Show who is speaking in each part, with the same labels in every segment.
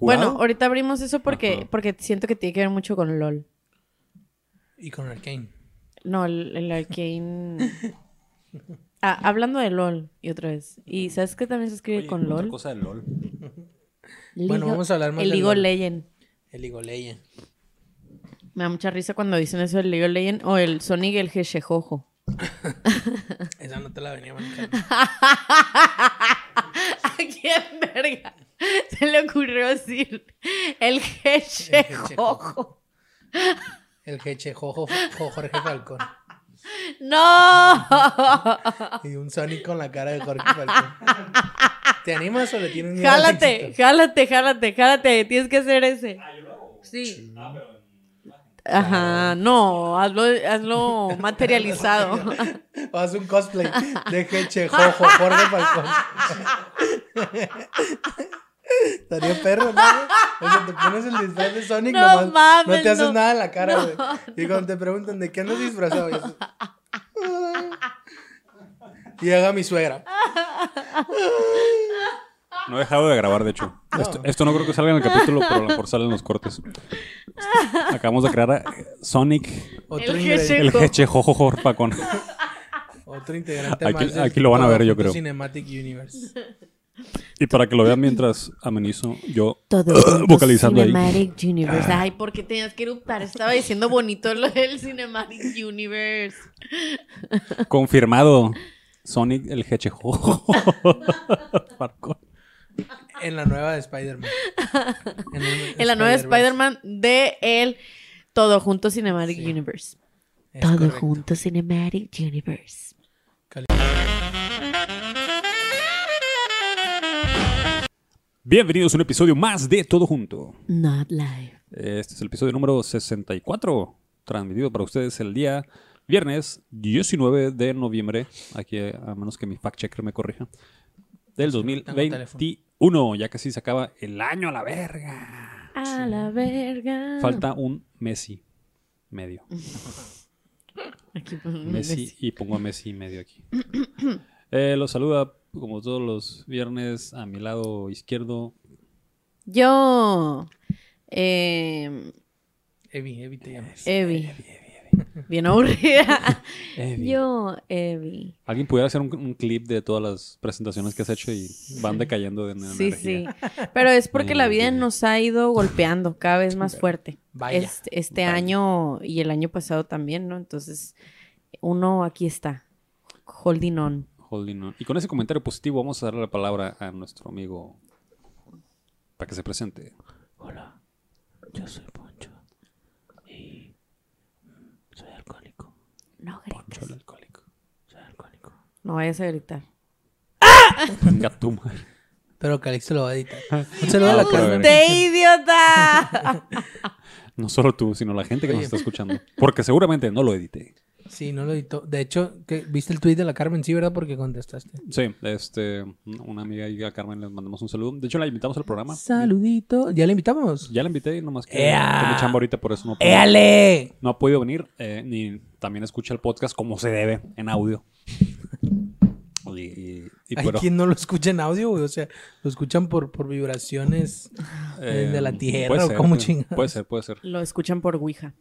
Speaker 1: Bueno,
Speaker 2: jugado.
Speaker 1: ahorita abrimos eso porque,
Speaker 3: Ajá.
Speaker 1: porque siento que tiene que ver mucho con LOL.
Speaker 2: Y con Arkane.
Speaker 1: No, el, el Arcane. Ah, hablando de LOL, y otra vez. ¿Y sabes qué también se escribe
Speaker 3: Oye,
Speaker 1: con
Speaker 3: Otra
Speaker 1: LOL?
Speaker 3: cosa de LOL.
Speaker 1: League
Speaker 2: Bueno,
Speaker 1: of-
Speaker 2: vamos a hablar más
Speaker 1: El
Speaker 2: del
Speaker 1: League of
Speaker 2: LOL.
Speaker 1: Legend.
Speaker 2: El League of Legends.
Speaker 1: Me da mucha risa cuando dicen eso del League of Legend o el Sonic el Hechejojo.
Speaker 2: Esa no te la venía manejando.
Speaker 1: ¿A quién verga se le ocurrió decir el Hechejojo?
Speaker 2: El jeche Jojo, Jo- Jorge Falcón.
Speaker 1: ¡No!
Speaker 2: Y un Sonic con la cara de Jorge Falcón. ¿Te animas o le tienes miedo? al
Speaker 1: Jálate,
Speaker 2: éxito?
Speaker 1: jálate, jálate, jálate. Tienes que hacer ese. Sí. Ajá, no, hazlo, hazlo materializado.
Speaker 2: O haz un cosplay de jeche Jojo, Jorge Falcón. Estaría perro, ¿no? O sea, te pones el disfraz de Sonic
Speaker 1: No
Speaker 2: nomás,
Speaker 1: mames,
Speaker 2: no te haces
Speaker 1: no.
Speaker 2: nada en la cara, güey. y cuando te preguntan de qué andas disfrazado, y haces, "Ah". y llega mi suegra.
Speaker 3: No he dejado de grabar, de hecho. Esto, esto no creo que salga en el capítulo, pero a lo mejor salen los cortes. Acabamos de crear a Sonic,
Speaker 2: Otro,
Speaker 1: El
Speaker 2: ingrediente-
Speaker 1: jeche.
Speaker 3: el jeche jojojo Pacón.
Speaker 2: otro integrante
Speaker 3: Aquí-
Speaker 2: más. del
Speaker 3: aquí lo van a ver, yo
Speaker 2: conjunto
Speaker 3: creo.
Speaker 2: Cinematic Universe.
Speaker 3: Y para que lo vean mientras amenizo, yo
Speaker 1: Todo
Speaker 3: Ah, vocalizando ahí.
Speaker 1: Cinematic Universe. Ay, ¿por qué tenías que eruptar? Estaba diciendo bonito lo del Cinematic Universe.
Speaker 3: Confirmado. Sonic el jeche jojojo Pacón.
Speaker 2: En la nueva de Spider-Man. En,
Speaker 1: En la nueva Spider-Man de el Todo Junto Cinematic
Speaker 2: Sí.
Speaker 1: Universe.
Speaker 2: Es
Speaker 1: Todo
Speaker 2: correcto.
Speaker 1: Junto Cinematic Universe.
Speaker 3: Bienvenidos a un episodio más de Todo Junto.
Speaker 1: Not live.
Speaker 3: Este es el episodio número 64, transmitido para ustedes el día viernes 19 de noviembre, aquí eh, a menos que mi fact-checker me corrija, del
Speaker 2: tengo
Speaker 3: 2021. Ya casi se acaba el año a la verga.
Speaker 1: A la verga.
Speaker 3: Falta un Messi medio.
Speaker 1: Aquí pues, pon-
Speaker 3: Messi y pongo a Messi medio aquí. Eh, los saluda como todos los viernes a mi lado izquierdo.
Speaker 1: Yo. Eh,
Speaker 2: Evi, Evi te llamas.
Speaker 1: Evi. Bien aburrida.
Speaker 3: Evi.
Speaker 1: Yo, Evi.
Speaker 3: Alguien pudiera hacer un, un clip de todas las presentaciones que has hecho y van decayendo de energía.
Speaker 1: Sí, sí. Pero es porque la vida nos ha ido golpeando cada vez más fuerte.
Speaker 2: Vaya.
Speaker 1: Este, este
Speaker 3: Vaya.
Speaker 1: año y el año pasado también, ¿no? Entonces, uno aquí está. Holding on.
Speaker 3: Holding on. Y con ese comentario positivo vamos a darle la palabra a nuestro amigo para que se presente.
Speaker 4: Hola, yo soy Poncho y soy alcohólico,
Speaker 1: No
Speaker 3: Poncho
Speaker 1: grites.
Speaker 3: el alcohólico.
Speaker 4: soy alcohólico.
Speaker 1: No vayas a gritar.
Speaker 3: Venga tú, madre.
Speaker 2: Pero Calixto lo va a editar. Un saludo a
Speaker 3: Ah,
Speaker 2: la
Speaker 3: ok.
Speaker 2: Carmen.
Speaker 1: ¡Usted, idiota!
Speaker 3: No solo tú, sino la gente que nos
Speaker 2: Oye.
Speaker 3: está escuchando. Porque seguramente no lo edité.
Speaker 2: Sí, no lo editó. De hecho, ¿qué? ¿viste el tweet de la Carmen? Sí, ¿verdad? Porque contestaste.
Speaker 3: Sí, este, una amiga y a Carmen les mandamos un saludo. De hecho, la invitamos al programa.
Speaker 2: Saludito. ¿Ya le invitamos?
Speaker 3: Ya la invité y nomás que, que
Speaker 2: ¡Ea!
Speaker 3: mi chamba ahorita por eso no, puedo-
Speaker 2: ¡Éale!
Speaker 3: no ha podido venir. eh, ni también escucha el podcast como se debe, en audio. Y, y- y
Speaker 2: Hay
Speaker 3: pero-
Speaker 2: quien no lo escucha en audio, güey. O sea, lo escuchan por, por vibraciones.
Speaker 3: Eh,
Speaker 2: de la tierra,
Speaker 3: puede
Speaker 2: ¿o
Speaker 3: ser,
Speaker 2: cómo
Speaker 3: tío.
Speaker 2: chingados?
Speaker 3: Puede ser, puede ser.
Speaker 1: Lo escuchan por Ouija.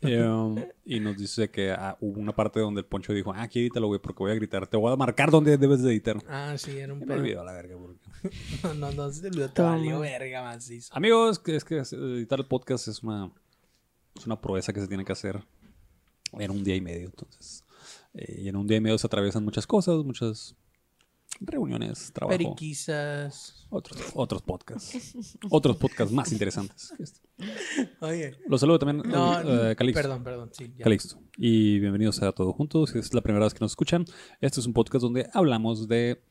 Speaker 3: Eh, y nos dice que ah, hubo una parte donde el Poncho dijo, ah, aquí edítalo, güey, porque voy a gritar. Te voy a marcar dónde debes de editar.
Speaker 2: Ah, sí, era un
Speaker 3: Me
Speaker 2: pedo.
Speaker 3: olvidó la verga, porque-
Speaker 2: No, no, no, se te olvidó. Te
Speaker 1: Toma.
Speaker 2: valió verga, macizo.
Speaker 3: Amigos, que es que editar el podcast es una, es una proeza que se tiene que hacer en un día y medio. Entonces, eh, y en un día y medio se atraviesan muchas cosas, muchas reuniones, trabajo,
Speaker 2: Periquisas.
Speaker 3: otros, otros podcasts, otros podcasts más interesantes. que este.
Speaker 2: Oye.
Speaker 3: Los saludo también,
Speaker 2: No,
Speaker 3: eh, Calixto.
Speaker 2: perdón, perdón. Sí, ya.
Speaker 3: Calixto. Y bienvenidos a Todos Juntos. Si es la primera vez que nos escuchan, este es un podcast donde hablamos de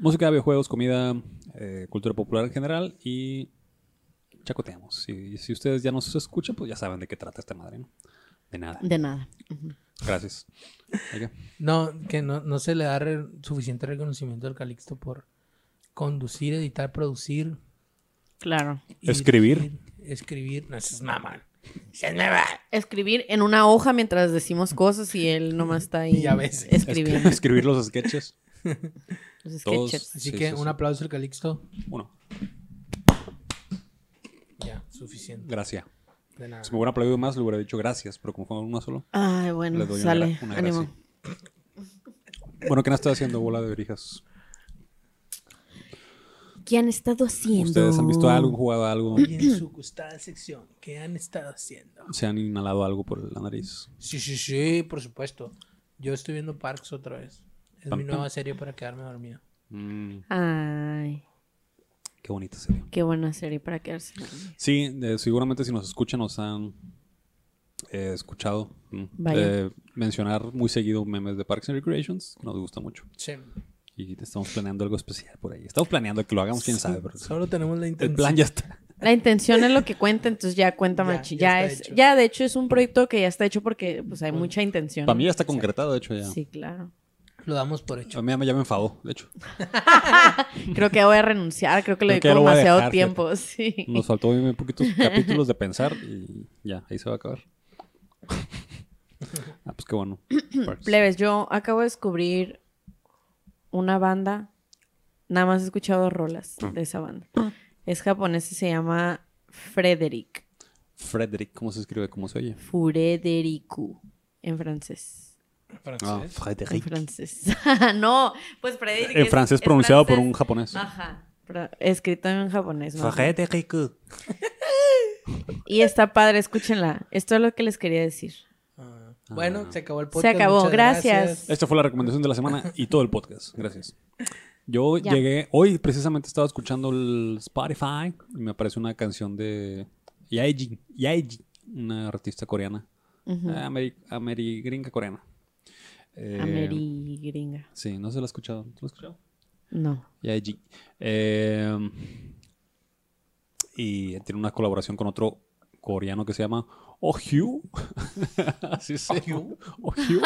Speaker 3: música, videojuegos, comida, eh, cultura popular en general y chacoteamos. Y, si ustedes ya nos escuchan, pues ya saben de qué trata esta madre, ¿no? De nada.
Speaker 1: De nada.
Speaker 3: Gracias. Oiga,
Speaker 2: No, que no, no se le da re- suficiente reconocimiento al Calixto por conducir, editar, producir.
Speaker 1: Claro.
Speaker 2: y
Speaker 3: Escribir.
Speaker 2: dirigir, Escribir. No, eso es mamá. Es mamá.
Speaker 1: Escribir en una hoja mientras decimos cosas y él nomás está ahí
Speaker 2: Y a veces.
Speaker 3: escri-
Speaker 1: escribiendo Pues
Speaker 3: escribir los sketches.
Speaker 1: los
Speaker 3: todos.
Speaker 1: sketches.
Speaker 2: Así
Speaker 3: Sí,
Speaker 2: que
Speaker 3: sí,
Speaker 2: un
Speaker 3: sí.
Speaker 2: aplauso al Calixto.
Speaker 3: Uno.
Speaker 5: Suficiente.
Speaker 3: Gracias.
Speaker 5: De nada.
Speaker 3: Si me hubiera aplaudido más, le hubiera dicho gracias, pero como fue una solo,
Speaker 1: Ay,
Speaker 3: le
Speaker 1: bueno,
Speaker 3: doy una
Speaker 1: sale.
Speaker 3: gra- una,
Speaker 1: Ánimo.
Speaker 3: gracia. Bueno, ¿qué han estado haciendo, bola de verijas?
Speaker 1: ¿Qué han estado haciendo?
Speaker 3: ¿Ustedes han visto algo, jugado algo,
Speaker 2: Y en su gustada sección, ¿qué han estado haciendo?
Speaker 3: se han inhalado algo por la nariz?
Speaker 5: Sí, sí, sí, por supuesto.
Speaker 2: Yo estoy viendo Parks otra vez. Es
Speaker 3: Pam,
Speaker 2: mi
Speaker 3: pam.
Speaker 2: nueva serie para quedarme dormido.
Speaker 3: Mm,
Speaker 1: Ay,
Speaker 3: qué bonita serie.
Speaker 1: qué buena serie para quedarse.
Speaker 3: Sí, eh, seguramente si nos escuchan nos han eh, escuchado mm,
Speaker 1: Vaya.
Speaker 3: eh, mencionar muy seguido memes de Parks and Recreations, que nos gusta mucho.
Speaker 2: Sí.
Speaker 3: Y estamos planeando algo especial por ahí. Estamos planeando que lo hagamos, quién sabe, pero
Speaker 2: Solo tenemos la
Speaker 3: el
Speaker 2: intención.
Speaker 3: plan ya está.
Speaker 1: La intención es lo que cuenta, entonces ya cuenta
Speaker 2: Ya,
Speaker 1: machi.
Speaker 2: ya
Speaker 1: Ya,
Speaker 2: está
Speaker 1: es,
Speaker 2: hecho.
Speaker 1: ya de hecho es un proyecto que ya está hecho porque pues hay mucha intención.
Speaker 3: Para mí ya está concretado, de hecho, ya.
Speaker 1: Sí, claro.
Speaker 2: Lo damos por hecho.
Speaker 3: A mí ya me- ya me enfadó, de hecho.
Speaker 1: Creo que voy a renunciar, creo que
Speaker 3: Creo
Speaker 1: le
Speaker 3: que
Speaker 1: dedico
Speaker 3: lo voy a
Speaker 1: demasiado
Speaker 3: dejar,
Speaker 1: tiempo, sí.
Speaker 3: Nos faltó un poquitos capítulos de pensar y ya, ahí se va a acabar. Ah, pues qué bueno. Parks.
Speaker 1: Plebes, yo acabo de descubrir una banda, nada más he escuchado dos rolas
Speaker 3: Ah.
Speaker 1: de esa banda. Es japonés y se llama Frederick,
Speaker 3: Frederick, ¿cómo se escribe? ¿Cómo se oye?
Speaker 1: Fredericu, en francés.
Speaker 3: Ah,
Speaker 2: Francés.
Speaker 1: En
Speaker 3: Frederick.
Speaker 1: francés. no, pues Frederick.
Speaker 3: En
Speaker 1: es-
Speaker 3: francés Ah,
Speaker 1: es
Speaker 3: pronunciado por un
Speaker 1: francés.
Speaker 3: japonés.
Speaker 1: Ajá. pero Escrito en japonés. ¿no?
Speaker 3: Frederick.
Speaker 1: Y está padre, escúchenla. Esto es lo que les quería decir.
Speaker 2: Ah. Bueno, se acabó el podcast.
Speaker 1: acabó,
Speaker 2: muchas
Speaker 1: gracias.
Speaker 3: Esta fue la recomendación de la semana y todo el podcast. Gracias. Yo
Speaker 1: Ya.
Speaker 3: llegué, hoy precisamente estaba escuchando el Spotify y me apareció una canción de Yaeji, Yaeji, una artista coreana,
Speaker 1: Ujú.
Speaker 3: eh, ameri- amerigringa coreana. Eh,
Speaker 1: Ameri gringa.
Speaker 3: Sí, no se la he escuchado. ¿Tú la has escuchado?
Speaker 1: No.
Speaker 3: Yaeji. Eh, y tiene una colaboración con otro coreano que se llama Ohyu. Así se llama. Ohyu.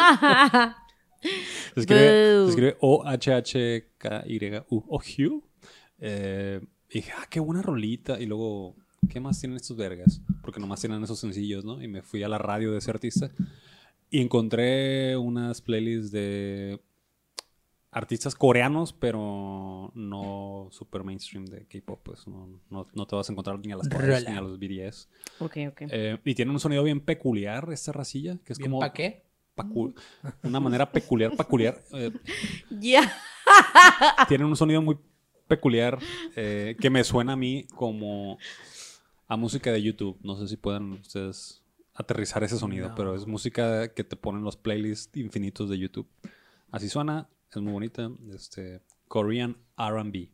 Speaker 3: Se escribe,
Speaker 1: Boo.
Speaker 3: se escribe O-H-H-K-Y-U. Ohyu. Eh, y dije, ah, qué buena rolita. Y luego, ¿qué más tienen estos vergas? Porque nomás tienen esos sencillos, ¿no? Y me fui a la radio de ese artista y encontré unas playlists de artistas coreanos, pero no super mainstream de K-pop. Pues no, no, no te vas a encontrar ni a las Twice, ni a los BDS.
Speaker 1: Ok, ok.
Speaker 3: Eh, y tienen un sonido bien peculiar esta racilla, que es
Speaker 2: Bien,
Speaker 3: como
Speaker 2: ¿Para qué?
Speaker 3: pacu- una manera peculiar, peculiar. eh,
Speaker 1: Ya.
Speaker 3: tienen un sonido muy peculiar eh, que me suena a mí como a música de YouTube. No sé si puedan ustedes aterrizar ese sonido,
Speaker 2: No.
Speaker 3: pero es música que te ponen los playlists infinitos de YouTube. Así suena, es muy bonita. Este, Korean RB.
Speaker 1: Nice.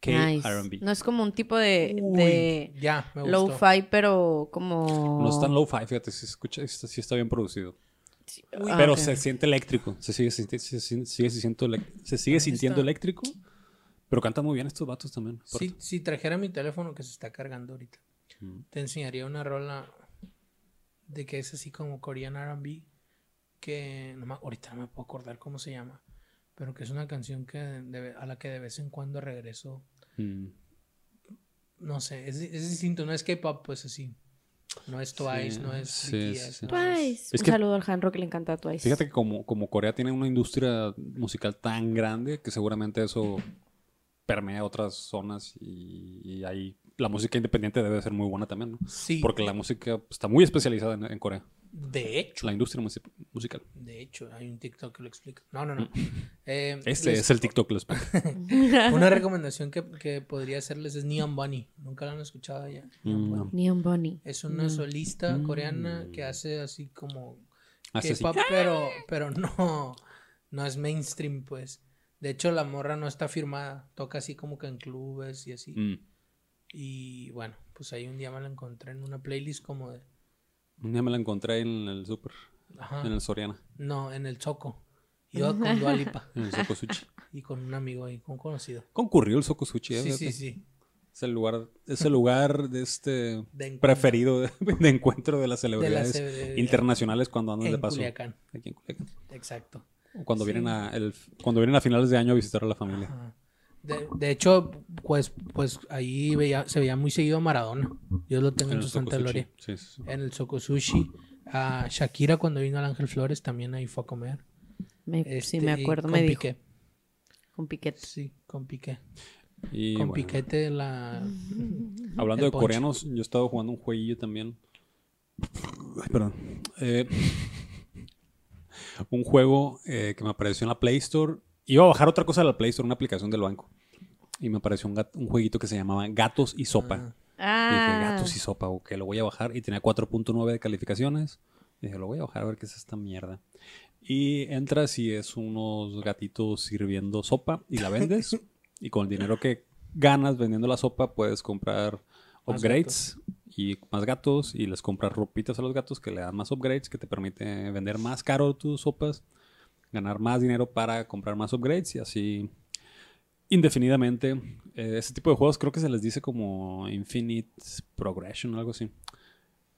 Speaker 3: K-RB.
Speaker 1: No es como un tipo de,
Speaker 2: Uy,
Speaker 1: Eh, de
Speaker 2: ya, me gustó.
Speaker 1: low-fi, pero como.
Speaker 3: No es tan low-fi, fíjate, si escucha, sí está- sí está bien producido.
Speaker 1: Ah,
Speaker 3: pero
Speaker 1: ok.
Speaker 3: se siente eléctrico. Se sigue, sinti- se sin- sigue sintiendo, elec- se sigue sintiendo
Speaker 2: está.
Speaker 3: eléctrico. Pero cantan muy bien estos vatos también. aparte.
Speaker 2: Si, si trajera mi teléfono que se está cargando ahorita,
Speaker 3: Mm.
Speaker 2: te enseñaría una rola de que es así como Korean RB. Que no me- ahorita no me puedo acordar cómo se llama. Pero que es una canción que de- a la que de vez en cuando regreso.
Speaker 3: Mm.
Speaker 2: No sé, es, es distinto. No es K-pop, pues así. No es Twice,
Speaker 3: Sí,
Speaker 2: no es
Speaker 3: sí,
Speaker 2: BTS,
Speaker 3: sí.
Speaker 2: no es-
Speaker 1: Twice.
Speaker 3: Es
Speaker 1: un
Speaker 3: que-
Speaker 1: saludo al Hanro que le encanta a Twice.
Speaker 3: Fíjate que como, como Corea tiene una industria musical tan grande que seguramente eso permea otras zonas y, y ahí la música independiente debe ser muy buena también, ¿no?
Speaker 2: Sí,
Speaker 3: Porque la música pues, está muy especializada en, en Corea,
Speaker 2: de hecho,
Speaker 3: la industria musi- musical.
Speaker 2: de hecho, hay un TikTok que lo explica. No, no, no. Eh,
Speaker 3: Este
Speaker 2: les-
Speaker 3: es el TikTok, los mm,
Speaker 2: Una recomendación que, que podría hacerles es Neon Bunny. Nunca la han escuchado ya.
Speaker 3: no.
Speaker 1: Neon Bunny.
Speaker 2: Es una
Speaker 3: Mm.
Speaker 2: solista coreana que hace así como
Speaker 3: Hace así.
Speaker 2: K-pop, pero, pero no, no es mainstream, pues. De hecho, la morra no está firmada. Toca así como que en clubes y así.
Speaker 3: Mm.
Speaker 2: Y bueno, pues ahí un día me la encontré en una playlist como de.
Speaker 3: Un día me la encontré en el super,
Speaker 2: Ajá.
Speaker 3: en el Soriana,
Speaker 2: No, en el Choco. Yo con Dualipa
Speaker 3: en el Sokosuchi.
Speaker 2: y con un amigo ahí, con un conocido.
Speaker 3: Concurrió el Sokosuchi, ¿eh?
Speaker 2: Sí, sí,
Speaker 3: Fíjate.
Speaker 2: sí.
Speaker 3: Es el lugar, es el lugar de este
Speaker 2: De encuentro.
Speaker 3: preferido de, de encuentro de las celebridades
Speaker 2: celebridades.
Speaker 3: internacionales cuando andan de
Speaker 2: En
Speaker 3: paso.
Speaker 2: Culiacán.
Speaker 3: Aquí en Culiacán.
Speaker 2: Exacto.
Speaker 3: O Cuando vienen a el- cuando vienen a finales de año a visitar a la familia.
Speaker 2: Ajá. De, de hecho, pues, pues ahí veía, se veía muy seguido a Maradona. Yo lo tengo en,
Speaker 3: el
Speaker 2: su Santa
Speaker 3: Sokosuchi.
Speaker 2: Gloria.
Speaker 3: Sí, sí, sí.
Speaker 2: En el Sokosushi. A Shakira cuando vino al Ángel Flores también ahí fue a comer.
Speaker 1: Me-
Speaker 2: Este,
Speaker 1: sí, me
Speaker 2: y
Speaker 1: acuerdo,
Speaker 2: con
Speaker 1: me dijo.
Speaker 2: Piqué.
Speaker 1: Con Piquet.
Speaker 2: Sí, con Piqué.
Speaker 3: Y
Speaker 2: con
Speaker 3: bueno,
Speaker 2: piquete la...
Speaker 3: hablando de
Speaker 2: el ponche.
Speaker 3: coreanos, yo he estado jugando un jueguillo también. Ay, perdón. Eh, un juego eh, que me apareció en la Play Store. Iba a bajar otra cosa de la Play Store, una aplicación del banco. Y me apareció un, gat- un jueguito que se llamaba Gatos y Sopa.
Speaker 2: Ah.
Speaker 3: Y dije,
Speaker 1: Ah,
Speaker 3: gatos y sopa, ok, lo voy a bajar. Y tenía 4.9 de calificaciones. Y dije, lo voy a bajar a ver qué es esta mierda. Y entras y es unos gatitos sirviendo sopa y la vendes. y con el dinero que ganas vendiendo la sopa puedes comprar
Speaker 2: Más
Speaker 3: upgrades y más gatos y les compras ropitas a los gatos que le dan más upgrades que te permite vender más caro tus sopas, ganar más dinero para comprar más upgrades y así indefinidamente. Eh, ese tipo de juegos creo que se les dice como Infinite Progression, algo así.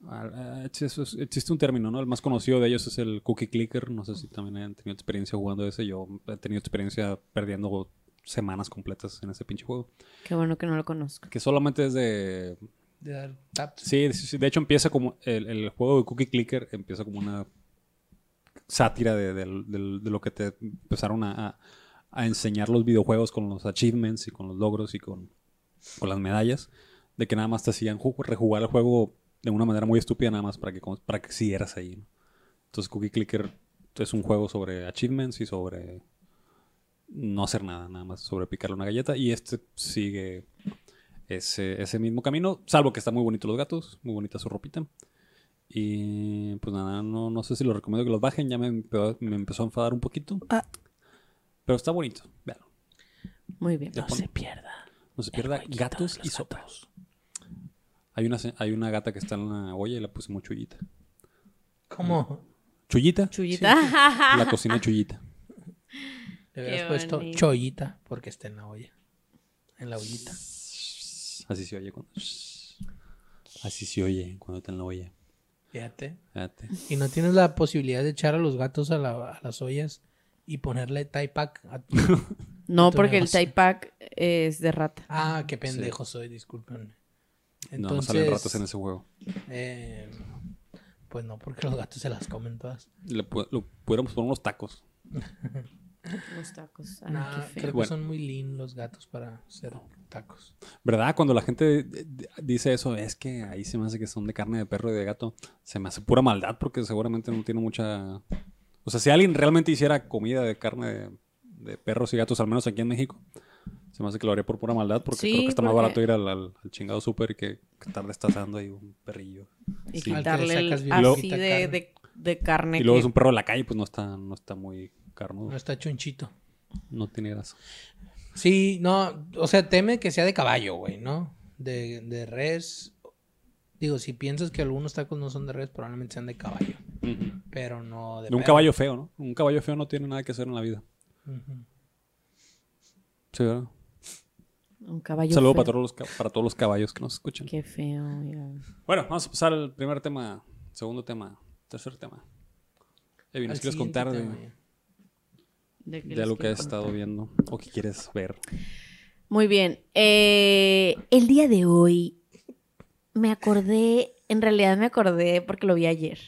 Speaker 3: Ah, ah, ex- eso es- Existe un término, ¿no? El más conocido de ellos es el cookie clicker. No sé si también han tenido experiencia jugando ese. Yo he tenido experiencia perdiendo semanas completas en ese pinche juego.
Speaker 1: qué bueno que no lo conozco.
Speaker 3: Que solamente es de
Speaker 2: de dar taps.
Speaker 3: Sí, sí, sí. de hecho empieza como el, el juego de Cookie Clicker empieza como una sátira de, del- del- de lo que te empezaron a, a- a enseñar los videojuegos con los achievements y con los logros y con, con las medallas, de que nada más te hacían ju- rejugar el juego de una manera muy estúpida nada más para que, como- para que siguieras ahí. ¿no? Entonces Cookie Clicker es un juego sobre achievements y sobre no hacer nada, nada más sobre picarle una galleta y este sigue ese, ese mismo camino, salvo que está muy bonito los gatos, muy bonita su ropita. Y pues nada, no, no sé si lo recomiendo que los bajen, ya me, empe- me empezó a enfadar un poquito. Pero está bonito, véanlo.
Speaker 1: Muy bien.
Speaker 3: No se
Speaker 2: pierda.
Speaker 3: No se pierda gatos y sopas. Hay una, se- hay una gata que está en la olla y la puse muy chullita.
Speaker 2: ¿Cómo?
Speaker 3: ¿Chullita?
Speaker 1: Chuyita.
Speaker 3: La cocina chullita.
Speaker 2: Le hubieras
Speaker 1: Qué
Speaker 2: puesto
Speaker 1: bonito.
Speaker 2: chollita porque está en la olla. En la ollita.
Speaker 3: Así se oye cuando... Así se oye cuando está en la olla.
Speaker 2: Fíjate.
Speaker 3: Fíjate.
Speaker 2: Y no tienes la posibilidad de echar a los gatos a, la- a las ollas y ponerle tie pack. a tu-
Speaker 1: No,
Speaker 2: Tú
Speaker 1: porque el
Speaker 2: negocio.
Speaker 1: tie pack es de rata.
Speaker 2: Ah, qué pendejo soy, discúlpenme.
Speaker 3: No, no salen ratas en ese juego.
Speaker 2: eh, pues no, porque los gatos se las comen todas.
Speaker 3: Le pu- lo pudiéramos poner unos tacos.
Speaker 1: Los tacos. Ah,
Speaker 2: Nah,
Speaker 1: qué feo.
Speaker 2: creo que
Speaker 3: Bueno.
Speaker 2: son muy lean los gatos para hacer tacos.
Speaker 3: ¿Verdad? Cuando la gente d- d- dice eso, es que ahí se me hace que son de carne de perro y de gato. Se me hace pura maldad porque seguramente no tiene mucha... O sea, si alguien realmente hiciera comida de carne de, de perros y gatos, al menos aquí en México, se me hace que lo haría por pura maldad porque
Speaker 1: Sí,
Speaker 3: creo que está más
Speaker 1: porque-
Speaker 3: barato ir al, al- al chingado súper que, que estar destazando ahí un perrillo.
Speaker 1: Y
Speaker 3: Sí.
Speaker 1: quitarle
Speaker 2: Al que le sacas
Speaker 1: el,
Speaker 2: bien
Speaker 1: así
Speaker 2: poquita
Speaker 1: de,
Speaker 2: carne.
Speaker 1: de, de carne.
Speaker 3: Y luego
Speaker 1: que-
Speaker 3: es un perro de la calle, pues no está, no está muy carnudo.
Speaker 2: No
Speaker 1: Pues
Speaker 2: está chonchito.
Speaker 3: No tiene grasa.
Speaker 2: Sí, no, o sea, teme que sea de caballo, güey, ¿no? De, de res. Digo, si piensas que algunos tacos no son de res, probablemente sean de caballo. Pero no de
Speaker 3: De un
Speaker 2: perro.
Speaker 3: caballo feo, ¿no? Un caballo feo no tiene nada que hacer en la vida.
Speaker 2: Ujú.
Speaker 3: Sí, ¿verdad?
Speaker 1: un caballo.
Speaker 3: Saludo
Speaker 1: feo.
Speaker 3: para todos, los, ca- para todos los caballos que nos escuchan.
Speaker 1: Qué feo. oiga.
Speaker 3: Bueno, vamos a pasar al primer tema, segundo tema, tercer tema. Evi,
Speaker 2: Al
Speaker 3: ¿nos quieres
Speaker 2: siguiente
Speaker 3: contar de,
Speaker 2: tema, ya.
Speaker 1: ¿De qué
Speaker 3: de
Speaker 1: les
Speaker 3: algo que
Speaker 1: quiero
Speaker 3: has estado
Speaker 1: contar?
Speaker 3: viendo o que quieres ver?
Speaker 1: Muy bien. eh, el día de hoy me acordé, en realidad me acordé porque lo vi ayer.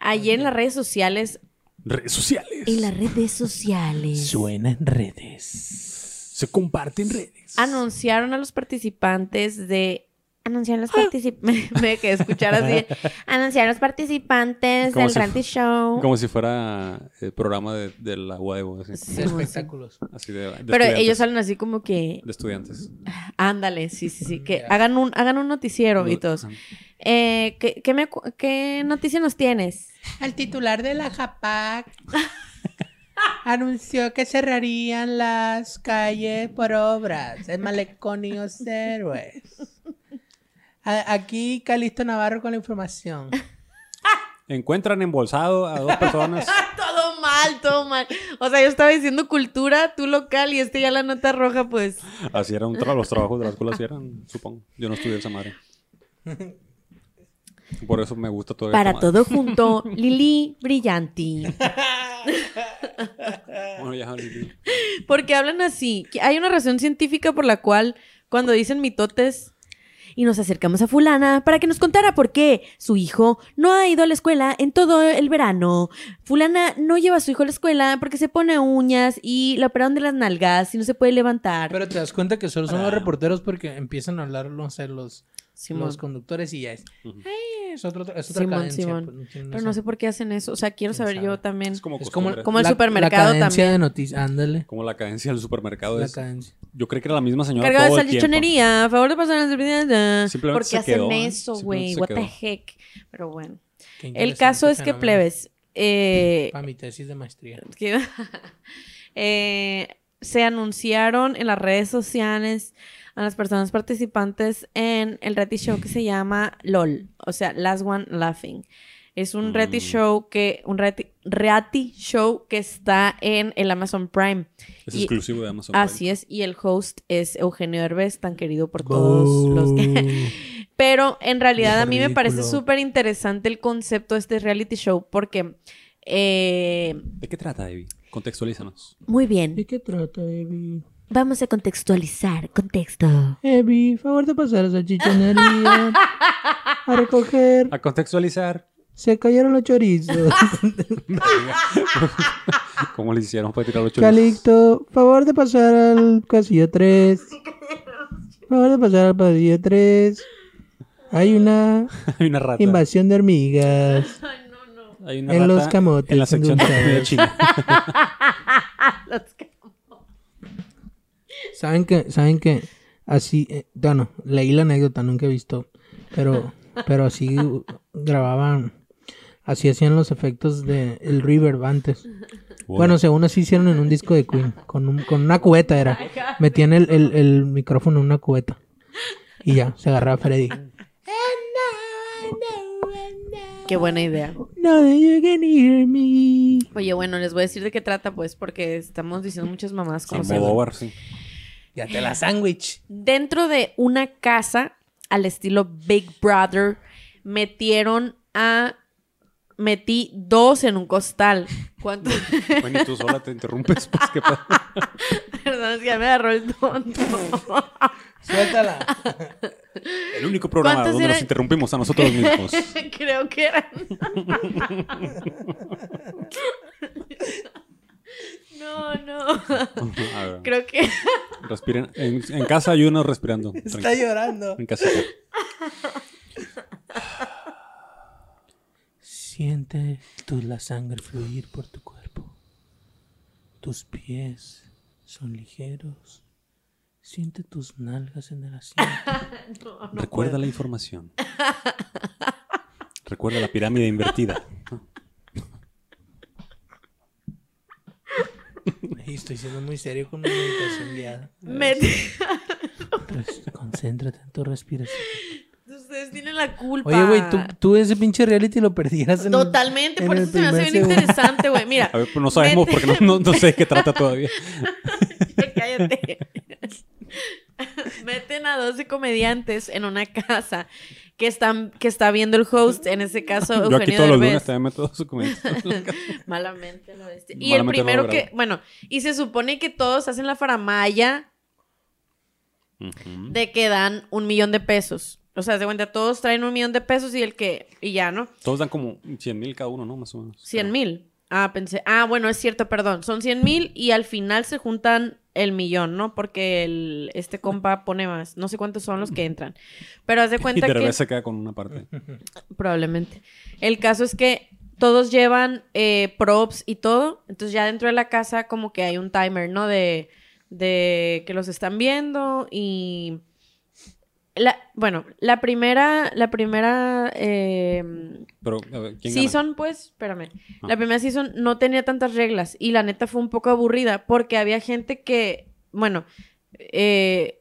Speaker 1: Ayer en las redes sociales,
Speaker 3: Redes sociales.
Speaker 1: en las redes sociales,
Speaker 2: Suena en redes.
Speaker 3: Se comparten redes.
Speaker 1: anunciaron a los participantes de... Anunciaron a
Speaker 3: Ah.
Speaker 1: los participantes... Me quedé escuchar así. Anunciaron a los participantes
Speaker 3: Como
Speaker 1: del
Speaker 3: si fu-
Speaker 1: reality show.
Speaker 3: Como si fuera el programa de, de la UAEBO, así,
Speaker 1: Sí,
Speaker 2: De
Speaker 1: como si-
Speaker 2: espectáculos.
Speaker 3: así de, de
Speaker 1: Pero
Speaker 3: estudiantes,
Speaker 1: ellos salen así como que...
Speaker 3: De estudiantes.
Speaker 1: Ándale, sí, sí, sí. Que
Speaker 2: Ya.
Speaker 1: hagan un, hagan un noticiero y
Speaker 3: Lo-
Speaker 1: todos.
Speaker 3: ajá.
Speaker 1: Eh, ¿qué, qué me cu- ¿Qué noticia nos tienes?
Speaker 6: Al titular de la JAPAC anunció que cerrarían las calles por obras en Malecón y Los Héroes. A- Aquí Calixto Navarro con la información.
Speaker 3: Encuentran embolsado a dos personas.
Speaker 1: Todo mal, todo mal. O sea, yo estaba diciendo cultura, tú local y este ya la nota roja, pues.
Speaker 3: así eran tra- los trabajos de la escuela, así eran, supongo. Yo no estudié esa madre. Por eso me gusta todavía.
Speaker 1: Para
Speaker 3: esta madre.
Speaker 1: todo junto, Lili Brillanti.
Speaker 3: Bueno, ya, Lili.
Speaker 1: Porque hablan así. que Hay una razón científica por la cual cuando dicen mitotes, y nos acercamos a fulana para que nos contara por qué su hijo no ha ido a la escuela en todo el verano. Fulana no lleva a su hijo a la escuela porque se pone uñas y la operaron de las nalgas y no se puede levantar.
Speaker 2: Pero te das cuenta que solo son los reporteros porque empiezan a hablar no sé, los,
Speaker 1: Simón.
Speaker 2: los conductores y ya es.
Speaker 3: Ujú.
Speaker 2: "Ay, es, otro, es otra
Speaker 1: Simón,
Speaker 2: cadencia,
Speaker 1: Simón.
Speaker 2: pues, no tiene-
Speaker 1: Pero no sé por qué hacen eso. O sea, quiero
Speaker 2: ¿Quién
Speaker 1: saber
Speaker 2: sabe?
Speaker 1: yo también.
Speaker 3: Es como,
Speaker 2: Es como-
Speaker 3: costumbre.
Speaker 1: como el supermercado
Speaker 2: la cadencia
Speaker 1: también.
Speaker 2: de noticias, ándale.
Speaker 3: Como la cadencia del supermercado
Speaker 2: La
Speaker 3: es-
Speaker 2: cadencia.
Speaker 3: Yo creo que era la misma señora
Speaker 1: Cargado de
Speaker 3: todo el tiempo.
Speaker 1: salchichonería, a favor de personas de
Speaker 3: Simplemente
Speaker 1: Porque
Speaker 3: se
Speaker 1: hacen
Speaker 3: quedó, ¿eh?
Speaker 1: eso, güey.
Speaker 3: Simplemente se
Speaker 1: What
Speaker 3: quedó.
Speaker 1: the heck. Pero bueno.
Speaker 2: Qué
Speaker 1: El
Speaker 2: interesante
Speaker 1: caso es que
Speaker 2: fenómeno.
Speaker 1: plebes. Eh,
Speaker 2: Para mi tesis de maestría.
Speaker 1: que- eh, se anunciaron en las redes sociales a las personas participantes en el reality show que se llama LOL, o sea, Last One Laughing. Es un reality
Speaker 3: Mm.
Speaker 1: show que un reality, reality show que está en el Amazon Prime.
Speaker 3: Es
Speaker 1: Y- Ah,
Speaker 3: exclusivo de Amazon.
Speaker 1: Así es, y el host es Eugenio Herbes, tan querido por todos los que... Pero en realidad
Speaker 2: Viejo
Speaker 1: a mí me parece
Speaker 2: ridículo.
Speaker 1: súper interesante el concepto de este reality show porque... eh,
Speaker 3: ¿De qué trata, Evi? Contextualízanos.
Speaker 1: muy bien,
Speaker 6: ¿De qué trata, Evi?
Speaker 1: vamos a contextualizar, contexto.
Speaker 6: Evi, favor de pasar a salchichonería a recoger.
Speaker 3: A contextualizar.
Speaker 6: Se cayeron los chorizos.
Speaker 1: Ah.
Speaker 3: ¿Cómo le hicieron para tirar los chorizos?
Speaker 6: Calixto, favor de pasar al casillo 3. Favor de pasar al pasillo 3. Hay una
Speaker 3: Hay una rata.
Speaker 6: invasión de hormigas.
Speaker 3: Hay una
Speaker 6: en
Speaker 3: rata
Speaker 6: los camotes
Speaker 3: En la sección de
Speaker 6: endulzados.
Speaker 3: comida china.
Speaker 6: ¿Saben que ¿Saben que Así, eh, bueno, leí la anécdota, nunca he visto. Pero, pero así uh, grababan, así hacían los efectos de el reverb antes. Bueno, según así hicieron en un disco de Queen, con, un- con una cubeta era. Metían el, el- el micrófono en una cubeta. Y ya, se agarraba Freddy.
Speaker 1: Qué buena idea.
Speaker 6: No, you can hear me.
Speaker 1: Oye, bueno, les voy a decir de qué trata, pues, porque estamos diciendo muchas mamás como
Speaker 3: Sí,
Speaker 1: siempre.
Speaker 3: Almodóvar, sí.
Speaker 2: Ya te la sándwich.
Speaker 1: Dentro de una casa al estilo Big Brother, metieron a. Metí dos en un costal. ¿Cuántos?
Speaker 3: Bueno, y tú sola te interrumpes. Pues, ¿qué pasa?
Speaker 1: Perdón, es que ya me agarró el tonto.
Speaker 2: Suéltala.
Speaker 3: El único programa
Speaker 1: ¿Cuántos
Speaker 3: donde
Speaker 1: eran?
Speaker 3: nos interrumpimos a nosotros mismos.
Speaker 1: Creo que eran. no, no.
Speaker 3: A ver,
Speaker 1: Creo que.
Speaker 3: respiren. En, en casa hay uno respirando.
Speaker 2: Está
Speaker 3: Tranquilo.
Speaker 2: llorando.
Speaker 3: En casa.
Speaker 2: Siente tú la sangre fluir por tu cuerpo. Tus pies son ligeros. Siente tus nalgas en el asiento.
Speaker 3: Recuerda la información. Recuerda la pirámide invertida.
Speaker 2: Ey, Estoy siendo muy serio con mi meditación guiada.
Speaker 1: Metí.
Speaker 2: Pues, concéntrate en tu respiración.
Speaker 1: Ustedes tienen la culpa.
Speaker 2: Oye, güey, tú, tú ese pinche reality lo perdieras en
Speaker 1: Totalmente,
Speaker 2: en
Speaker 1: por
Speaker 2: el
Speaker 1: eso se me hace bien
Speaker 2: primer segundo.
Speaker 1: interesante, güey. Mira,
Speaker 3: A ver, pues no sabemos porque no, no, no sé de qué trata todavía.
Speaker 1: cállate. Meten a 12 comediantes en una casa que están que está viendo el host, en ese caso
Speaker 3: Yo aquí
Speaker 1: Eugenio
Speaker 3: todos los lunes
Speaker 1: Derbez.
Speaker 3: también meto su comentario.
Speaker 1: Malamente lo bestia. Y
Speaker 3: Malamente
Speaker 1: el
Speaker 3: no
Speaker 1: primero
Speaker 3: lo
Speaker 1: que,
Speaker 3: grabé.
Speaker 1: bueno, y se supone que todos hacen la faramaya
Speaker 3: Ujú.
Speaker 1: de que dan un millón de pesos. O sea, se cuenta, todos traen un millón de pesos y el que, y ya, ¿no?
Speaker 3: Todos dan como 100 mil cada uno, ¿no? Más o menos.
Speaker 1: 100 mil. Ah, pensé. Ah, bueno, es cierto, perdón. Son 100 mil y al final se juntan el millón, ¿no? Porque el, este compa pone más. No sé cuántos son los que entran. Pero haz de
Speaker 3: Y
Speaker 1: cuenta
Speaker 3: de
Speaker 1: que.
Speaker 3: revés se queda con una parte.
Speaker 1: Probablemente. El caso es que todos llevan eh, props y todo. Entonces ya dentro de la casa como que hay un timer, ¿no? De, de que los están viendo y... La, bueno, la primera, la primera eh,
Speaker 3: Pero, a ver, ¿quién gana?
Speaker 1: season, pues, espérame.
Speaker 3: Ah.
Speaker 1: La primera season no tenía tantas reglas y la neta fue un poco aburrida porque había gente que, bueno, eh,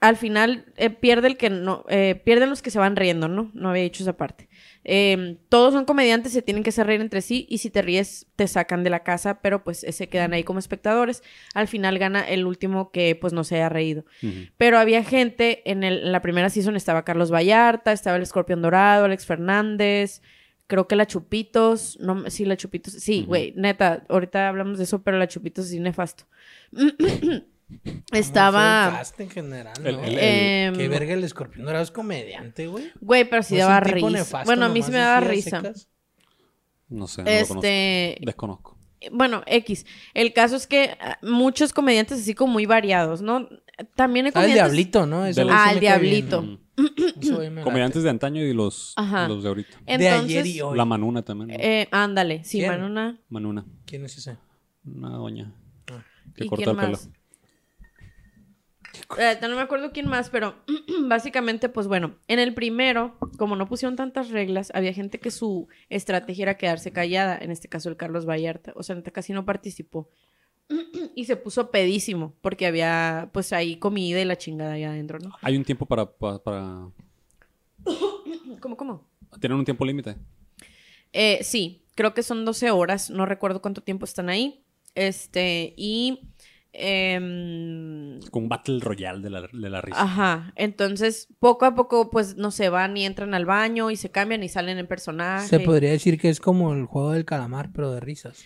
Speaker 1: al final eh, pierde el que no, eh, pierden los que se van riendo, ¿no? No había dicho esa parte. Eh, todos son comediantes, se tienen que hacer reír entre sí y si te ríes te sacan de la casa, pero pues eh, se quedan ahí como espectadores. Al final gana el último que pues no se ha reído.
Speaker 3: Ujú.
Speaker 1: Pero había gente, en, el- en la primera season estaba Carlos Vallarta, estaba el Escorpión Dorado, Alex Fernández, creo que la Chupitos, no, me- sí, la Chupitos, sí,
Speaker 3: Ujú.
Speaker 1: güey, neta, ahorita hablamos de eso, pero la Chupitos sí nefasto.
Speaker 2: Fue el
Speaker 1: Estaba.
Speaker 2: cast en general,
Speaker 3: El-
Speaker 2: ¿no?
Speaker 3: el-
Speaker 1: em,
Speaker 2: Qué verga el escorpión dorado es comediante, güey.
Speaker 1: Güey, pero sí
Speaker 2: No es
Speaker 1: daba
Speaker 2: un tipo
Speaker 1: risa.
Speaker 2: nefasto
Speaker 1: bueno, a mí sí
Speaker 2: nomás
Speaker 1: me daba
Speaker 2: así a
Speaker 1: risa.
Speaker 2: secas.
Speaker 3: No sé, no lo conozco.
Speaker 1: Este,
Speaker 3: Desconozco.
Speaker 1: bueno, X. El caso es que ah, muchos comediantes así como muy variados, ¿no? También hay
Speaker 2: Ah, el
Speaker 1: comediantes...
Speaker 2: diablito, ¿no? Ese
Speaker 3: Del-
Speaker 2: güey sí
Speaker 1: Ah,
Speaker 2: me
Speaker 1: el
Speaker 2: cae bien.
Speaker 1: Diablito.
Speaker 3: Mm.
Speaker 2: Ese güey me late.
Speaker 3: Comediantes de antaño y los,
Speaker 1: Ajá.
Speaker 3: los de ahorita.
Speaker 2: De ayer
Speaker 1: Entonces,
Speaker 2: y hoy.
Speaker 3: La Manuna también. ¿no?
Speaker 1: eh, ándale, sí,
Speaker 2: ¿Quién?
Speaker 1: Manuna.
Speaker 3: Manuna.
Speaker 2: ¿Quién es ese?
Speaker 3: Una doña.
Speaker 2: Ah.
Speaker 3: Que
Speaker 1: ¿Y
Speaker 3: corta el
Speaker 1: quién
Speaker 3: pelo.
Speaker 1: más? Eh, no me acuerdo quién más, pero básicamente, pues bueno, en el primero, como no pusieron tantas reglas, había gente que su estrategia era quedarse callada, en este caso el Carlos Vallarta, o sea, neta casi no participó. y se puso pedísimo, porque había pues ahí comida y la chingada allá adentro, ¿no?
Speaker 3: Hay un tiempo para, pa- para,
Speaker 1: ¿Cómo, cómo?
Speaker 3: ¿Tienen un tiempo límite?
Speaker 1: Eh, sí, creo que son 12 horas, no recuerdo cuánto tiempo están ahí. Este, y... em,
Speaker 3: Con un Battle Royale de la, de la risa.
Speaker 1: Ajá, entonces poco a poco pues no se van y entran al baño y se cambian y salen en personaje.
Speaker 6: Se podría decir que es como el juego del calamar, pero de risas.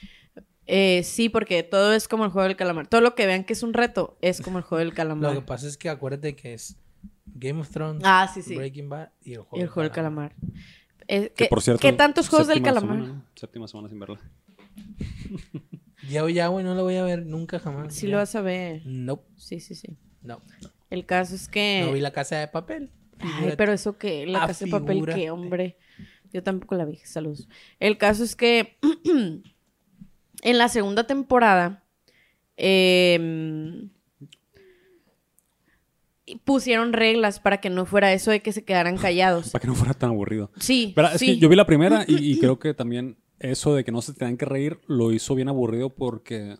Speaker 1: Eh, sí, porque todo es como el juego del calamar. Todo lo que vean que es un reto es como el juego del
Speaker 2: Lo que
Speaker 1: calamar.
Speaker 2: pasa es que acuérdate que es Game of Thrones,
Speaker 1: Ah, sí, sí.
Speaker 2: Breaking Bad y el juego,
Speaker 1: El juego del calamar. Eh,
Speaker 3: Que
Speaker 1: ¿qué-
Speaker 3: por cierto.
Speaker 1: ¿Qué tantos juegos del
Speaker 3: séptima
Speaker 1: calamar?
Speaker 3: semana- séptima semana sin verla.
Speaker 2: Ya, ya, güey, no lo voy a ver nunca jamás.
Speaker 1: Sí
Speaker 2: ya.
Speaker 1: lo vas a ver.
Speaker 2: No,
Speaker 1: Sí, sí, sí.
Speaker 2: no.
Speaker 1: El caso es que...
Speaker 2: No vi la casa de papel.
Speaker 1: Ay,
Speaker 2: Figúrate.
Speaker 1: pero eso que la
Speaker 2: Ah,
Speaker 1: casa de papel,
Speaker 2: figúrate.
Speaker 1: que hombre. Yo tampoco la vi, saludos. El caso es que en la segunda temporada em, pusieron reglas para que no fuera eso de que se quedaran callados.
Speaker 3: Para que no fuera tan aburrido.
Speaker 1: Sí,
Speaker 3: Pero es
Speaker 1: sí.
Speaker 3: que yo vi la primera y, y creo que también eso de que no se tengan que reír lo hizo bien aburrido porque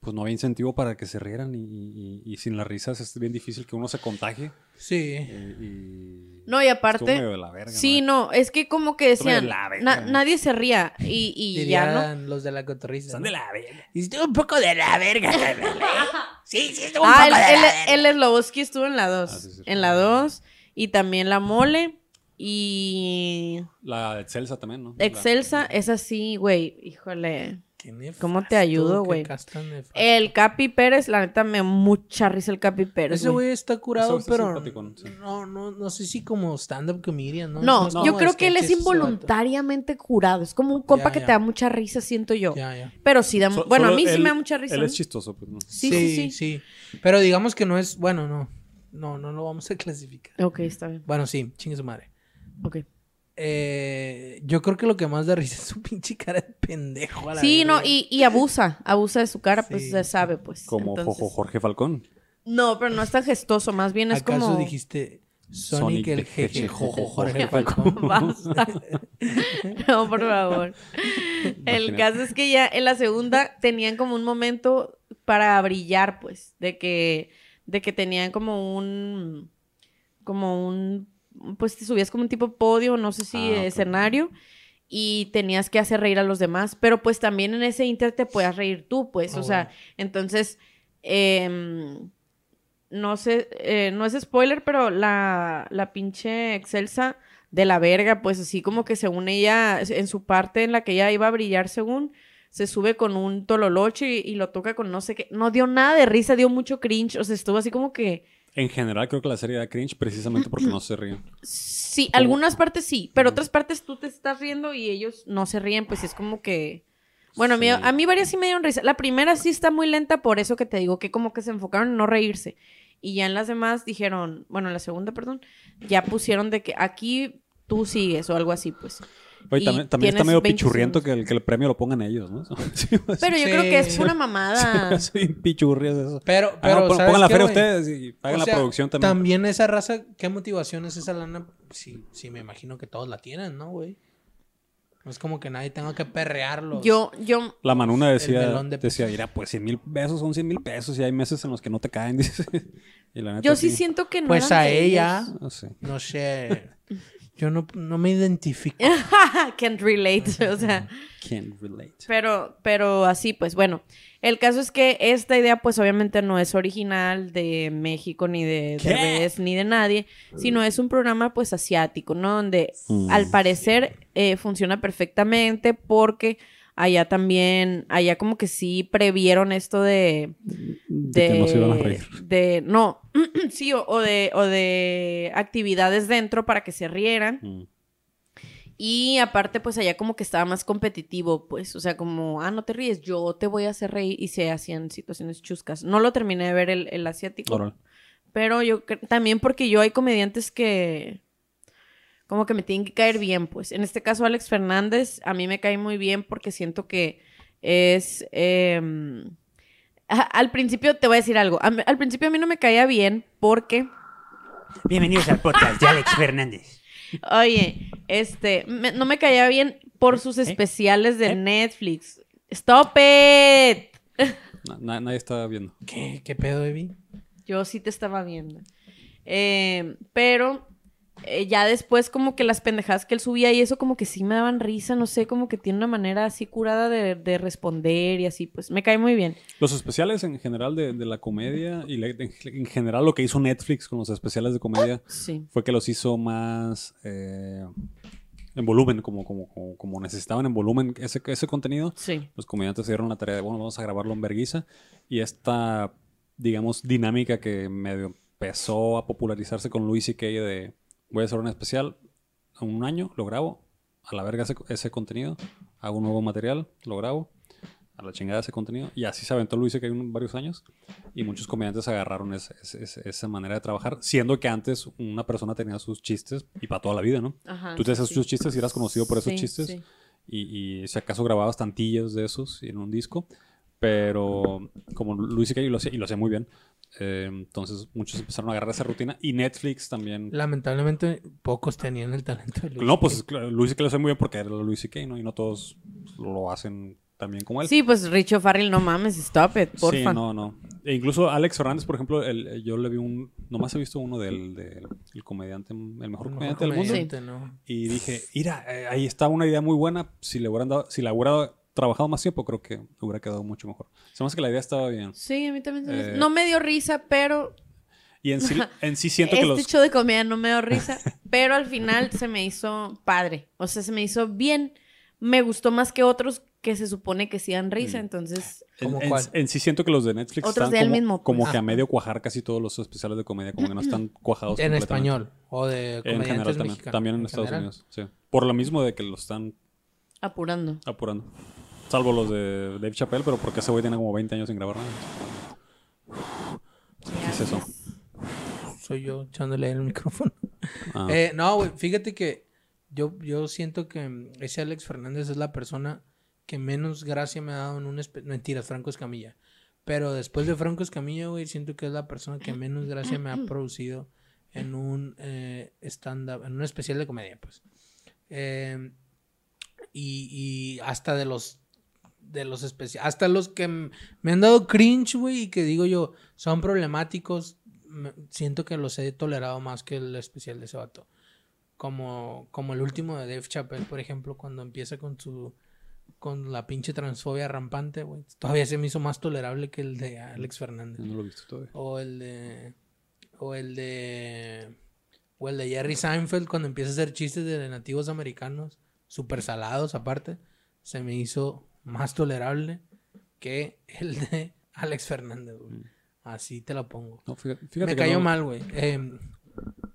Speaker 3: pues no había incentivo para que se rieran y, y- y sin las risas es bien difícil que uno se contagie.
Speaker 2: Sí.
Speaker 3: eh, y-
Speaker 1: No, y aparte-
Speaker 3: Estuvo medio de la verga,
Speaker 1: Sí,
Speaker 3: ¿no?
Speaker 1: no, es que como que
Speaker 3: Esto me
Speaker 1: decían,
Speaker 3: la verga,
Speaker 1: "Na-
Speaker 3: ¿no?"
Speaker 1: nadie se ría y, y ya, ¿no?
Speaker 2: Dirían los de la cotorriza.
Speaker 3: Son de la verga.
Speaker 2: Hiciste un poco de la verga. la verga. sí, sí, estuvo un
Speaker 1: Ah,
Speaker 2: poco de la verga.
Speaker 1: el, el, el Sloboski estuvo en la 2.
Speaker 3: Ah, sí, sí.
Speaker 1: en la 2. Y también la mole. Y.
Speaker 3: La Excelsa también, ¿no? La-
Speaker 1: Excelsa, es así, güey. Híjole.
Speaker 2: Qué nefasto,
Speaker 1: ¿Cómo te ayudo,
Speaker 2: qué
Speaker 1: güey? Eh,
Speaker 2: cast tan nefasto.
Speaker 1: El Capi Pérez, la neta me mucha risa el Capi Pérez.
Speaker 2: Ese
Speaker 1: güey.
Speaker 2: güey está curado,
Speaker 3: güey está
Speaker 2: pero
Speaker 3: simpaticón, sí.
Speaker 2: no, no, no sé si como stand-up comedian, ¿no?
Speaker 1: No,
Speaker 2: Es más
Speaker 1: yo
Speaker 2: como
Speaker 1: creo que él es
Speaker 2: sketches, ese vato.
Speaker 1: involuntariamente curado. Es como un compa
Speaker 2: Ya,
Speaker 1: que
Speaker 2: ya.
Speaker 1: te da mucha risa, siento yo.
Speaker 2: Ya, ya.
Speaker 1: Pero sí da. mu-
Speaker 3: So-
Speaker 1: bueno, a
Speaker 3: solo
Speaker 1: mí sí
Speaker 3: él-
Speaker 1: me da mucha risa.
Speaker 3: Él es
Speaker 1: ¿no?
Speaker 3: chistoso, pues, ¿no?
Speaker 1: Sí, sí, sí.
Speaker 2: Pero digamos que no es, bueno, no, no, no lo vamos a clasificar.
Speaker 1: Ok, está bien.
Speaker 2: Bueno, sí, chingue su madre.
Speaker 1: Ok.
Speaker 2: Eh, yo creo que lo que más da risa es su pinche cara de pendejo. a la
Speaker 1: Sí, no,
Speaker 2: verga.
Speaker 1: y, y abusa. Abusa de su cara, pues
Speaker 2: Sí.
Speaker 1: se sabe, pues.
Speaker 3: Como
Speaker 1: Entonces-
Speaker 3: Jojo Jorge Falcón.
Speaker 1: No, pero no es tan gestoso. Más bien es
Speaker 2: ¿Acaso
Speaker 1: como.
Speaker 2: dijiste
Speaker 3: Sonic
Speaker 2: Sonic el
Speaker 3: the
Speaker 2: jeje,
Speaker 3: Hedgehog,
Speaker 2: jojo, Jorge
Speaker 3: Jorge
Speaker 2: Falcón?
Speaker 1: Basta. No, por favor. El
Speaker 3: Imagínate.
Speaker 1: caso es que ya en la segunda tenían como un momento para brillar, pues, de que, de que tenían como un, como un, pues te subías como un tipo podio, no sé si
Speaker 3: Ah, ok.
Speaker 1: escenario, y tenías que hacer reír a los demás, pero pues también en ese inter te podías reír tú, pues,
Speaker 2: Ah,
Speaker 1: o sea, entonces, em, no sé, eh, no es spoiler, pero la, la pinche Excelsa de la verga, pues así como que según ella, en su parte en la que ella iba a brillar según, se sube con un tololoche y, y lo toca con no sé qué. No dio nada de risa, dio mucho cringe, o sea, estuvo así como que...
Speaker 3: En general creo que la serie da cringe precisamente porque no se ríen.
Speaker 1: Sí,
Speaker 3: Como-
Speaker 1: algunas partes sí, pero otras partes tú te estás riendo y ellos no se ríen, pues es como que... Bueno, a, mí,
Speaker 3: Sí.
Speaker 1: a mí varias sí me dieron risa. La primera sí está muy lenta, por eso que te digo que como que se enfocaron en no reírse. Y ya en las demás dijeron, bueno, en la segunda, perdón, ya pusieron de que aquí tú sigues o algo así, pues.
Speaker 3: Oye,
Speaker 1: Y
Speaker 3: también, también está
Speaker 1: tienes
Speaker 3: medio
Speaker 1: 20
Speaker 3: pichurriento que el, que el premio lo pongan ellos, ¿no? Sí, pues,
Speaker 1: Pero yo
Speaker 2: Sí.
Speaker 1: creo que es pura
Speaker 3: sí,
Speaker 1: mamada.
Speaker 3: pues, sí, pichurrias eso.
Speaker 2: Pero,
Speaker 3: Ah,
Speaker 2: pero,
Speaker 3: no, pon-
Speaker 2: ¿sabes
Speaker 3: pongan la
Speaker 2: qué,
Speaker 3: feria
Speaker 2: güey?
Speaker 3: ustedes y hagan
Speaker 2: O sea,
Speaker 3: la producción también.
Speaker 2: esa raza, ¿qué motivación es esa lana? Sí, sí, me imagino que todos la tienen, ¿no, güey? No es como que nadie tenga que perrearlo.
Speaker 1: Yo, yo,
Speaker 3: La Manuna decía,
Speaker 2: melón de-
Speaker 3: decía, mira, pues 100 mil pesos son 100 mil pesos y hay meses en los que no te caen, dice. Y la neta,
Speaker 1: yo sí siento que no.
Speaker 2: Pues
Speaker 1: eran
Speaker 2: a
Speaker 1: de
Speaker 2: ella,
Speaker 1: ellos.
Speaker 3: Ah, sí.
Speaker 2: no sé. Yo no, no me identifico.
Speaker 1: Can't relate, o sea.
Speaker 3: Can't relate.
Speaker 1: Pero, pero así, pues bueno. El caso es que esta idea, pues obviamente no es original de México, ni de
Speaker 3: ¿Qué?
Speaker 1: Derbez, ni de nadie, sino es un programa, pues asiático, ¿no? Donde
Speaker 3: Mm.
Speaker 1: al parecer eh, funciona perfectamente porque allá también, allá como que sí previeron esto de...
Speaker 3: Mm. De,
Speaker 1: De,
Speaker 3: que no se iban a reír.
Speaker 1: de- no, sí, o, o de, o de actividades dentro para que se rieran.
Speaker 3: Mm.
Speaker 1: Y aparte, pues allá como que estaba más competitivo, pues, o sea, como, ah, no te ríes, yo te voy a hacer reír y se hacían situaciones chuscas. No lo terminé de ver el, el asiático,
Speaker 3: Órale.
Speaker 1: pero yo cre- también porque yo hay comediantes que como que me tienen que caer bien, pues. En este caso, Alex Fernández, a mí me cae muy bien porque siento que es... em, a- al principio te voy a decir algo. A mí- al principio a mí no me caía bien porque...
Speaker 7: Bienvenidos al podcast de Alex Fernández.
Speaker 1: Oye, este, me- no me caía bien
Speaker 7: ¿Eh?
Speaker 1: por sus especiales de Netflix. ¡Stop it!
Speaker 3: Na- na- nadie está viendo.
Speaker 2: ¿Qué, qué pedo, Evi?
Speaker 1: Yo sí te estaba viendo. Eh, pero eh, ya después como que las pendejadas que él subía y eso como que sí me daban risa, no sé, como que tiene una manera así curada de, de responder y así, pues me cae muy bien.
Speaker 3: Los especiales en general de, de la comedia y la- en, en general lo que hizo Netflix con los especiales de comedia
Speaker 1: Sí.
Speaker 3: fue que los hizo más eh, en volumen, como, como, como, como necesitaban en volumen ese, ese contenido.
Speaker 1: Sí.
Speaker 3: Los comediantes se dieron la tarea de, bueno, vamos a grabarlo en verguiza. Y esta, digamos, dinámica que medio empezó a popularizarse con Luis y Kay de voy a hacer un especial en un año, lo grabo, a la verga ese, ese contenido, hago un nuevo material, lo grabo, a la chingada ese contenido. Y así se aventó Luis y Kay un- varios años. Y muchos comediantes agarraron ese- ese- ese- esa manera de trabajar, siendo que antes una persona tenía sus chistes y para toda la vida, ¿no?
Speaker 1: Ajá.
Speaker 3: Tú te hacías
Speaker 1: sí.
Speaker 3: sus chistes y eras conocido por esos
Speaker 1: Sí,
Speaker 3: chistes.
Speaker 1: sí.
Speaker 3: Y, y si acaso grababas tantillos de esos en un disco. Pero como Luis y lo hacía, y lo hacía muy bien. eh, entonces muchos empezaron a agarrar esa rutina. Y Netflix también.
Speaker 2: Lamentablemente, pocos tenían el talento de Luis.
Speaker 3: No, pues claro, Luis y lo hacía muy bien porque era Luis y ¿no? Y no todos lo hacen tan bien como él.
Speaker 1: Sí, pues Richo Farrell, no mames, stop it, porfa.
Speaker 3: Sí, no, no. E incluso Alex Fernández, por ejemplo, el- yo le vi un... Nomás he visto uno del, del- el comediante, el mejor,
Speaker 2: El mejor
Speaker 3: comediante del mundo.
Speaker 2: comediante, ¿no?
Speaker 3: Y dije, mira, eh, ahí está una idea muy buena. Si le hubieran dado, si la hubiera trabajado más tiempo, creo que hubiera quedado mucho mejor. Se me hace que la idea estaba bien.
Speaker 1: Sí, a mí también se me hace-
Speaker 3: Eh,
Speaker 1: No me dio risa, pero
Speaker 3: Y en sí, en sí siento
Speaker 1: este
Speaker 3: que los.
Speaker 1: show de comedia no me dio risa, pero al final se me hizo padre. O sea, se me hizo bien. Me gustó más que otros que se supone que sí dan risa,
Speaker 3: Mm.
Speaker 1: entonces...
Speaker 3: En,
Speaker 2: ¿Cómo
Speaker 3: en-
Speaker 2: cuál?
Speaker 3: en sí siento que los de Netflix
Speaker 1: Otros
Speaker 3: están
Speaker 1: de él
Speaker 3: como,
Speaker 1: mismo, pues.
Speaker 3: como que
Speaker 2: Ah.
Speaker 3: a medio cuajar casi todos los especiales de comedia, como que no están cuajados.
Speaker 2: En
Speaker 3: completamente.
Speaker 2: español. O de
Speaker 3: En
Speaker 2: comediantes
Speaker 3: general también.
Speaker 2: mexicanos.
Speaker 3: También en, Estados
Speaker 2: general.
Speaker 3: Unidos, sí. Por lo mismo de que lo están
Speaker 1: Apurando.
Speaker 3: apurando. Salvo los de Dave Chappelle, pero porque ese güey tiene como 20 años sin grabar nada. ¿Qué es eso?
Speaker 2: Soy yo echándole el micrófono.
Speaker 3: Ah.
Speaker 2: Eh, no, güey, fíjate que yo, yo siento que mm, ese Alex Fernández es la persona que menos gracia me ha dado en un... espe- Mentira, Franco Escamilla. Pero después de Franco Escamilla, güey, siento que es la persona que menos gracia me ha producido en un eh, stand-up, en un especial de comedia, pues. Eh, y, y hasta de los... De los especiales... Hasta los que m- me han dado cringe, güey, y que digo yo, son problemáticos. me- siento que los he tolerado más que el especial de ese vato como, como el último de Dave Chappelle, por ejemplo, cuando empieza con su con la pinche transfobia rampante, güey. Todavía se me hizo más tolerable que el de Alex Fernández.
Speaker 3: no lo he visto todavía.
Speaker 2: O el de. O el de. O el de Jerry Seinfeld cuando empieza a hacer chistes de nativos americanos, súper salados aparte, se me hizo más tolerable que el de Alex Fernández, güey. Así te la pongo.
Speaker 3: Mm. No, fíjate, fíjate
Speaker 2: Me
Speaker 3: que
Speaker 2: cayó
Speaker 3: no-
Speaker 2: mal, güey. Eh,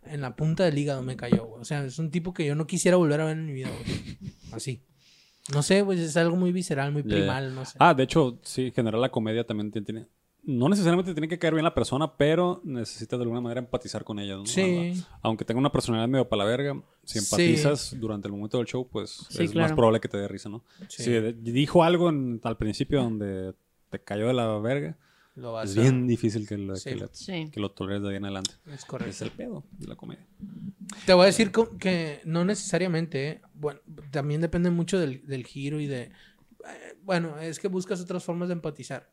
Speaker 2: en la punta del hígado me cayó, güey. O sea, es un tipo que yo no quisiera volver a ver en mi vida, güey. Así. No sé, pues es algo muy visceral, muy
Speaker 3: Ya, ya.
Speaker 2: primal, no sé.
Speaker 3: Ah, de hecho, sí, en general la comedia también te tiene. No necesariamente tiene que caer bien la persona, pero necesitas de alguna manera empatizar con ella. ¿no?
Speaker 2: sí.
Speaker 3: Aunque tenga una personalidad medio para la verga, si
Speaker 2: Sí.
Speaker 3: empatizas durante el momento del show, pues
Speaker 1: Sí,
Speaker 3: es
Speaker 1: claro.
Speaker 3: más probable que te dé risa, ¿no?
Speaker 2: Sí.
Speaker 3: Si de- dijo algo en- al principio donde te cayó de la verga,
Speaker 2: Lo vas
Speaker 3: es
Speaker 2: a-
Speaker 3: bien difícil que, lo-
Speaker 2: Sí.
Speaker 3: que, le-
Speaker 1: Sí.
Speaker 3: que lo toleres de ahí en adelante.
Speaker 2: Es correcto.
Speaker 3: Es el pedo de la comedia.
Speaker 2: Te voy a decir co- que no necesariamente, ¿eh? bueno, también depende mucho del, del giro y de... eh, Bueno, es que buscas otras formas de empatizar.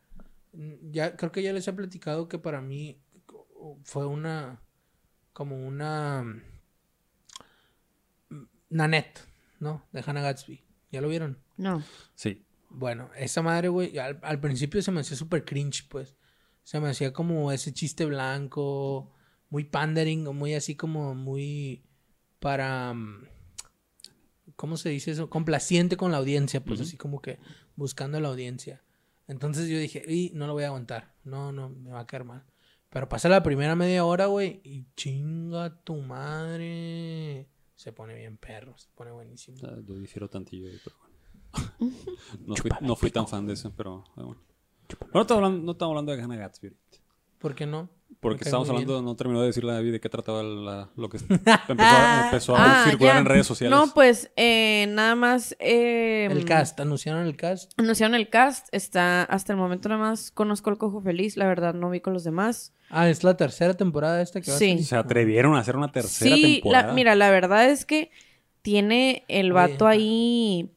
Speaker 2: Mm, Ya, creo que ya les he platicado que para mí co- fue una... como una... mm, Nanette, ¿no? De Hannah Gatsby. ¿Ya lo vieron?
Speaker 1: No.
Speaker 3: Sí.
Speaker 2: Bueno, esa madre, güey, al, al principio se me hacía súper cringe, pues. Se me hacía como ese chiste blanco, muy pandering, o muy así como muy para... mm, ¿cómo se dice eso? Complaciente con la audiencia, pues así como que buscando a la audiencia. Entonces yo dije, y no lo voy a aguantar. No, no, me va a caer mal. Pero pasa la primera media hora, güey, y chinga tu madre. Se pone bien perro, se pone buenísimo.
Speaker 3: Ah, Yo difiero tantillo, ahí, pero bueno. No fui, no fui tan fan de eso, pero eh, bueno. No estamos hablando, no estamos hablando de Hannah Gatsby. ahorita.
Speaker 2: ¿Por qué no? Me
Speaker 3: Porque
Speaker 2: cae
Speaker 3: estábamos
Speaker 2: muy bien.
Speaker 3: hablando, no terminó de decir la David de qué trataba la- lo que empezó a, empezó a circular
Speaker 1: Ah, ya.
Speaker 3: en redes sociales.
Speaker 1: No, pues eh, nada más. eh,
Speaker 2: El cast, anunciaron el cast.
Speaker 1: Anunciaron el cast. Está hasta el momento nada más. Conozco el cojo feliz. La verdad, no vi con los demás.
Speaker 2: Ah, es la tercera temporada esta que va
Speaker 1: Sí.
Speaker 2: a salir.
Speaker 3: Se atrevieron a hacer una tercera
Speaker 1: sí, la-
Speaker 3: temporada.
Speaker 1: mira, la verdad es que tiene el
Speaker 2: Oye.
Speaker 1: vato ahí.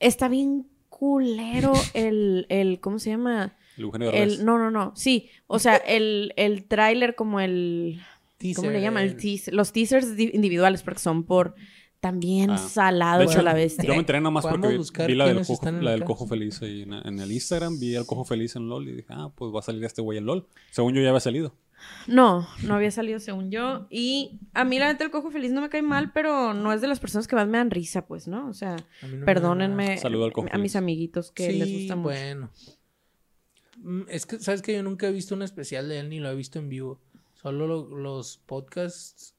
Speaker 1: Está bien culero el, el ¿cómo se llama?
Speaker 3: Eugenio Derbez.
Speaker 1: El, no, no, no. Sí, o sea, el, el tráiler como el, ¿cómo le
Speaker 2: Teaser,
Speaker 1: llaman? El
Speaker 2: el-
Speaker 1: teaser- los teasers di- individuales porque son por también
Speaker 3: Ah.
Speaker 1: salado
Speaker 3: De hecho,
Speaker 1: la bestia.
Speaker 3: Yo me enteré nomás
Speaker 2: Podemos
Speaker 3: porque vi,
Speaker 2: buscar
Speaker 3: vi la, del
Speaker 2: quiénes
Speaker 3: cojo,
Speaker 2: están en
Speaker 3: la
Speaker 2: el
Speaker 3: del Cojo Feliz ahí en, en el Instagram. Vi al Cojo Feliz en LOL y dije, ah, pues va a salir este güey en LOL. Según yo ya había salido.
Speaker 1: No, no había salido según yo. Y a mí la neta el cojo feliz no me cae mal, pero no es de las personas que más me dan risa, pues, ¿no? O sea,
Speaker 2: A mí no me da
Speaker 1: perdónenme
Speaker 3: Saludo al Cojo
Speaker 1: a mis
Speaker 3: Feliz.
Speaker 1: amiguitos que les
Speaker 2: Sí,
Speaker 1: gusta mucho.
Speaker 2: bueno. Mm, Es que, ¿sabes que Yo nunca he visto un especial de él ni lo he visto en vivo. Solo lo- los podcasts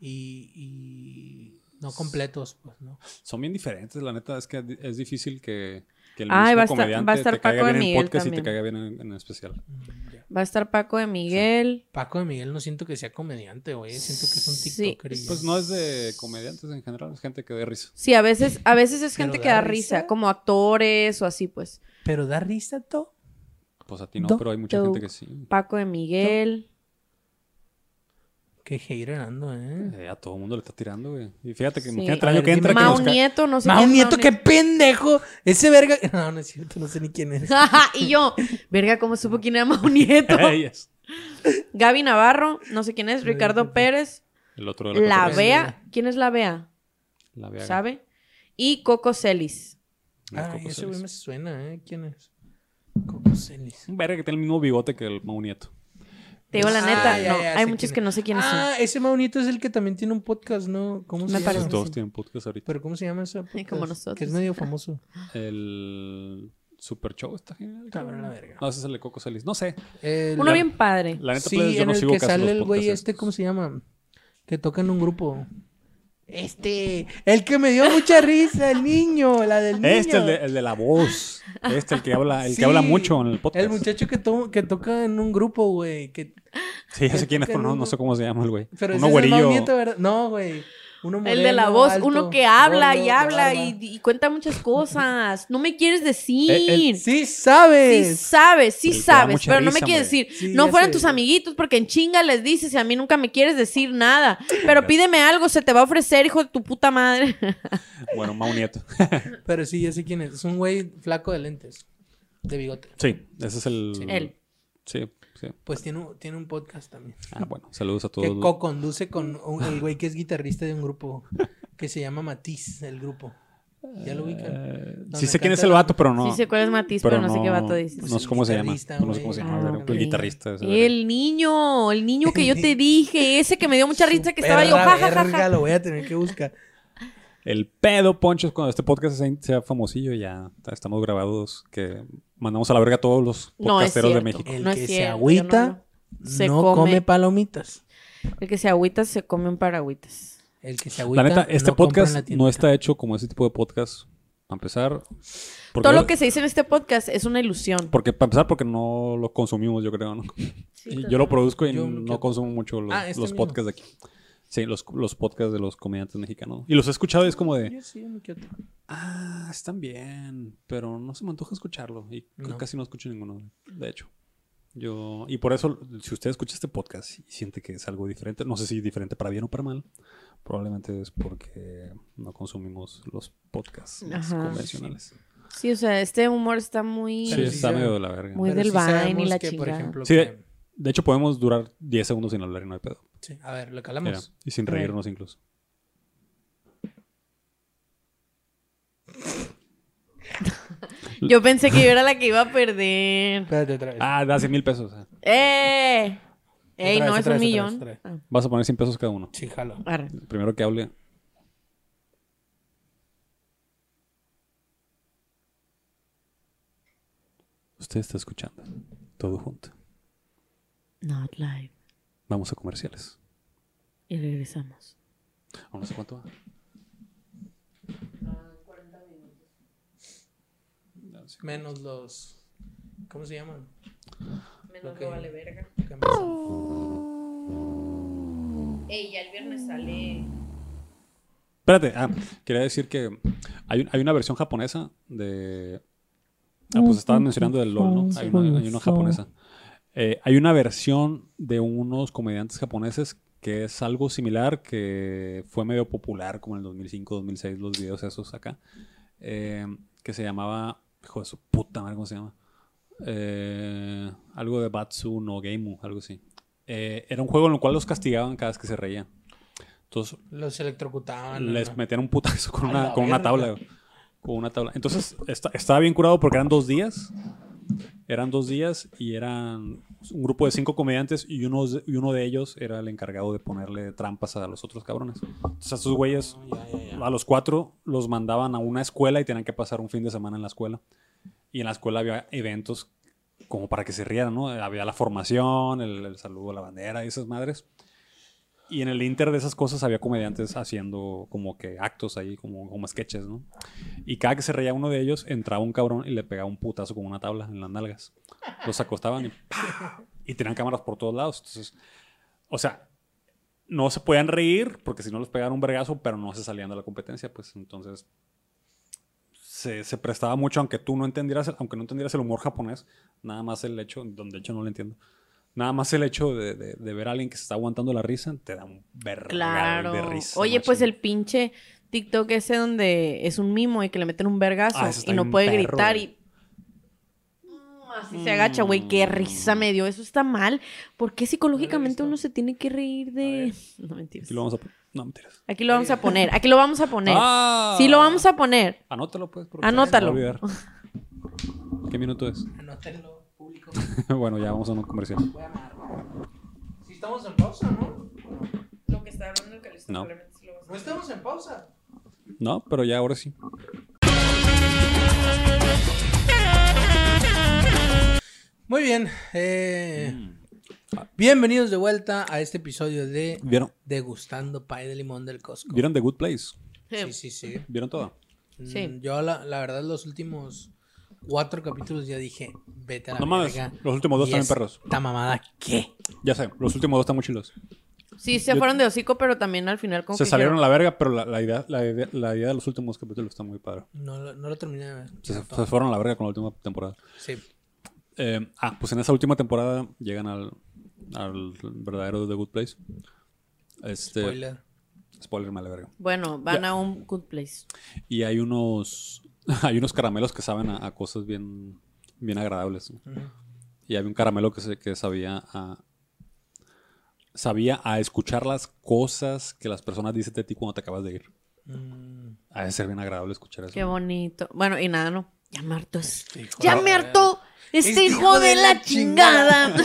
Speaker 2: y, y no completos, pues, ¿no?
Speaker 3: Son bien diferentes, la neta. Es que di- es difícil que, que el mismo
Speaker 1: Ay, va a estar-
Speaker 3: comediante
Speaker 1: va a estar
Speaker 3: te caiga
Speaker 1: Paco de
Speaker 3: bien en
Speaker 1: Miguel
Speaker 3: podcast y
Speaker 1: también.
Speaker 3: te caiga bien en, en especial.
Speaker 2: Mm, ya.
Speaker 1: Va a estar Paco de Miguel.
Speaker 2: Paco de Miguel no siento que sea comediante, güey. Siento que es un
Speaker 1: Sí,
Speaker 2: TikToker. y ya.
Speaker 3: Pues no es de comediantes en general, es gente que dé risa.
Speaker 1: Sí, a veces, a veces es
Speaker 2: Pero
Speaker 1: gente que
Speaker 2: da
Speaker 1: da
Speaker 2: risa.
Speaker 1: risa, como actores o así, pues.
Speaker 2: Pero da risa todo.
Speaker 3: Pues a ti no,
Speaker 2: Do-
Speaker 3: pero hay mucha
Speaker 1: do-
Speaker 3: gente que sí.
Speaker 1: Paco de Miguel.
Speaker 2: Qué hater ando, ¿eh?
Speaker 3: Eh, a todo mundo le está tirando, güey. Y fíjate que
Speaker 1: Sí.
Speaker 3: imagínate
Speaker 2: A
Speaker 3: el
Speaker 2: ver,
Speaker 3: año que
Speaker 2: dime.
Speaker 3: entra que
Speaker 1: Mau
Speaker 3: nos ca-
Speaker 1: Nieto, no sé.
Speaker 2: Mao
Speaker 1: quién es
Speaker 2: Nieto, qué pendejo. Ese verga. No, no es cierto, no sé ni quién es.
Speaker 1: y yo, verga, ¿cómo supo quién era Mau Nieto?
Speaker 3: Ey, es-
Speaker 1: Gaby Navarro, no sé quién es. Ricardo Pérez.
Speaker 3: El otro de la,
Speaker 1: La
Speaker 3: cotorriza.
Speaker 1: Bea. ¿Quién es la Bea?
Speaker 3: La Bea.
Speaker 1: ¿Sabe? Y Coco Celis.
Speaker 3: No,
Speaker 2: Ah,
Speaker 3: Coco
Speaker 2: ese
Speaker 3: Celis.
Speaker 2: güey me suena, ¿eh? ¿Quién es? Coco Celis.
Speaker 3: Un verga que tiene el mismo bigote que el Mau Nieto.
Speaker 1: Te digo la
Speaker 2: Ah,
Speaker 1: neta,
Speaker 2: ya,
Speaker 1: no.
Speaker 2: ya,
Speaker 1: hay
Speaker 2: sé
Speaker 1: muchos
Speaker 2: quién
Speaker 1: que no sé quiénes son.
Speaker 2: Ah, ese Maunito es el que también tiene un podcast, ¿no? ¿Cómo se
Speaker 1: Me
Speaker 2: llama?
Speaker 1: parece.
Speaker 3: Todos tienen podcast ahorita.
Speaker 2: Pero ¿cómo se llama ese podcast?
Speaker 1: como nosotros.
Speaker 2: Que es medio famoso.
Speaker 3: El Super Show está genial.
Speaker 2: Cabrón, la
Speaker 3: cabrón.
Speaker 2: verga.
Speaker 3: No, ese es el de Coco Celis. No sé.
Speaker 2: El-
Speaker 1: Uno bien padre.
Speaker 3: La neta,
Speaker 2: sí,
Speaker 3: pues, yo
Speaker 2: en
Speaker 3: no
Speaker 2: el
Speaker 3: sigo
Speaker 2: que
Speaker 3: casi
Speaker 2: sale
Speaker 3: los
Speaker 2: el güey
Speaker 3: podcasts
Speaker 2: este,
Speaker 3: estos.
Speaker 2: ¿cómo se llama? Que toca en un grupo. Este, el que me dio mucha risa, el niño, la del niño.
Speaker 3: Este, el de, el de la voz. Este, el que habla, el
Speaker 2: Sí.
Speaker 3: que habla mucho en el podcast.
Speaker 2: El muchacho que, to- que toca en un grupo, güey. Que...
Speaker 3: Sí, ya sé quién es, pero no,
Speaker 2: que-
Speaker 3: no sé cómo se llama el güey.
Speaker 2: Pero
Speaker 3: Uno
Speaker 2: ese es el Mau
Speaker 3: güerillo.
Speaker 2: Nieto, ¿verdad? No, güey. Uno
Speaker 1: El de la
Speaker 2: moreno,
Speaker 1: voz,
Speaker 2: alto,
Speaker 1: uno que habla y
Speaker 2: gordo, de
Speaker 1: habla
Speaker 2: barba.
Speaker 1: y, y cuenta muchas cosas. No me quieres decir.
Speaker 3: Eh, el-
Speaker 1: Sí
Speaker 2: Sí sabes.
Speaker 1: sabes, sí
Speaker 3: El que Pues, da
Speaker 1: sabes,
Speaker 3: mucha
Speaker 1: pero no me
Speaker 3: risa,
Speaker 1: quieres
Speaker 3: hombre.
Speaker 1: decir.
Speaker 2: Sí,
Speaker 1: no
Speaker 2: ya
Speaker 1: fueran
Speaker 2: sé.
Speaker 1: tus amiguitos porque en chinga les dices y a mí nunca me quieres decir nada. Pero pídeme algo, se te va a ofrecer, hijo de tu puta madre.
Speaker 3: Bueno, Mau Nieto.
Speaker 2: Pero sí, ya sé quién es. Es un güey flaco de lentes, de bigote.
Speaker 3: Sí, ese es el.
Speaker 2: Sí.
Speaker 1: Él.
Speaker 3: Sí, sí.
Speaker 2: Pues tiene un, tiene un podcast también.
Speaker 3: Ah, bueno, saludos a todos.
Speaker 2: Que co-conduce con un- el güey que es guitarrista de un grupo que se llama Matiz, el grupo. ¿Ya lo ubican?
Speaker 3: Eh,
Speaker 2: Donde
Speaker 3: sí sé quién
Speaker 2: canta
Speaker 3: es el
Speaker 2: la-
Speaker 3: vato, pero no.
Speaker 1: Sí sé cuál es Matiz, pero, no, sé qué vato dices.
Speaker 3: No sé cómo se llama.
Speaker 2: Guitarrista,
Speaker 3: No sé cómo se
Speaker 2: güey.
Speaker 3: llama.
Speaker 1: Ah,
Speaker 3: pero
Speaker 1: ok.
Speaker 3: El guitarrista. ese, verga.
Speaker 1: El niño, el niño que yo te dije, ese que me dio mucha risa que estaba yo.
Speaker 2: Perra
Speaker 1: Ja, ja, ja,
Speaker 2: verga,
Speaker 1: ja.
Speaker 2: Lo voy a tener que buscar.
Speaker 3: El pedo, Poncho, es cuando este podcast sea, sea famosillo, ya ta- estamos grabados, que mandamos a la verga a todos los
Speaker 1: No, es
Speaker 3: podcasteros de
Speaker 1: cierto.
Speaker 3: México.
Speaker 2: El
Speaker 1: No es
Speaker 2: que se
Speaker 1: cierto, yo no
Speaker 2: agüita
Speaker 1: lo- se
Speaker 2: no
Speaker 1: come.
Speaker 2: come. palomitas.
Speaker 1: El que se agüita se come un paragüitas.
Speaker 2: El que se agüita.
Speaker 3: La neta, este
Speaker 2: no compra en la
Speaker 3: podcast
Speaker 2: tiendita.
Speaker 3: no está hecho como ese tipo de podcast. Para empezar, porque,
Speaker 1: Todo lo que se dice en este podcast es una ilusión.
Speaker 3: porque para empezar, porque no lo consumimos, yo creo, ¿no? Y yo lo produzco y
Speaker 2: Yo
Speaker 3: no
Speaker 2: creo-
Speaker 3: consumo mucho los,
Speaker 2: Ah, este
Speaker 3: los
Speaker 2: mismo.
Speaker 3: podcasts de aquí. Sí, los, los podcasts de los comediantes mexicanos. Y los he escuchado y es como de,
Speaker 2: Yo sí, uno que otro.
Speaker 3: ah, están bien, pero no se me antoja escucharlo. Y c-
Speaker 2: No.
Speaker 3: casi no escucho ninguno, de hecho. Yo, y por eso, si usted escucha este podcast y siente que es algo diferente, no sé si diferente para bien o para mal, probablemente es porque no consumimos los podcasts más
Speaker 1: Ajá.
Speaker 3: convencionales.
Speaker 1: Sí, o sea, este humor está muy.
Speaker 3: Sí,
Speaker 2: Pero sí
Speaker 3: está
Speaker 2: sabe-
Speaker 3: medio de la verga.
Speaker 1: Muy
Speaker 2: Pero
Speaker 1: del
Speaker 2: sí sabemos
Speaker 1: Vine y la
Speaker 2: que, Por
Speaker 1: chingada.
Speaker 2: ejemplo,
Speaker 3: Sí,
Speaker 2: que-
Speaker 3: De hecho, podemos durar 10 segundos sin hablar y no hay pedo.
Speaker 2: sí, a ver, lo
Speaker 3: Mira,
Speaker 2: calamos.
Speaker 3: y sin
Speaker 2: A ver.
Speaker 3: reírnos incluso.
Speaker 1: Yo pensé que yo era la que iba a perder.
Speaker 2: Espérate otra vez.
Speaker 3: Ah, da 100 mil pesos. ah.
Speaker 1: ¡Eh! ¡Ey,
Speaker 2: Otra
Speaker 1: no,
Speaker 2: vez,
Speaker 1: es Ah,
Speaker 2: otra
Speaker 1: un
Speaker 2: vez,
Speaker 1: millón!
Speaker 2: otra vez,
Speaker 3: Vas a poner 100 pesos cada uno.
Speaker 2: Sí, jalo.
Speaker 1: Ah, arre.
Speaker 3: El primero que hable. Usted está escuchando todo junto.
Speaker 1: Not live.
Speaker 3: Vamos a comerciales.
Speaker 1: Y regresamos.
Speaker 3: Aún no sé cuánto va.
Speaker 2: Menos los. ¿Cómo se llaman?
Speaker 1: Menos
Speaker 2: Ok.
Speaker 1: no vale verga.
Speaker 2: Que empiezan.
Speaker 1: Ey, ya el viernes sale.
Speaker 3: Espérate, ah, quería decir que hay, un- hay una versión japonesa de. Ah, pues estaban mencionando del LOL, ¿no? Hay una, hay una japonesa. Eh, hay una versión de unos comediantes japoneses que es algo similar, que fue medio popular como en el 2005, 2006, los videos esos acá, eh, que se llamaba. Hijo de su puta madre, ¿cómo se llama? Eh, algo de Batsu no Gemu, algo así. Eh, era un juego en el cual los castigaban cada vez que se reían. Entonces,
Speaker 2: Los electrocutaban.
Speaker 3: les
Speaker 2: ¿no?
Speaker 3: metían un putazo con
Speaker 2: A
Speaker 3: una,
Speaker 2: la
Speaker 3: con una
Speaker 2: verga.
Speaker 3: tabla. güey. Con una tabla. Entonces, esta- estaba bien curado porque eran dos días. Eran dos días y eran un grupo de cinco comediantes y uno, y uno de ellos era el encargado de ponerle trampas a los otros cabrones. Entonces, a sus güeyes,
Speaker 2: Oh,
Speaker 3: a los cuatro, los mandaban a una escuela y tenían que pasar un fin de semana en la escuela. Y en la escuela había eventos como para que se rieran, ¿no? Había la formación, el, el saludo a la bandera y esas madres. Y en el inter de esas cosas había comediantes haciendo como que actos ahí, como, como sketches, ¿no? Y cada que se reía uno de ellos, entraba un cabrón y le pegaba un putazo con una tabla en las nalgas. Los acostaban y ¡pah! Y tenían cámaras por todos lados. Entonces, o sea, no se podían reír porque si no los pegaban un vergazo, pero no se salían de la competencia, pues entonces se, se prestaba mucho, aunque tú no entendieras, el- aunque no entendieras el humor japonés, nada más el hecho, donde de hecho no lo entiendo, nada más el hecho de, de- de ver a alguien que se está aguantando la risa, te da un vergal
Speaker 1: Claro.
Speaker 3: de risa.
Speaker 1: Oye, pues
Speaker 3: machín.
Speaker 1: el pinche TikTok ese donde es un mimo y que le meten un vergazo
Speaker 3: Ah, ese está
Speaker 1: y no
Speaker 3: bien
Speaker 1: puede
Speaker 3: perro,
Speaker 1: gritar
Speaker 3: güey. Mm.
Speaker 1: y. Mm, Así se agacha, güey. Qué risa me dio. Eso está mal. ¿Por qué psicológicamente uno se tiene que reír de.? No mentiras.
Speaker 3: Aquí lo vamos a... No, mentiras.
Speaker 1: Aquí lo vamos a poner. Aquí lo vamos a poner.
Speaker 3: Ah.
Speaker 1: Sí, lo vamos a poner.
Speaker 3: Anótalo, pues. porque
Speaker 1: Anótalo.
Speaker 3: se me va a olvidar. ¿Qué minuto es?
Speaker 2: Anótenlo, público.
Speaker 3: bueno, ya vamos a un comercial.
Speaker 2: Voy a amarrar. Si estamos en pausa, ¿no?
Speaker 1: Lo que está hablando el Calixto
Speaker 3: No.
Speaker 1: probablemente sí lo vas a-
Speaker 2: No estamos en pausa.
Speaker 3: No, pero ya ahora sí.
Speaker 2: Muy bien. eh,
Speaker 3: Mm.
Speaker 2: Bienvenidos de vuelta a este episodio de
Speaker 3: ¿Vieron,
Speaker 2: Degustando Pay de Limón del Costco.
Speaker 3: ¿Vieron The Good Place?
Speaker 2: Sí, sí, sí.
Speaker 3: ¿Vieron todo?
Speaker 1: Sí.
Speaker 2: Mm, Yo, la, la verdad, los últimos cuatro capítulos ya dije, vete a la
Speaker 3: No mames,
Speaker 2: verga.
Speaker 3: los últimos dos
Speaker 2: ¿Y
Speaker 3: también
Speaker 2: esta
Speaker 3: perros.
Speaker 2: mamada qué?
Speaker 3: Ya sé, los últimos dos están muy chilos.
Speaker 1: Sí, se fueron de hocico, pero también al final como
Speaker 3: Se
Speaker 1: que
Speaker 3: salieron a
Speaker 1: dijeron,
Speaker 3: la verga, pero la, la idea, la, idea, la idea de los últimos capítulos está muy padre.
Speaker 2: No, lo- no lo terminé de ver.
Speaker 3: Se, se fueron a la verga con la última temporada.
Speaker 2: Sí.
Speaker 3: Eh, ah, pues en esa última temporada llegan al, al verdadero The Good Place. Este, spoiler.
Speaker 2: Spoiler.
Speaker 3: me la verga.
Speaker 1: Bueno, van a un good place.
Speaker 3: Y hay unos, hay unos caramelos que saben a, a cosas bien, bien agradables. ¿no? Y había un caramelo que, se- que sabía a. Sabía a escuchar las cosas que las personas dicen de ti cuando te acabas de ir.
Speaker 2: Mm.
Speaker 3: Ha de ser bien agradable escuchar eso.
Speaker 1: Qué bonito. Bueno, y nada, no. Ya me hartó. es-
Speaker 2: hijo
Speaker 1: ya
Speaker 2: de
Speaker 1: me
Speaker 2: la
Speaker 1: hartó este, hijo de la chingada.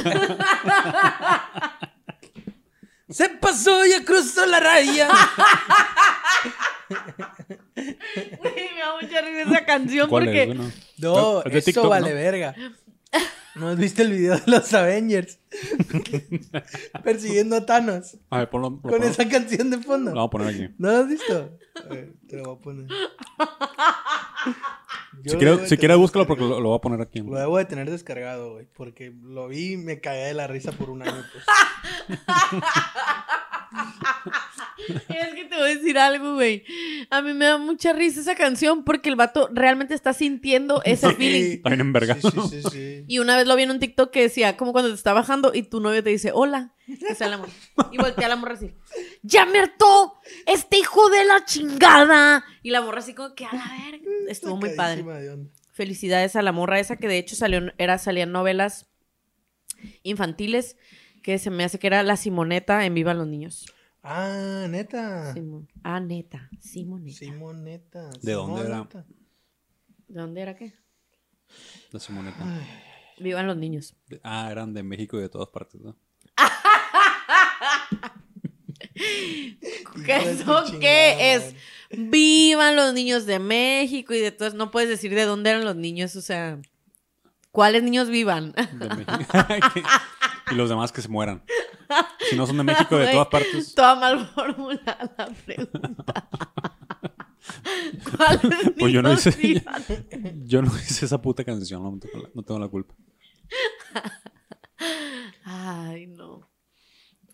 Speaker 2: Se pasó, ya cruzó la raya.
Speaker 1: Güey, me da mucha risa esa canción
Speaker 3: ¿Cuál
Speaker 1: porque...
Speaker 3: es? Bueno,
Speaker 2: No,
Speaker 3: Es de
Speaker 2: eso
Speaker 3: TikTok, ¿no?
Speaker 2: vale verga. ¿No has visto el video de los Avengers? Persiguiendo a Thanos.
Speaker 3: a ver, ponlo. lo
Speaker 2: Con
Speaker 3: pongo-
Speaker 2: esa canción de fondo.
Speaker 3: Lo vamos a poner aquí.
Speaker 2: ¿No lo has visto? A ver, te lo voy a poner. Yo
Speaker 3: Si
Speaker 2: lo debo
Speaker 3: quieres,
Speaker 2: de
Speaker 3: si
Speaker 2: tener
Speaker 3: quieres, búscalo porque
Speaker 2: descargado.
Speaker 3: lo, lo voy a poner aquí.
Speaker 2: Lo debo de tener descargado, güey. Porque lo vi y me cagué de la risa por un año. pues.
Speaker 1: Es que te voy a decir algo, güey. A mí me da mucha risa esa canción porque el vato realmente está sintiendo ese feeling.
Speaker 3: Está bien en verga.
Speaker 2: Sí, sí, sí, sí.
Speaker 1: Y una vez lo vi en un TikTok que decía, como cuando te está bajando y tu novio te dice, hola. O sea, la morra. Y voltea a la morra así, ya me hartó este hijo de la chingada. Y la morra así como que a la verga. Estuvo muy padre.
Speaker 2: Cagadísima de onda.
Speaker 1: Felicidades a la morra esa que de hecho salió, era, salían novelas infantiles que se me hace que era La Simoneta en Viva los Niños.
Speaker 2: Ah, neta.
Speaker 1: Simón. Ah, neta, Simoneta.
Speaker 2: Simoneta.
Speaker 3: ¿De dónde era?
Speaker 2: Simoneta.
Speaker 1: ¿De dónde era qué?
Speaker 3: La Simoneta.
Speaker 1: Vivan los niños.
Speaker 3: Ah, eran de México y de todas partes, ¿no?
Speaker 2: Hijo
Speaker 1: ¿Qué
Speaker 2: de
Speaker 1: eso
Speaker 2: tu
Speaker 1: qué
Speaker 2: chingada,
Speaker 1: es?
Speaker 2: güey.
Speaker 1: Vivan los niños de México y de todas. No puedes decir de dónde eran los niños, o sea. ¿Cuáles niños vivan?
Speaker 3: de México. y los demás que se mueran. Si no son de México, de
Speaker 1: Güey,
Speaker 3: todas partes.
Speaker 1: Toda mal formulada la pregunta. ¿Cuáles niños
Speaker 3: Pues yo no hice-
Speaker 1: vivan?
Speaker 3: Yo no hice esa puta canción, no tengo la, no tengo la culpa.
Speaker 1: Ay, no.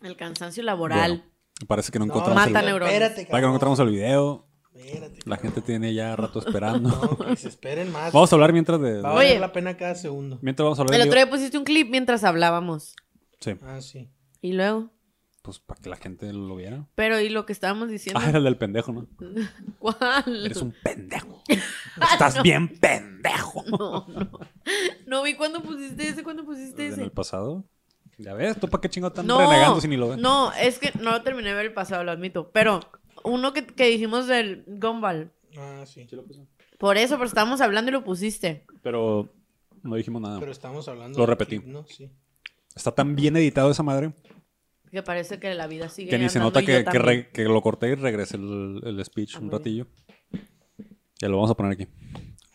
Speaker 1: El cansancio laboral.
Speaker 3: Bueno, parece que no
Speaker 2: No,
Speaker 3: encontramos,
Speaker 1: mata
Speaker 3: el,
Speaker 1: neuronas.
Speaker 2: Espérate,
Speaker 3: parece que no
Speaker 2: cabrón.
Speaker 3: encontramos el video.
Speaker 2: Espérate.
Speaker 3: La gente tiene ya rato esperando.
Speaker 2: No, que se esperen más.
Speaker 3: Vamos a hablar mientras de.
Speaker 2: Va a
Speaker 1: Oye.
Speaker 2: valer la pena cada segundo.
Speaker 3: Mientras vamos a hablar
Speaker 1: El
Speaker 3: del
Speaker 1: otro día pusiste un clip mientras hablábamos.
Speaker 3: Sí,
Speaker 2: Ah, sí.
Speaker 1: Y luego.
Speaker 3: pues para que la gente lo viera.
Speaker 1: Pero, ¿y lo que estábamos diciendo?
Speaker 3: Ah, era el del pendejo, ¿no?
Speaker 1: ¿Cuál?
Speaker 3: Eres un pendejo.
Speaker 8: Estás bien pendejo.
Speaker 1: No, no. No vi cuándo pusiste ese, cuándo pusiste
Speaker 3: En
Speaker 1: ese.
Speaker 3: el pasado. Ya ves, tú para qué chingo tan
Speaker 1: No,
Speaker 3: renegando si ni lo ves.
Speaker 1: no, es que no lo terminé de ver el pasado, lo admito. Pero uno que, que dijimos del Gumball.
Speaker 2: Ah, sí.
Speaker 1: Por eso, pero estábamos hablando y lo pusiste.
Speaker 3: Pero no dijimos nada.
Speaker 2: Pero estamos hablando.
Speaker 3: Ah. Lo
Speaker 2: del
Speaker 3: repetí.
Speaker 2: clip, ¿no? Sí.
Speaker 3: Está tan bien editado esa madre
Speaker 1: Que parece que la vida sigue.
Speaker 3: que ni se
Speaker 1: andando
Speaker 3: nota
Speaker 1: y
Speaker 3: que,
Speaker 1: yo
Speaker 3: que
Speaker 1: también.
Speaker 3: re- que lo corté y regresé el, el speech
Speaker 1: Ah,
Speaker 3: un
Speaker 1: muy bien.
Speaker 3: ratillo. Ya lo vamos a poner aquí.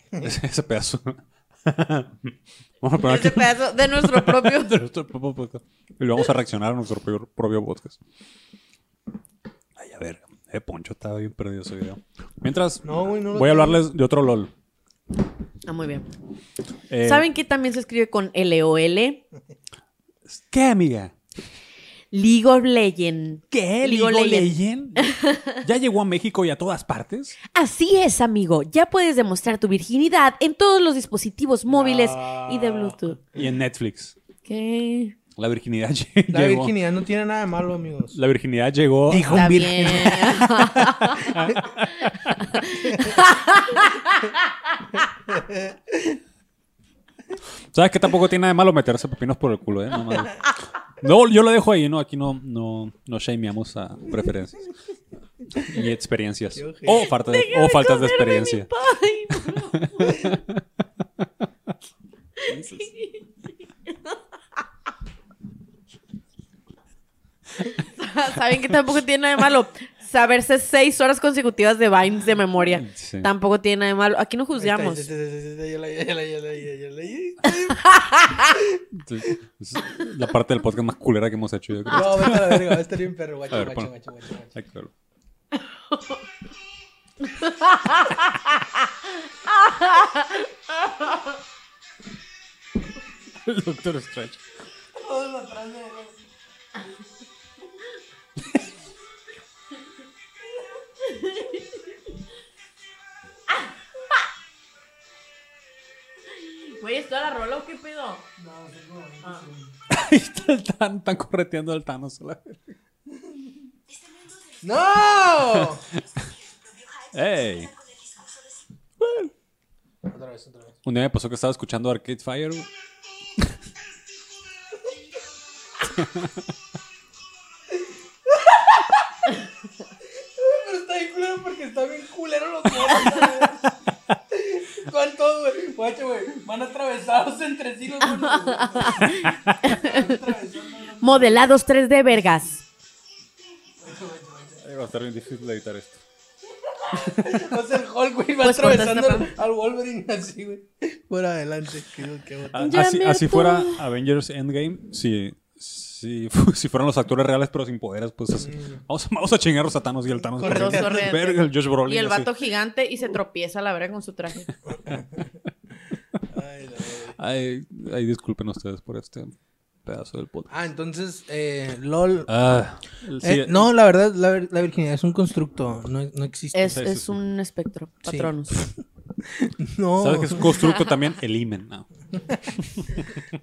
Speaker 3: Ese, ese pedazo. vamos a poner aquí.
Speaker 1: Ese pedazo de nuestro propio.
Speaker 3: de nuestro propio podcast. Y lo vamos a reaccionar a nuestro propio, propio podcast. Ay, a ver. Eh, Poncho estaba bien perdido ese video. Mientras,
Speaker 2: No, güey, no lo
Speaker 3: voy a
Speaker 2: tengo.
Speaker 3: hablarles de otro LOL.
Speaker 1: Ah, muy bien.
Speaker 3: Eh,
Speaker 1: ¿Saben que también se escribe con LOL?
Speaker 3: ¿Qué, amiga?
Speaker 1: League of Legends.
Speaker 3: ¿Qué?
Speaker 1: League of
Speaker 3: ¿Ligo
Speaker 1: Legends.
Speaker 3: Legend? ¿Ya llegó a México y a todas partes?
Speaker 1: Así es, amigo. Ya puedes demostrar tu virginidad en todos los dispositivos móviles y
Speaker 3: Ah.
Speaker 1: de Bluetooth.
Speaker 3: Y en Netflix.
Speaker 1: ¿Qué?
Speaker 3: La virginidad
Speaker 2: La
Speaker 3: llegó.
Speaker 2: virginidad no tiene nada de malo, amigos.
Speaker 3: La virginidad llegó.
Speaker 8: Dijo
Speaker 1: Está
Speaker 8: un
Speaker 1: bien.
Speaker 8: virgen.
Speaker 3: ¿Sabes que tampoco tiene nada de malo meterse pepinos por el culo, eh? No, madre. No, yo lo dejo ahí, ¿no? Aquí no, no, no shameamos a preferencias. Y experiencias.
Speaker 2: Qué ojete.
Speaker 3: O, falta de- o faltas de experiencia.
Speaker 1: Ay, no. Saben que tampoco tiene nada de malo saberse seis horas consecutivas de Vines de memoria.
Speaker 3: Sí.
Speaker 1: Tampoco tiene nada de malo. Aquí no
Speaker 2: Ahí está,
Speaker 1: juzgamos.
Speaker 2: ahí está, ahí está, ahí está, ya la- ya la- ya la- ya la- ya la-
Speaker 3: Entonces, es la parte del podcast más culera que hemos hecho, yo creo.
Speaker 2: No, vete a la verga, va a estar bien perro, guacho,
Speaker 3: A ver,
Speaker 2: guacho,
Speaker 3: pon.
Speaker 2: guacho, guacho, guacho.
Speaker 3: Ay, claro. El Doctor Strange.
Speaker 1: Güey, ¿esto la rola o qué pedo?
Speaker 3: Ahí está el Thanos, están correteando al Thanos. a la verga.
Speaker 2: ¡No!
Speaker 3: ¡Ey!
Speaker 2: Otra vez, otra vez.
Speaker 3: Un día me pasó que estaba escuchando Arcade Fire. güey.
Speaker 2: Pero está bien culero porque está bien culero los dos. ¿Cuántos, güey? Guacho, güey. Van atravesados entre sí los dos.
Speaker 1: Modelados 3D, vergas.
Speaker 3: Ay, Va a estar bien difícil de editar esto.
Speaker 2: O sea, el Hulk, güey, va
Speaker 1: Pues,
Speaker 2: atravesando
Speaker 1: corta
Speaker 2: al, al Wolverine así, güey. Por adelante. Qué, qué
Speaker 3: A-
Speaker 1: Ya
Speaker 3: Ah, Así,
Speaker 1: me
Speaker 3: así
Speaker 1: hartó.
Speaker 3: fuera Avengers Endgame, si, si, fu- si fueran los actores reales pero sin poderes, pues así. Vamos, a- vamos a chingarlos a Thanos y el Thanos.
Speaker 2: Correcto.
Speaker 3: corriendo.
Speaker 1: Correcto.
Speaker 3: Verga, el Josh Brolin.
Speaker 1: Y el
Speaker 3: así.
Speaker 1: vato gigante y se tropieza a la verga con su traje.
Speaker 2: Ay, la verga.
Speaker 3: Ay, ay, disculpen ustedes por este pedazo del podcast.
Speaker 2: Ah, entonces, eh, LOL.
Speaker 3: Ah, sí,
Speaker 9: Eh, no, la verdad, la, ver- la virginidad es un constructo, no, no existe.
Speaker 1: Es,
Speaker 3: Sí, sí,
Speaker 1: es
Speaker 3: sí.
Speaker 1: un espectro, patronus.
Speaker 9: No,
Speaker 3: ¿Sabes que es un constructo también? El imen. No.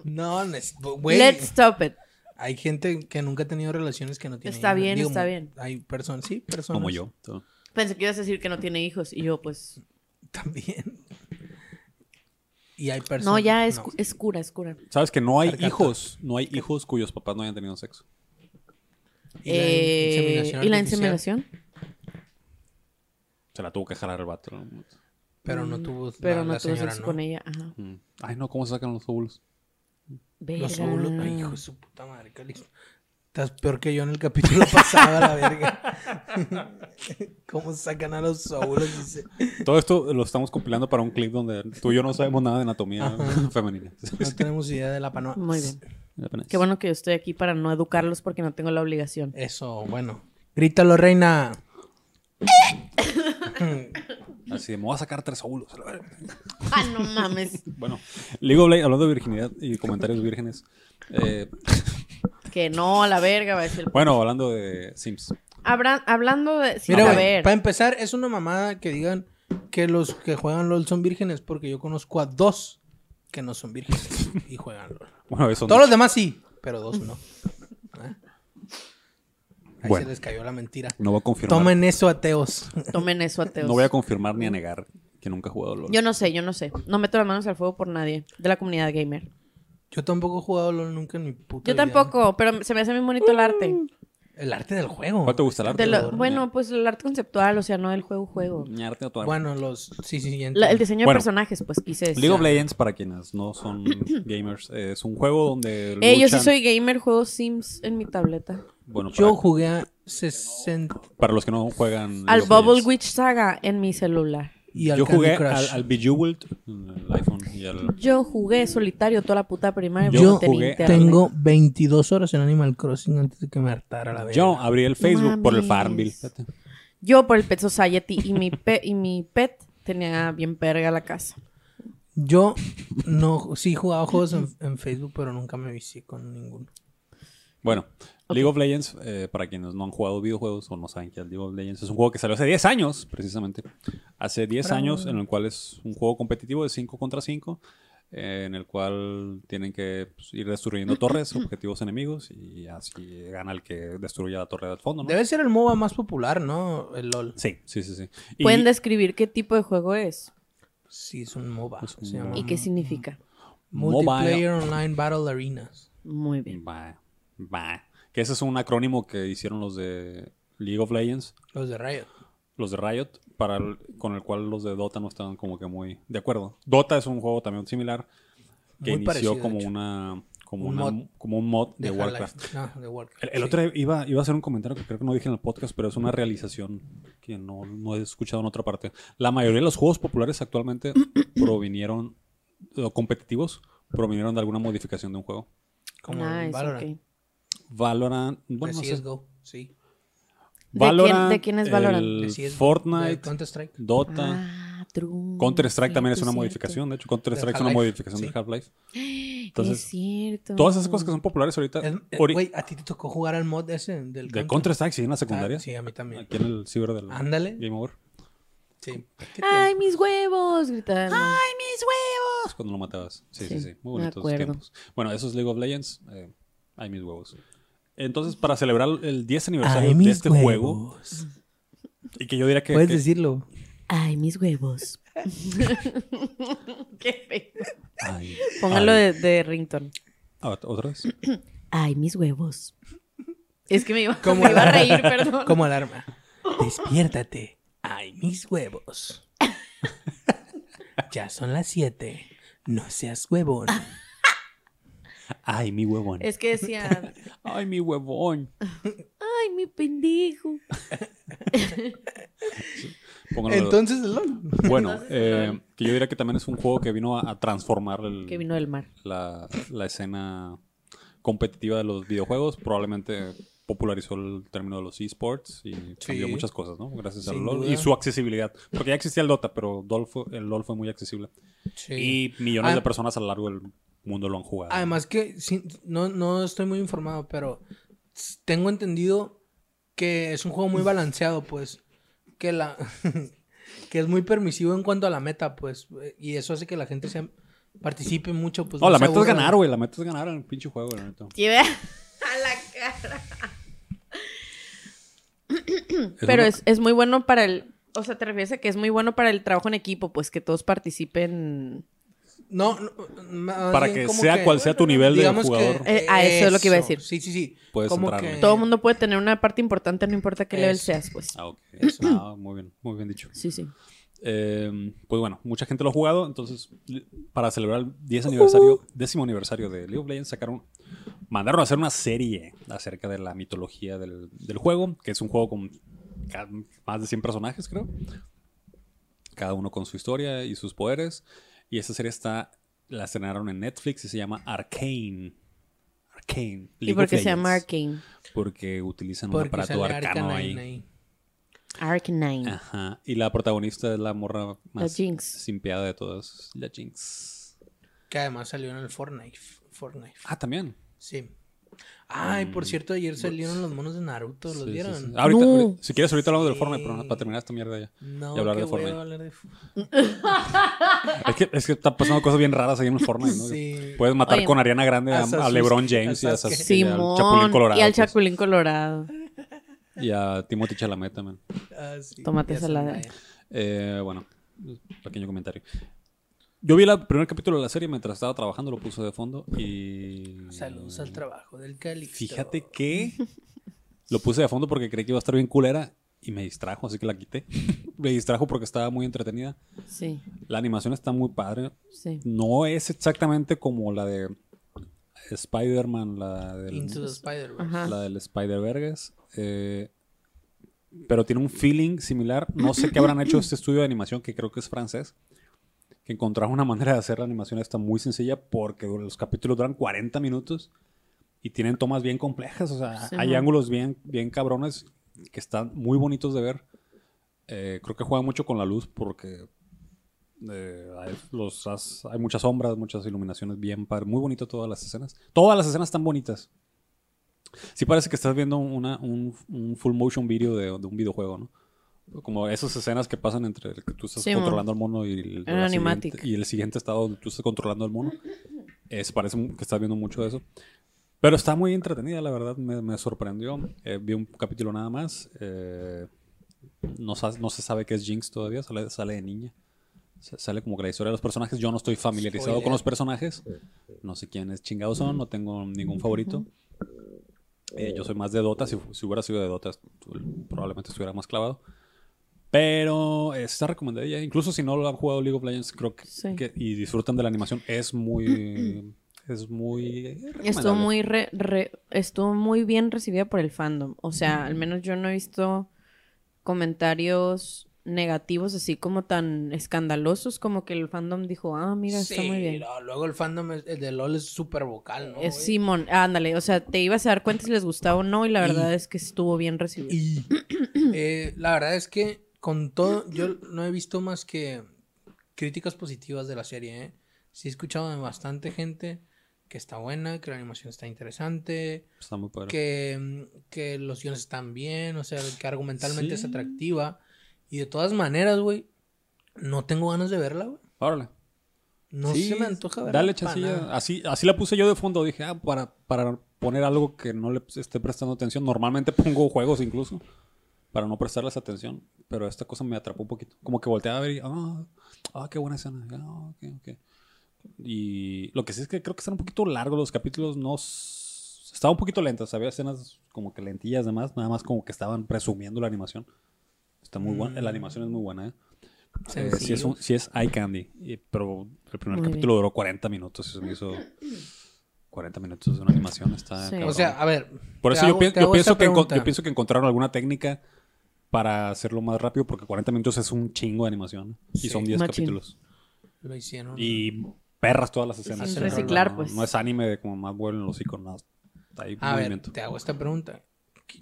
Speaker 2: No, no es- güey.
Speaker 1: Let's stop it.
Speaker 2: Hay gente que nunca ha tenido relaciones que no tiene.
Speaker 1: Está
Speaker 2: hijos.
Speaker 1: bien, está bien.
Speaker 2: Hay personas, sí, personas.
Speaker 3: Como yo. todo.
Speaker 1: Pensé que ibas a decir que no tiene hijos y yo pues...
Speaker 2: También. Y hay personas.
Speaker 1: No, ya es, cu- es cura, es cura.
Speaker 3: ¿Sabes que no hay
Speaker 2: Carcata.
Speaker 3: hijos? No hay hijos cuyos papás no hayan tenido sexo.
Speaker 2: Y la
Speaker 1: Eh,
Speaker 2: inseminación
Speaker 1: ¿y la
Speaker 2: artificial,
Speaker 1: inseminación?
Speaker 3: Se la tuvo que jalar el vato. ¿no?
Speaker 2: Pero no tuvo.
Speaker 1: Pero
Speaker 2: la,
Speaker 1: no
Speaker 2: la
Speaker 1: tuvo
Speaker 2: señora,
Speaker 1: sexo
Speaker 2: ¿no?
Speaker 1: con ella. Ajá.
Speaker 3: Mm. Ay, no, ¿cómo se sacan los óvulos?
Speaker 1: Verga.
Speaker 2: Los óvulos. Ay, hijo de su puta madre, Cali. Estás peor que yo en el capítulo pasado, a la verga. ¿Cómo sacan a los Souls? Dice.
Speaker 3: Todo esto lo estamos compilando para un clip donde tú y yo no sabemos nada de anatomía
Speaker 2: Ajá.
Speaker 3: femenina.
Speaker 2: No tenemos idea de la panoa.
Speaker 1: Muy bien.
Speaker 3: Apenas.
Speaker 1: Qué bueno que yo estoy aquí para no educarlos porque no tengo la obligación.
Speaker 2: Eso, bueno. Grítalo, reina.
Speaker 3: Así, me voy a sacar tres óvulos. a la verga.
Speaker 1: Ah, no mames.
Speaker 3: Bueno, League of Legends, hablando de virginidad y comentarios vírgenes. eh,
Speaker 1: que no, a la verga, va a decir.
Speaker 3: bueno, hablando de Sims.
Speaker 1: Habra- hablando de. sin
Speaker 2: Mira, güey,
Speaker 1: saber.
Speaker 2: para empezar, es una mamada que digan que los que juegan LOL son vírgenes porque yo conozco a dos que no son vírgenes y juegan LOL.
Speaker 3: Bueno, eso no.
Speaker 2: Todos los demás sí, pero dos no. ¿Eh? Ahí
Speaker 3: Bueno.
Speaker 2: se les cayó la mentira.
Speaker 3: No voy a confirmar.
Speaker 2: Tomen eso, ateos.
Speaker 1: Tomen eso, ateos.
Speaker 3: No voy a confirmar ni a negar que nunca he jugado LOL.
Speaker 1: Yo no sé, yo no sé. No meto las manos al fuego por nadie de la comunidad gamer.
Speaker 2: Yo tampoco he jugado LOL nunca en mi puta
Speaker 1: Yo
Speaker 2: vida.
Speaker 1: tampoco, pero se me hace muy bonito el arte.
Speaker 2: El arte del juego.
Speaker 3: ¿Cuál te gusta el arte?
Speaker 1: De lo-
Speaker 3: Ni
Speaker 1: bueno, pues el arte conceptual, o sea, no del juego juego.
Speaker 3: arte ni tu arte.
Speaker 2: Bueno, los... Sí, sí, ya
Speaker 1: La- el
Speaker 2: entendí.
Speaker 1: diseño
Speaker 3: Bueno.
Speaker 1: de personajes, pues quise decir.
Speaker 3: League of Legends, para quienes no son gamers, eh, es un juego donde.
Speaker 1: Eh, yo sí
Speaker 3: luchan-
Speaker 1: soy gamer, juego Sims en mi tableta.
Speaker 3: Bueno, para,
Speaker 2: Yo jugué a 60
Speaker 3: para los que no juegan.
Speaker 1: Al
Speaker 3: League of
Speaker 1: Bubble
Speaker 3: Legends.
Speaker 1: Witch Saga en mi celular.
Speaker 2: y al
Speaker 3: Yo jugué
Speaker 2: Candy
Speaker 3: al,
Speaker 2: Crush.
Speaker 3: al Bejeweled, en el iPhone y al.
Speaker 1: Yo jugué solitario toda la puta primaria.
Speaker 3: Yo
Speaker 1: porque no tenía
Speaker 3: jugué-
Speaker 1: internet.
Speaker 2: Tengo 22 horas en Animal Crossing antes de que me hartara la verga.
Speaker 3: Yo abrí el Facebook por el
Speaker 1: Mames.
Speaker 3: Farmville. fíjate.
Speaker 1: Yo por el Pet Society y mi, pe- y mi pet tenía bien perga la casa.
Speaker 2: Yo no, sí jugaba juegos en, en Facebook, pero nunca me vicié con ninguno.
Speaker 3: Bueno, League of Legends, eh, para quienes no han jugado videojuegos o no saben qué es League of Legends, es un juego que salió hace 10 años, precisamente. Hace 10 años, en el cual es un juego competitivo de 5 contra 5, eh, en el cual tienen que pues, ir destruyendo torres, objetivos enemigos, y así gana el que destruya la torre del fondo, ¿no?
Speaker 2: Debe ser el MOBA más popular, ¿no? El LOL.
Speaker 3: Sí, sí, sí. sí. Y
Speaker 1: ¿Pueden describir qué tipo de juego es?
Speaker 2: Sí, es un MOBA.
Speaker 3: Es un
Speaker 2: se llama
Speaker 3: MOBA.
Speaker 1: ¿Y qué significa?
Speaker 2: Multiplayer Online Battle Arenas.
Speaker 1: Muy bien.
Speaker 3: Bah, bah. Que ese es un acrónimo que hicieron los de League of Legends,
Speaker 2: Los de Riot.
Speaker 3: los de Riot, para el- con el cual los de Dota no estaban como que muy de acuerdo. Dota es un juego también similar que
Speaker 2: Muy
Speaker 3: inició
Speaker 2: parecido, de
Speaker 3: como
Speaker 2: hecho.
Speaker 3: una como
Speaker 2: Un
Speaker 3: una-
Speaker 2: mod.
Speaker 3: como un mod de,
Speaker 2: De,
Speaker 3: Warcraft.
Speaker 2: Half-Life. No, de Warcraft.
Speaker 3: El, el
Speaker 2: sí.
Speaker 3: otro día iba, iba a hacer un comentario que creo que no dije en el podcast, pero es una realización que no, no he escuchado en otra parte. La mayoría de los juegos populares actualmente provinieron, o competitivos, provinieron de alguna modificación de un juego.
Speaker 2: Como el
Speaker 1: Nice,
Speaker 2: Valorant.
Speaker 1: ok.
Speaker 3: Valorant,
Speaker 2: De
Speaker 3: bueno, no sé,
Speaker 2: CSGO, sí.
Speaker 1: ¿De quién-
Speaker 3: Valorant,
Speaker 1: de quién es Valorant?
Speaker 3: el
Speaker 2: De CSGO. De
Speaker 3: Fortnite,
Speaker 2: Counter-Strike.
Speaker 3: Dota.
Speaker 1: Ah, true.
Speaker 3: Counter Strike
Speaker 1: Mm, Cierto,
Speaker 3: también es una
Speaker 1: cierto.
Speaker 3: modificación. De hecho, Counter
Speaker 2: Del
Speaker 3: Strike es una
Speaker 2: Half-Life,
Speaker 3: modificación
Speaker 2: sí.
Speaker 3: de Half-Life.
Speaker 1: es
Speaker 3: Entonces,
Speaker 1: cierto.
Speaker 3: todas esas cosas que son populares ahorita.
Speaker 2: El- el-
Speaker 3: ori-
Speaker 2: Güey, a ti te tocó jugar al mod ese del
Speaker 3: de Counter Strike, sí, en la secundaria.
Speaker 2: Ah, sí, Ah, a mí también.
Speaker 3: Aquí en el ciber del
Speaker 2: Ándale.
Speaker 3: Game Over.
Speaker 2: Sí.
Speaker 1: ¡Ay, mis huevos! Gritaron.
Speaker 3: Ah, Es cuando lo matabas. Sí, sí,
Speaker 1: Sí,
Speaker 3: sí. Muy
Speaker 1: me
Speaker 3: bonitos
Speaker 1: acuerdo.
Speaker 3: tiempos. Bueno, eso es League of Legends. Eh, ay, mis huevos. Entonces, para celebrar el 10 aniversario de este juego, y que yo diría que,
Speaker 2: Puedes
Speaker 3: que-
Speaker 2: decirlo.
Speaker 1: ¡Ay, mis huevos! ¡Qué feo!
Speaker 3: Ay,
Speaker 1: Póngalo
Speaker 3: ay.
Speaker 1: de, de rington.
Speaker 3: Ah, ¿Otra vez?
Speaker 1: ¡Ay, mis huevos! Es que me iba, me iba a reír, perdón.
Speaker 2: Como alarma. Despiértate. Ay, mis huevos. ya son las 7. No seas huevón.
Speaker 3: Ay, mi huevón.
Speaker 1: Es que decía,
Speaker 3: Ay, mi huevón.
Speaker 1: ¡ay, mi pendejo!
Speaker 3: Póngalo de-
Speaker 2: Entonces, LOL.
Speaker 3: Bueno,
Speaker 1: Entonces,
Speaker 3: eh,
Speaker 1: LOL.
Speaker 3: que yo diría que también es un juego que vino a, a transformar el-
Speaker 1: Que vino del mar.
Speaker 3: La, la escena competitiva de los videojuegos. Probablemente popularizó el término de los esports y cambió muchas cosas, ¿no? Gracias al
Speaker 2: Sin
Speaker 3: LOL
Speaker 2: duda.
Speaker 3: y su accesibilidad. Porque ya existía el Dota, pero Dol fue- el LOL fue muy accesible. Y millones
Speaker 2: Ah,
Speaker 3: de personas a lo largo del mundo lo han jugado.
Speaker 2: Además que sí, no, no estoy muy informado, pero s- tengo entendido que es un juego muy balanceado, pues. Que la que es muy permisivo en cuanto a la meta, pues. Y eso hace que la gente se participe mucho, pues.
Speaker 3: no, la
Speaker 2: se
Speaker 3: meta es
Speaker 2: aburra.
Speaker 3: ganar, güey. La meta es ganar en el pinche juego, la neta.
Speaker 1: Llevé a la cara. Pero
Speaker 3: una-
Speaker 1: es, es muy bueno para el. O sea, te refieres a que es muy bueno para el trabajo en equipo, pues que todos participen.
Speaker 2: No, no, más
Speaker 3: Para
Speaker 2: bien
Speaker 3: que
Speaker 2: como
Speaker 3: sea
Speaker 2: que-
Speaker 3: cual sea tu nivel de
Speaker 2: digamos
Speaker 3: jugador.
Speaker 2: que-
Speaker 1: Eh, ah, eso es lo que iba a decir.
Speaker 2: Sí, sí, sí.
Speaker 3: Puedes
Speaker 2: como
Speaker 3: entrarle.
Speaker 2: que
Speaker 1: Todo el mundo puede tener una parte importante, no importa qué level
Speaker 2: Eso.
Speaker 1: seas, pues.
Speaker 3: Ah, ok. Ah, muy bien, muy bien dicho.
Speaker 1: Sí, sí.
Speaker 3: Eh, pues bueno, mucha gente lo ha jugado. Entonces, li- para celebrar el 10 aniversario, décimo aniversario de League of Legends, sacaron mandaron a hacer una serie acerca de la mitología del, del juego, que es un juego con ca- más de 100 personajes, creo. Cada uno con su historia y sus poderes. Y esta serie está, la estrenaron en Netflix y se llama Arcane. Arcane.
Speaker 1: ¿Y
Speaker 3: League
Speaker 1: por
Speaker 3: of
Speaker 1: qué se llama
Speaker 3: Legends.
Speaker 1: Arcane?
Speaker 3: Porque utilizan un
Speaker 2: Porque
Speaker 3: aparato
Speaker 2: sale
Speaker 3: arcano ahí.
Speaker 2: Arcanine ahí.
Speaker 1: Arcanine.
Speaker 3: Ajá. Y la protagonista es la morra más
Speaker 1: Jinx.
Speaker 3: simpiada de todas. La Jinx.
Speaker 2: Que además salió en el Fortnite. Fortnite.
Speaker 3: Ah, también.
Speaker 2: Sí. Ay, por cierto, ayer salieron los monos de Naruto. ¿Los
Speaker 3: Mm. Sí, sí,
Speaker 2: vieron?
Speaker 3: sí. Ah, Ahorita-
Speaker 1: No.
Speaker 3: ahorita- si quieres, ahorita hablamos del
Speaker 2: Sí.
Speaker 3: Fortnite, pero no- para terminar esta mierda ya.
Speaker 2: No,
Speaker 3: y hablar
Speaker 2: qué
Speaker 3: de
Speaker 2: hueva
Speaker 3: Fortnite.
Speaker 2: hablar de Fortnite.
Speaker 3: Es que, es que está pasando cosas bien raras ahí en el Fortnite, ¿no?
Speaker 2: Sí.
Speaker 3: Puedes matar
Speaker 1: Oye.
Speaker 3: con Ariana Grande a,
Speaker 2: A Sasuke.
Speaker 3: a LeBron James y a,
Speaker 2: A
Speaker 3: Sas-
Speaker 2: Sasuke.
Speaker 3: y al Chapulín
Speaker 1: Simón.
Speaker 3: Colorado.
Speaker 1: y al
Speaker 3: pues.
Speaker 1: Chapulín Colorado.
Speaker 3: Y a Timothy Chalamet también.
Speaker 2: Ah, sí.
Speaker 1: Tomate
Speaker 2: Ya
Speaker 1: salada.
Speaker 2: Zendaya.
Speaker 3: Eh, bueno, pequeño comentario. Yo vi el primer capítulo de la serie mientras estaba trabajando, lo puse de fondo y...
Speaker 2: Saludos al trabajo del Calixto.
Speaker 3: Fíjate que lo puse de fondo porque creí que iba a estar bien culera y me distrajo, así que la quité. me distrajo porque estaba muy entretenida.
Speaker 1: Sí,
Speaker 3: La animación está muy padre.
Speaker 1: sí.
Speaker 3: No es exactamente como la de Spider-Man, la del,
Speaker 2: Into the Spider-Verse.
Speaker 1: Ajá.
Speaker 3: la del Spider-Vergas. eh, pero tiene un feeling similar. No sé qué habrán hecho este estudio de animación, que creo que es francés. Que encontraron una manera de hacer la animación esta muy sencilla porque dura- los capítulos duran 40 minutos y tienen tomas bien complejas. O sea,
Speaker 1: Sí,
Speaker 3: hay
Speaker 1: ¿no?
Speaker 3: ángulos bien, bien cabrones que están muy bonitos de ver. Eh, creo que juega mucho con la luz porque eh, hay, los, as- hay muchas sombras, muchas iluminaciones bien par, muy bonito todas las escenas. Todas las escenas están bonitas. Sí parece que estás viendo una, un, un full motion video de, de un videojuego, ¿no? Como esas escenas que pasan entre el que tú estás
Speaker 1: Sí, mon.
Speaker 3: controlando al mono y el,
Speaker 1: Era
Speaker 3: la
Speaker 1: animatic.
Speaker 3: siguiente- y el siguiente estado donde tú estás controlando al mono. Eh, se parece mu- que estás viendo mucho de eso. Pero está muy entretenida, la verdad, me, me sorprendió. Eh, vi un capítulo nada más. eh, no, sa- no se sabe qué es Jinx todavía, sale, sale de niña. Sa- Sale como que la historia de los personajes. Yo no estoy familiarizado
Speaker 2: Spoiler.
Speaker 3: con los personajes. No sé quiénes chingados son, no tengo ningún favorito. Eh, yo soy más de Dota. Si, fu- si hubiera sido de Dota, estu- probablemente estuviera más clavado. Pero eh, está recomendadilla. Incluso si no lo han jugado League of Legends, creo que,
Speaker 1: Sí.
Speaker 3: que- y disfrutan de la animación, es muy. es muy.
Speaker 1: Estuvo
Speaker 3: recomendable.
Speaker 1: muy, re- re- estuvo muy bien recibida por el fandom. O sea, al menos yo no he visto comentarios negativos así como tan escandalosos como que el fandom dijo, ah, mira, está
Speaker 2: Sí,
Speaker 1: muy bien.
Speaker 2: no, luego el fandom es- el de LOL es súper vocal, ¿no?
Speaker 1: Eh,
Speaker 2: güey?
Speaker 1: Simón, ándale, o sea, te ibas a dar cuenta si les gustaba o no y la
Speaker 2: Y-
Speaker 1: verdad es que estuvo bien recibido.
Speaker 2: Y eh, la verdad es que con todo, yo no he visto más que críticas positivas de la serie. ¿eh? Sí he escuchado de bastante gente que está buena, que la animación está interesante,
Speaker 3: Está muy padre.
Speaker 2: que, mm, que los guiones están bien, o sea, que argumentalmente es
Speaker 3: Sí.
Speaker 2: atractiva. Y de todas maneras, güey, no tengo ganas de verla, güey.
Speaker 3: Órale.
Speaker 2: No
Speaker 3: Sí,
Speaker 2: se me antoja verla.
Speaker 3: Dale
Speaker 2: pa'
Speaker 3: chasilla.
Speaker 2: nada.
Speaker 3: Así, así la puse yo de fondo. Dije, ah, para, para poner algo que no le esté prestando atención. Normalmente pongo juegos incluso para no prestarles atención. Pero esta cosa me atrapó un poquito. Como que volteaba a ver y, ah, ah, qué buena escena. Ah, ok, ok. Y lo que sí es que creo que están un poquito largos los capítulos. No. s- Estaba un poquito lentas. Había escenas como que lentillas, además. Nada más como que estaban presumiendo la animación. Está muy
Speaker 2: Mm.
Speaker 3: buena. La animación es muy buena, ¿eh? Eh, sí, es un- sí es Eye Candy, y- pero el primer
Speaker 1: Muy
Speaker 3: capítulo duró 40 minutos y se me hizo 40 minutos de una animación. Está
Speaker 1: Sí.
Speaker 3: Ah, cabrón.
Speaker 2: O sea, a ver.
Speaker 3: Por
Speaker 2: te
Speaker 3: eso yo,
Speaker 2: hago-
Speaker 3: pien-
Speaker 2: te
Speaker 3: yo
Speaker 2: hago
Speaker 3: pienso
Speaker 2: esta
Speaker 3: que encon-
Speaker 2: pregunta.
Speaker 3: yo pienso que encontraron alguna técnica para hacerlo más rápido porque 40 minutos es un chingo de animación y
Speaker 2: Sí.
Speaker 3: son 10
Speaker 1: Machín.
Speaker 3: capítulos.
Speaker 2: Lo hicieron.
Speaker 3: Y perras todas las escenas.
Speaker 2: Sin
Speaker 3: o sea,
Speaker 1: reciclar,
Speaker 3: no,
Speaker 1: pues.
Speaker 3: No es anime de como más vuelan los iconos. Hay
Speaker 2: a ver,
Speaker 3: movimiento.
Speaker 2: te hago esta pregunta.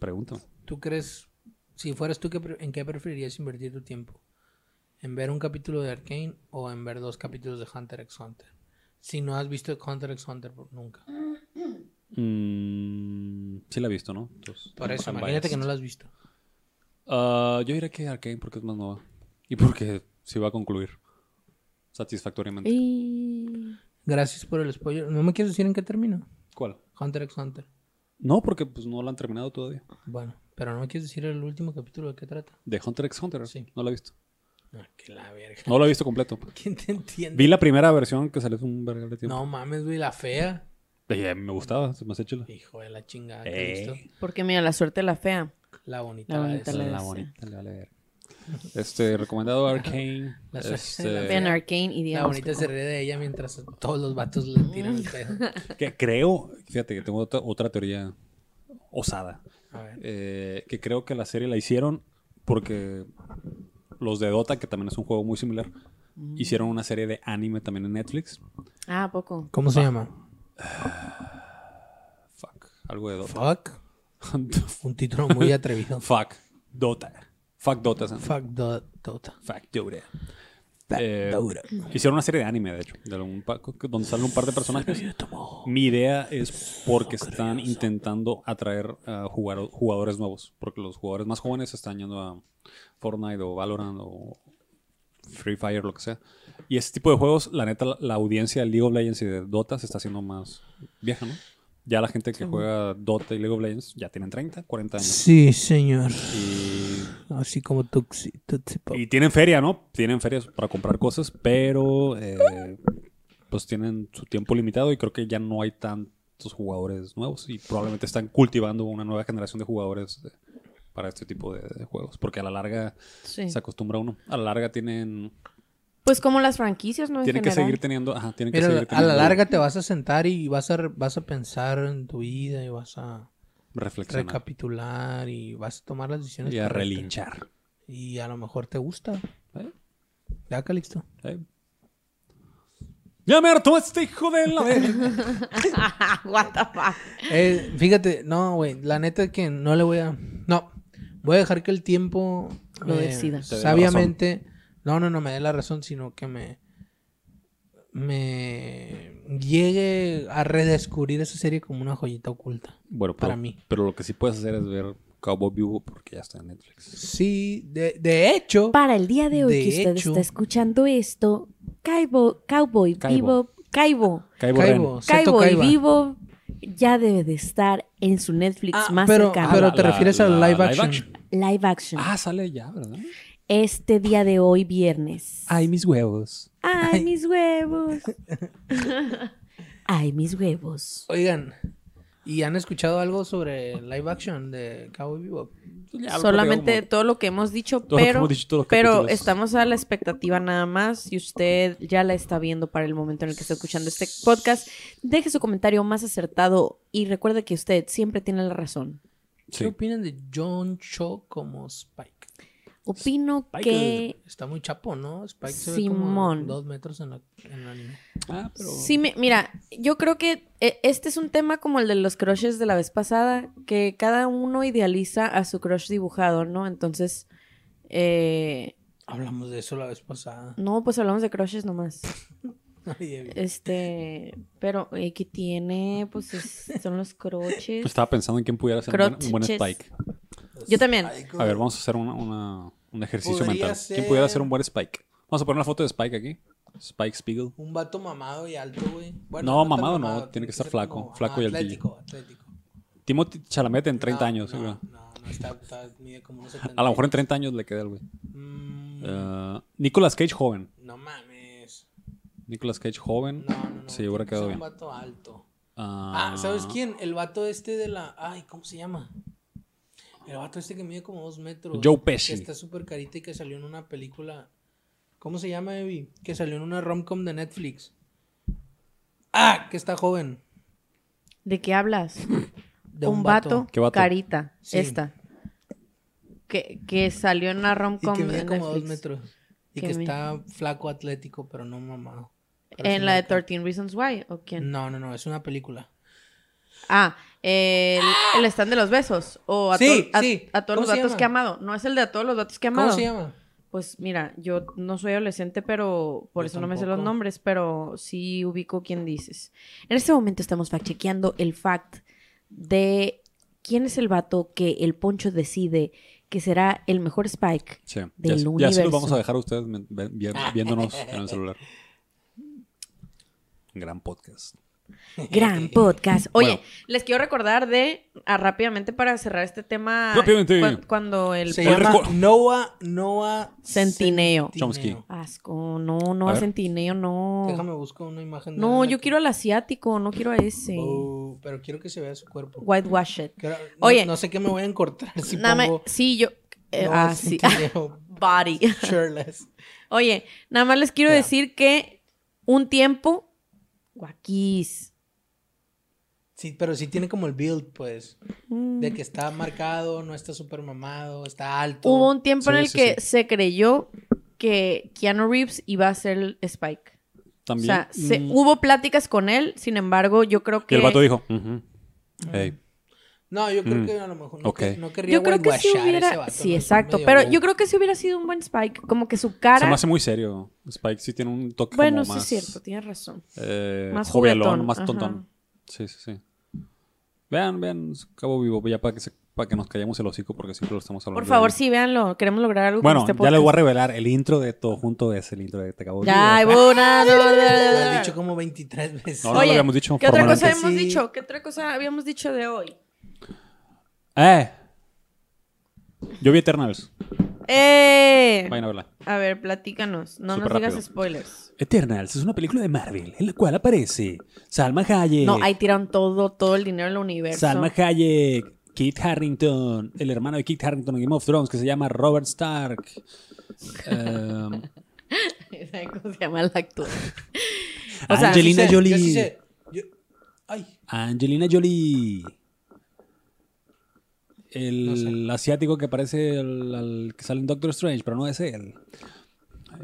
Speaker 3: Pregúntame.
Speaker 2: ¿Tú crees, si fueras tú, ¿qué pre- en qué preferirías invertir tu tiempo? ¿En ver un capítulo de Arkane o en ver dos capítulos de Hunter x Hunter? Si no has visto Hunter x Hunter por- nunca.
Speaker 3: Mm, sí la he visto, ¿no? Entonces,
Speaker 2: Por eso,
Speaker 3: I'm
Speaker 2: imagínate
Speaker 3: biased.
Speaker 2: que no lo has visto.
Speaker 3: Ah, yo diría que Arkane porque es más nueva. Y porque se va a concluir. Satisfactoriamente.
Speaker 1: Y-
Speaker 2: Gracias por el spoiler. ¿No me quieres decir en qué termina?
Speaker 3: ¿Cuál?
Speaker 2: Hunter x Hunter.
Speaker 3: No, porque pues no la han terminado todavía.
Speaker 2: Bueno, pero no me quieres decir el último capítulo de qué trata.
Speaker 3: De Hunter x Hunter.
Speaker 2: Sí.
Speaker 3: No la he visto.
Speaker 2: Ah, que la verga.
Speaker 3: No la he visto completo.
Speaker 2: ¿Quién te entiende?
Speaker 3: Vi la primera versión que salió hace un vergal de tiempo.
Speaker 2: No mames, güey, la fea.
Speaker 3: Y a mí me gustaba, se me hace chula.
Speaker 2: Hijo de la chingada.
Speaker 3: Eh.
Speaker 2: ¿qué listo?
Speaker 1: Porque mira, la suerte de la fea.
Speaker 2: La bonita.
Speaker 1: La
Speaker 2: la
Speaker 1: bonita,
Speaker 2: esa.
Speaker 1: la-
Speaker 3: la
Speaker 1: esa.
Speaker 3: bonita, le vale ver. Este, recomendado Arcane.
Speaker 2: La suerte
Speaker 3: este,
Speaker 2: de la
Speaker 1: Vean Arcane y
Speaker 2: La
Speaker 1: Diablo.
Speaker 2: bonita se ríe de ella mientras todos los vatos le tiran el pedo.
Speaker 3: que creo, fíjate que tengo otra, otra teoría osada.
Speaker 2: A ver.
Speaker 3: eh, que creo que la serie la hicieron porque los de Dota, que también es un juego muy similar, hicieron una serie de anime también en Netflix.
Speaker 1: Ah, ¿a poco.
Speaker 6: ¿Cómo se llama?
Speaker 3: Fuck, algo de Dota.
Speaker 2: Fuck. Un título muy atrevido.
Speaker 3: Fuck, Dota. Fuck Dota. Sam.
Speaker 2: Fuck do- Dota.
Speaker 3: Fuck Dota. Eh, hicieron una serie de anime, de hecho, de un pa- donde salen un par de personajes. Mi idea es porque están intentando atraer a jugar- jugadores nuevos, porque los jugadores más jóvenes se están yendo a Fortnite o Valorant o Free Fire, lo que sea. Y ese tipo de juegos, la neta, la, la audiencia de League of Legends y de Dota se está haciendo más vieja, ¿no? Ya la gente que juega Dota y League of Legends ya tienen 30, 40 años.
Speaker 6: Sí, señor.
Speaker 3: Y
Speaker 6: Así como Tuxi, Tutsi Pop.
Speaker 3: y tienen feria, ¿no? Tienen ferias para comprar cosas, pero eh, pues tienen su tiempo limitado y creo que ya no hay tantos jugadores nuevos y probablemente están cultivando una nueva generación de jugadores de- para este tipo de, de juegos, porque a la larga
Speaker 1: Sí.
Speaker 3: se acostumbra uno. A la larga tienen
Speaker 1: Pues como las franquicias, ¿no? En
Speaker 3: tienen que
Speaker 1: general.
Speaker 3: seguir teniendo, ajá, tienen que
Speaker 2: Mira,
Speaker 3: seguir
Speaker 2: a la
Speaker 3: teniendo-
Speaker 2: larga te vas a sentar y vas a, re- vas a pensar en tu vida y vas a
Speaker 3: reflexionar
Speaker 2: recapitular y vas a tomar las decisiones.
Speaker 3: y a
Speaker 2: correctas.
Speaker 3: relinchar.
Speaker 2: Y a lo mejor te gusta.
Speaker 3: ¿Eh?
Speaker 2: Ya, Calixto.
Speaker 3: ¿Eh? Ya me hartó este hijo de la verga.
Speaker 1: What the fuck.
Speaker 2: Eh, fíjate, no, güey, la neta que no le voy a... No, voy a dejar que el tiempo...
Speaker 1: Lo
Speaker 2: eh,
Speaker 1: decida.
Speaker 3: Te dé la
Speaker 2: Sabiamente... No, no, no me dé la razón, sino que me... Me llegue a redescubrir esa serie como una joyita oculta.
Speaker 3: Bueno, pero,
Speaker 2: Para mí.
Speaker 3: Pero lo que sí puedes hacer es ver Cowboy Vivo porque ya está en Netflix.
Speaker 2: Sí, de, de hecho...
Speaker 1: Para el día de hoy
Speaker 2: De
Speaker 1: que usted
Speaker 2: hecho-
Speaker 1: está escuchando esto, Caibo, Cowboy
Speaker 3: Caibo.
Speaker 1: Vivo, Caibo,
Speaker 3: Caibo
Speaker 2: Caibo,
Speaker 3: Ren.
Speaker 2: Seto
Speaker 1: Cowboy
Speaker 2: Caiba.
Speaker 1: Vivo ya debe de estar en su Netflix
Speaker 2: Ah,
Speaker 1: más
Speaker 2: pero,
Speaker 1: cercano.
Speaker 2: pero
Speaker 3: La-
Speaker 2: te
Speaker 3: la-
Speaker 2: refieres al
Speaker 3: la
Speaker 2: live
Speaker 3: live
Speaker 2: action.
Speaker 3: action.
Speaker 1: Live action.
Speaker 3: Ah, sale ya, ¿verdad?
Speaker 1: Este día de hoy, viernes.
Speaker 3: Ay, mis huevos.
Speaker 1: Ay, mis huevos. Ay, mis huevos.
Speaker 2: Oigan, ¿y han escuchado algo sobre live action de Cowboy Bebop?
Speaker 1: Solamente todo lo que hemos dicho,
Speaker 3: Todo lo que
Speaker 1: pero,
Speaker 3: hemos dicho, todos los
Speaker 1: pero
Speaker 3: capítulos.
Speaker 1: estamos a la expectativa nada más. Y usted ya la está viendo para el momento en el que está escuchando este podcast. Deje su comentario más acertado y recuerde que usted siempre tiene la razón.
Speaker 2: ¿Qué opinan de John Cho como Spike?
Speaker 1: Opino
Speaker 3: Spike
Speaker 1: que
Speaker 2: Está muy chapo, ¿no? Spike se ve
Speaker 1: Simón.
Speaker 2: como dos metros en, la, en el anime.
Speaker 3: Ah, pero...
Speaker 1: Sí, me- mira, yo creo que eh, este es un tema como el de los crushes de la vez pasada, que cada uno idealiza a su crush dibujado, ¿no? Entonces, eh,
Speaker 2: Hablamos de eso la vez pasada.
Speaker 1: no, pues hablamos de crushes nomás.
Speaker 2: Oye,
Speaker 1: Este, pero eh, ¿qué tiene? Pues es- son los crushes.
Speaker 3: pues Estaba pensando en quién pudiera ser un buen- un buen
Speaker 1: Crotches.
Speaker 3: Spike.
Speaker 2: pues,
Speaker 1: Yo también.
Speaker 3: A ver, vamos a hacer una, una- un ejercicio
Speaker 2: Podría
Speaker 3: mental.
Speaker 2: ser-
Speaker 3: ¿Quién pudiera ser un buen Spike? Vamos a poner una foto de Spike aquí. Spike Spiegel.
Speaker 2: Un vato mamado y alto, güey.
Speaker 3: No,
Speaker 2: tan
Speaker 3: mamado no, tiene que estar
Speaker 2: ser
Speaker 3: flaco, flaco y
Speaker 2: atlético, atlético.
Speaker 3: Timothy Chalamet en 30
Speaker 2: No,
Speaker 3: años.
Speaker 2: Ah, No,
Speaker 3: güey.
Speaker 2: no, no, está, está- mide como unos 70.
Speaker 3: A lo mejor en 30 años le queda el güey.
Speaker 2: Mm,
Speaker 3: Eh, Nicolas Cage joven.
Speaker 2: no mames.
Speaker 3: Nicolas Cage joven.
Speaker 2: No, no, no.
Speaker 3: Sí, hubiera
Speaker 2: tiene que
Speaker 3: quedado
Speaker 2: ser
Speaker 3: bien.
Speaker 2: un vato alto.
Speaker 3: Ah,
Speaker 2: Ah, ¿sabes quién? El vato este de la. Ay, ¿cómo se llama? El vato este que mide como dos metros.
Speaker 3: Joe Pesci.
Speaker 2: Que está súper carita y que salió en una película. ¿Cómo se llama, Evi? Que salió en una rom-com de Netflix. Ah, que está joven.
Speaker 1: ¿De qué hablas?
Speaker 2: De
Speaker 1: un vato,
Speaker 3: ¿Qué vato?
Speaker 1: carita,
Speaker 2: Sí.
Speaker 1: esta. Que, que salió en una
Speaker 2: Y
Speaker 1: rom-com
Speaker 2: que mide
Speaker 1: en
Speaker 2: como dos
Speaker 1: Netflix.
Speaker 2: metros. Y
Speaker 1: Que
Speaker 2: que,
Speaker 1: mi-
Speaker 2: está flaco, atlético, pero no mamado. Pero sí
Speaker 1: ¿En la de
Speaker 2: marca. Mm.
Speaker 1: 13 Reasons Why o quién?
Speaker 2: No, no, no, es una película.
Speaker 1: Ah, el, el stand de los besos. O a,
Speaker 2: Sí,
Speaker 1: to- a-
Speaker 2: sí.
Speaker 1: a todos los
Speaker 2: ¿Cómo se
Speaker 1: datos
Speaker 2: llama?
Speaker 1: que he amado. No es el de a todos los datos que he amado.
Speaker 2: ¿Cómo se llama?
Speaker 1: Pues mira, yo no soy adolescente, pero por
Speaker 2: Yo
Speaker 1: eso no me sé los
Speaker 2: tampoco.
Speaker 1: nombres, pero sí ubico quién dices. En este momento estamos fact-chequeando el fact de quién es el vato que el poncho decide que será el mejor Spike.
Speaker 3: Sí, ya,
Speaker 1: Del
Speaker 3: ya se
Speaker 1: universo. Ah.
Speaker 3: los vamos a dejar a ustedes men- ve- vi- viéndonos en el celular. Gran podcast.
Speaker 1: Gran podcast. Oye,
Speaker 3: Bueno.
Speaker 1: les quiero recordar de, ah, rápidamente para cerrar este tema,
Speaker 3: Rápidamente.
Speaker 1: cu- cuando el...
Speaker 2: Se
Speaker 3: el
Speaker 2: llama
Speaker 3: recu-
Speaker 2: Noah, Noah
Speaker 1: Centineo.
Speaker 3: Chomsky.
Speaker 1: Asco, no, no
Speaker 3: A
Speaker 1: a
Speaker 3: ver.
Speaker 1: Centineo, no.
Speaker 2: Déjame buscar una imagen. de
Speaker 1: No,
Speaker 2: él
Speaker 1: yo
Speaker 2: aquí.
Speaker 1: quiero al asiático, no quiero a ese.
Speaker 2: Oh, pero quiero que se vea su cuerpo.
Speaker 1: Whitewash it.
Speaker 2: Que ahora- no-
Speaker 1: Oye.
Speaker 2: No, sé qué me voy a encontrar si
Speaker 1: Nada más-
Speaker 2: pongo...
Speaker 1: sí, yo. eh,
Speaker 2: no,
Speaker 1: ah,
Speaker 2: si
Speaker 1: sí.
Speaker 2: quiero
Speaker 1: body.
Speaker 2: Shirtless.
Speaker 1: Oye, nada más les quiero
Speaker 2: Ya.
Speaker 1: decir que un tiempo, guaquis.
Speaker 2: Sí, pero sí tiene como el build, pues. De que está marcado, no está súper mamado, está alto.
Speaker 1: Hubo un tiempo en
Speaker 3: Sí,
Speaker 1: el
Speaker 3: sí,
Speaker 1: que
Speaker 3: sí.
Speaker 1: se creyó que Keanu Reeves iba a ser el Spike. O
Speaker 3: También.
Speaker 1: sea, se-
Speaker 3: mm,
Speaker 1: hubo pláticas con él, sin embargo, yo creo
Speaker 3: Y
Speaker 1: que...
Speaker 3: el vato dijo, "Ujú, ey,
Speaker 2: Mm. No, yo creo
Speaker 3: Mm.
Speaker 2: que a lo mejor no,
Speaker 3: Ok.
Speaker 2: que- no querría
Speaker 1: Yo creo que sí
Speaker 2: whitewashar a
Speaker 1: hubiera...
Speaker 2: ese vato,
Speaker 1: sí,
Speaker 2: ¿no? Está
Speaker 1: exacto.
Speaker 2: medio
Speaker 1: Pero
Speaker 2: woke.
Speaker 1: yo creo que sí hubiera sido un buen Spike. Como que su
Speaker 3: se
Speaker 1: cara...
Speaker 3: me hace muy serio. Spike sí tiene un toque
Speaker 1: Bueno,
Speaker 3: como
Speaker 1: sí
Speaker 3: más...
Speaker 1: es cierto, tienes razón.
Speaker 3: eh,
Speaker 1: Más
Speaker 3: jovialón,
Speaker 1: juguetón,
Speaker 3: más
Speaker 1: ajá.
Speaker 3: tontón. Sí, sí, sí. Vean, vean, Cabo Vivo, ya para que, se- para que nos callemos el hocico porque siempre lo estamos hablando.
Speaker 1: Por
Speaker 3: de
Speaker 1: favor,
Speaker 3: él.
Speaker 1: sí, véanlo. Queremos lograr algo
Speaker 3: Bueno,
Speaker 1: con este
Speaker 3: ya les voy a
Speaker 1: podcast.
Speaker 3: revelar, el intro de todo junto es el intro de Te Cabo Vivo.
Speaker 1: Ya, ahí voy, na, na, na, na,
Speaker 2: Lo
Speaker 1: na,
Speaker 2: has
Speaker 1: na.
Speaker 2: dicho como 23 veces.
Speaker 3: No, no
Speaker 1: Oye,
Speaker 3: lo habíamos dicho
Speaker 1: ¿Qué otra
Speaker 3: formalmente.
Speaker 1: cosa habíamos
Speaker 2: Sí.
Speaker 1: dicho? ¿Qué otra cosa habíamos dicho de hoy?
Speaker 3: ¡Eh! Yo vi Eternals.
Speaker 1: ¡Eh!
Speaker 3: Vayan a verla.
Speaker 1: A ver, platícanos. No
Speaker 3: Súper
Speaker 1: nos digas
Speaker 3: rápido.
Speaker 1: spoilers.
Speaker 3: Eternals es una película de Marvel en la cual aparece Salma Hayek.
Speaker 1: No, ahí tiraron todo, todo el dinero del universo.
Speaker 3: Salma Hayek, Kit Harrington, el hermano de Kit Harrington en Game of Thrones que se llama Robert Stark. Em,
Speaker 1: ¿Saben ¿Cómo se llama el actor? O sea,
Speaker 3: Angelina
Speaker 2: Sí sé,
Speaker 3: Jolie.
Speaker 2: yo sí sé. Yo- Ay,
Speaker 3: Angelina Jolie. El asiático que parece el, al que sale en Doctor Strange, pero no es él.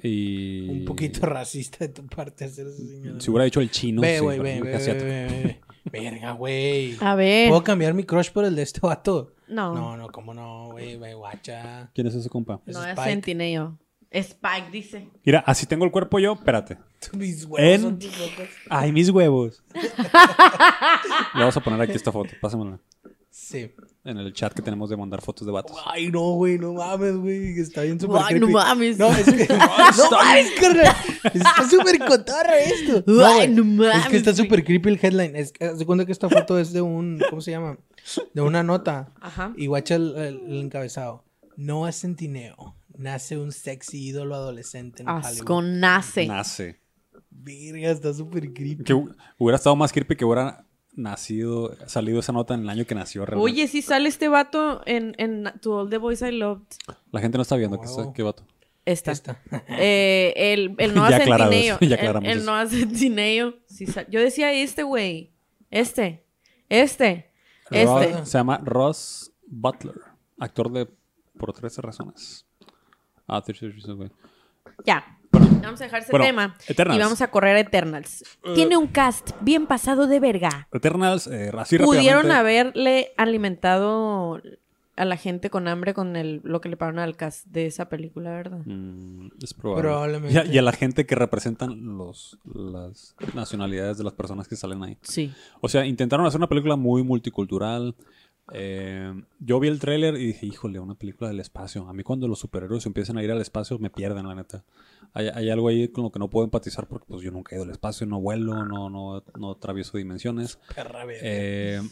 Speaker 3: Y...
Speaker 2: un poquito racista de tu parte hacer eso, señora.
Speaker 3: Si hubiera dicho el chino.
Speaker 2: ve,
Speaker 3: sí,
Speaker 2: güey,
Speaker 3: pero
Speaker 2: ve,
Speaker 3: no
Speaker 2: ve,
Speaker 3: es asiático.
Speaker 2: ve, ve, ve. Verga, güey.
Speaker 1: A ver.
Speaker 2: ¿Puedo cambiar mi crush por el de este vato?
Speaker 1: No.
Speaker 2: No, no, cómo no, güey, güey, guacha.
Speaker 3: ¿Quién es ese compa?
Speaker 2: Es
Speaker 1: No es
Speaker 2: Spike.
Speaker 1: Centineo. Spike dice.
Speaker 3: Mira, así tengo el cuerpo yo, espérate.
Speaker 2: Mis huevos
Speaker 3: En-
Speaker 2: son tus ojos.
Speaker 3: Ay, mis huevos. Le vamos a poner aquí esta foto, pásamela.
Speaker 2: Sí.
Speaker 3: En el chat que tenemos de mandar fotos de vatos.
Speaker 2: Ay, no, güey, no mames, güey. Está bien súper
Speaker 1: Ay, no
Speaker 2: creepy.
Speaker 1: mames.
Speaker 2: No, es que. no mames, carnal. Está súper cotorra esto.
Speaker 1: Ay, no
Speaker 2: güey.
Speaker 1: mames,
Speaker 2: Es que está
Speaker 1: güey.
Speaker 2: súper creepy el headline. Es que, haz de cuenta que esta foto es de un. ¿Cómo se llama? De una nota.
Speaker 1: Ajá.
Speaker 2: Y guacha el, el- el encabezado. Noah Centineo. Nace un sexy ídolo adolescente en
Speaker 1: Asco
Speaker 2: Hollywood.
Speaker 1: nace.
Speaker 3: Nace.
Speaker 2: Virga, está súper creepy.
Speaker 3: Que hu- hubiera estado más creepy que hubiera nacido, salido esa nota en el año que nació realmente.
Speaker 1: Oye, si sale este vato en, en To All the Boys I Loved.
Speaker 3: La gente no está viendo que,
Speaker 2: Wow.
Speaker 3: qué vato.
Speaker 1: Esta.
Speaker 2: Está.
Speaker 1: Eh, el, el Noah
Speaker 3: Ya aclarado
Speaker 1: Centineo.
Speaker 3: eso, ya
Speaker 1: el,
Speaker 3: aclaramos
Speaker 1: el
Speaker 3: eso.
Speaker 1: Noah Centineo. sí sa- yo decía este, güey. Este. Este. Este.
Speaker 3: Ro- se llama Ross Butler, actor de Por 13 razones. Ah, 13 razones, güey.
Speaker 1: Ya. Vamos a dejar ese
Speaker 3: Bueno,
Speaker 1: tema.
Speaker 3: Eternals. Uh.
Speaker 1: Y vamos a correr a Eternals. Tiene un cast bien pasado de verga.
Speaker 3: Eternals, eh, así
Speaker 1: Pudieron
Speaker 3: rápidamente.
Speaker 1: haberle alimentado a la gente con hambre con el, lo que le pagaron al cast de esa película, ¿verdad?
Speaker 3: Mm, es probable.
Speaker 2: Probablemente.
Speaker 3: Y a, y a la gente que representan los, las nacionalidades de las personas que salen ahí.
Speaker 1: Sí.
Speaker 3: O sea, intentaron hacer una película muy multicultural. Eh, yo vi el tráiler y dije, híjole, una película del espacio. A mí cuando los superhéroes empiezan a ir al espacio me pierden, la neta. Hay, hay algo ahí con lo que no puedo empatizar porque pues yo nunca he ido al espacio, no vuelo, no, no, no atravieso dimensiones.
Speaker 2: Perra, verga.
Speaker 3: Eh,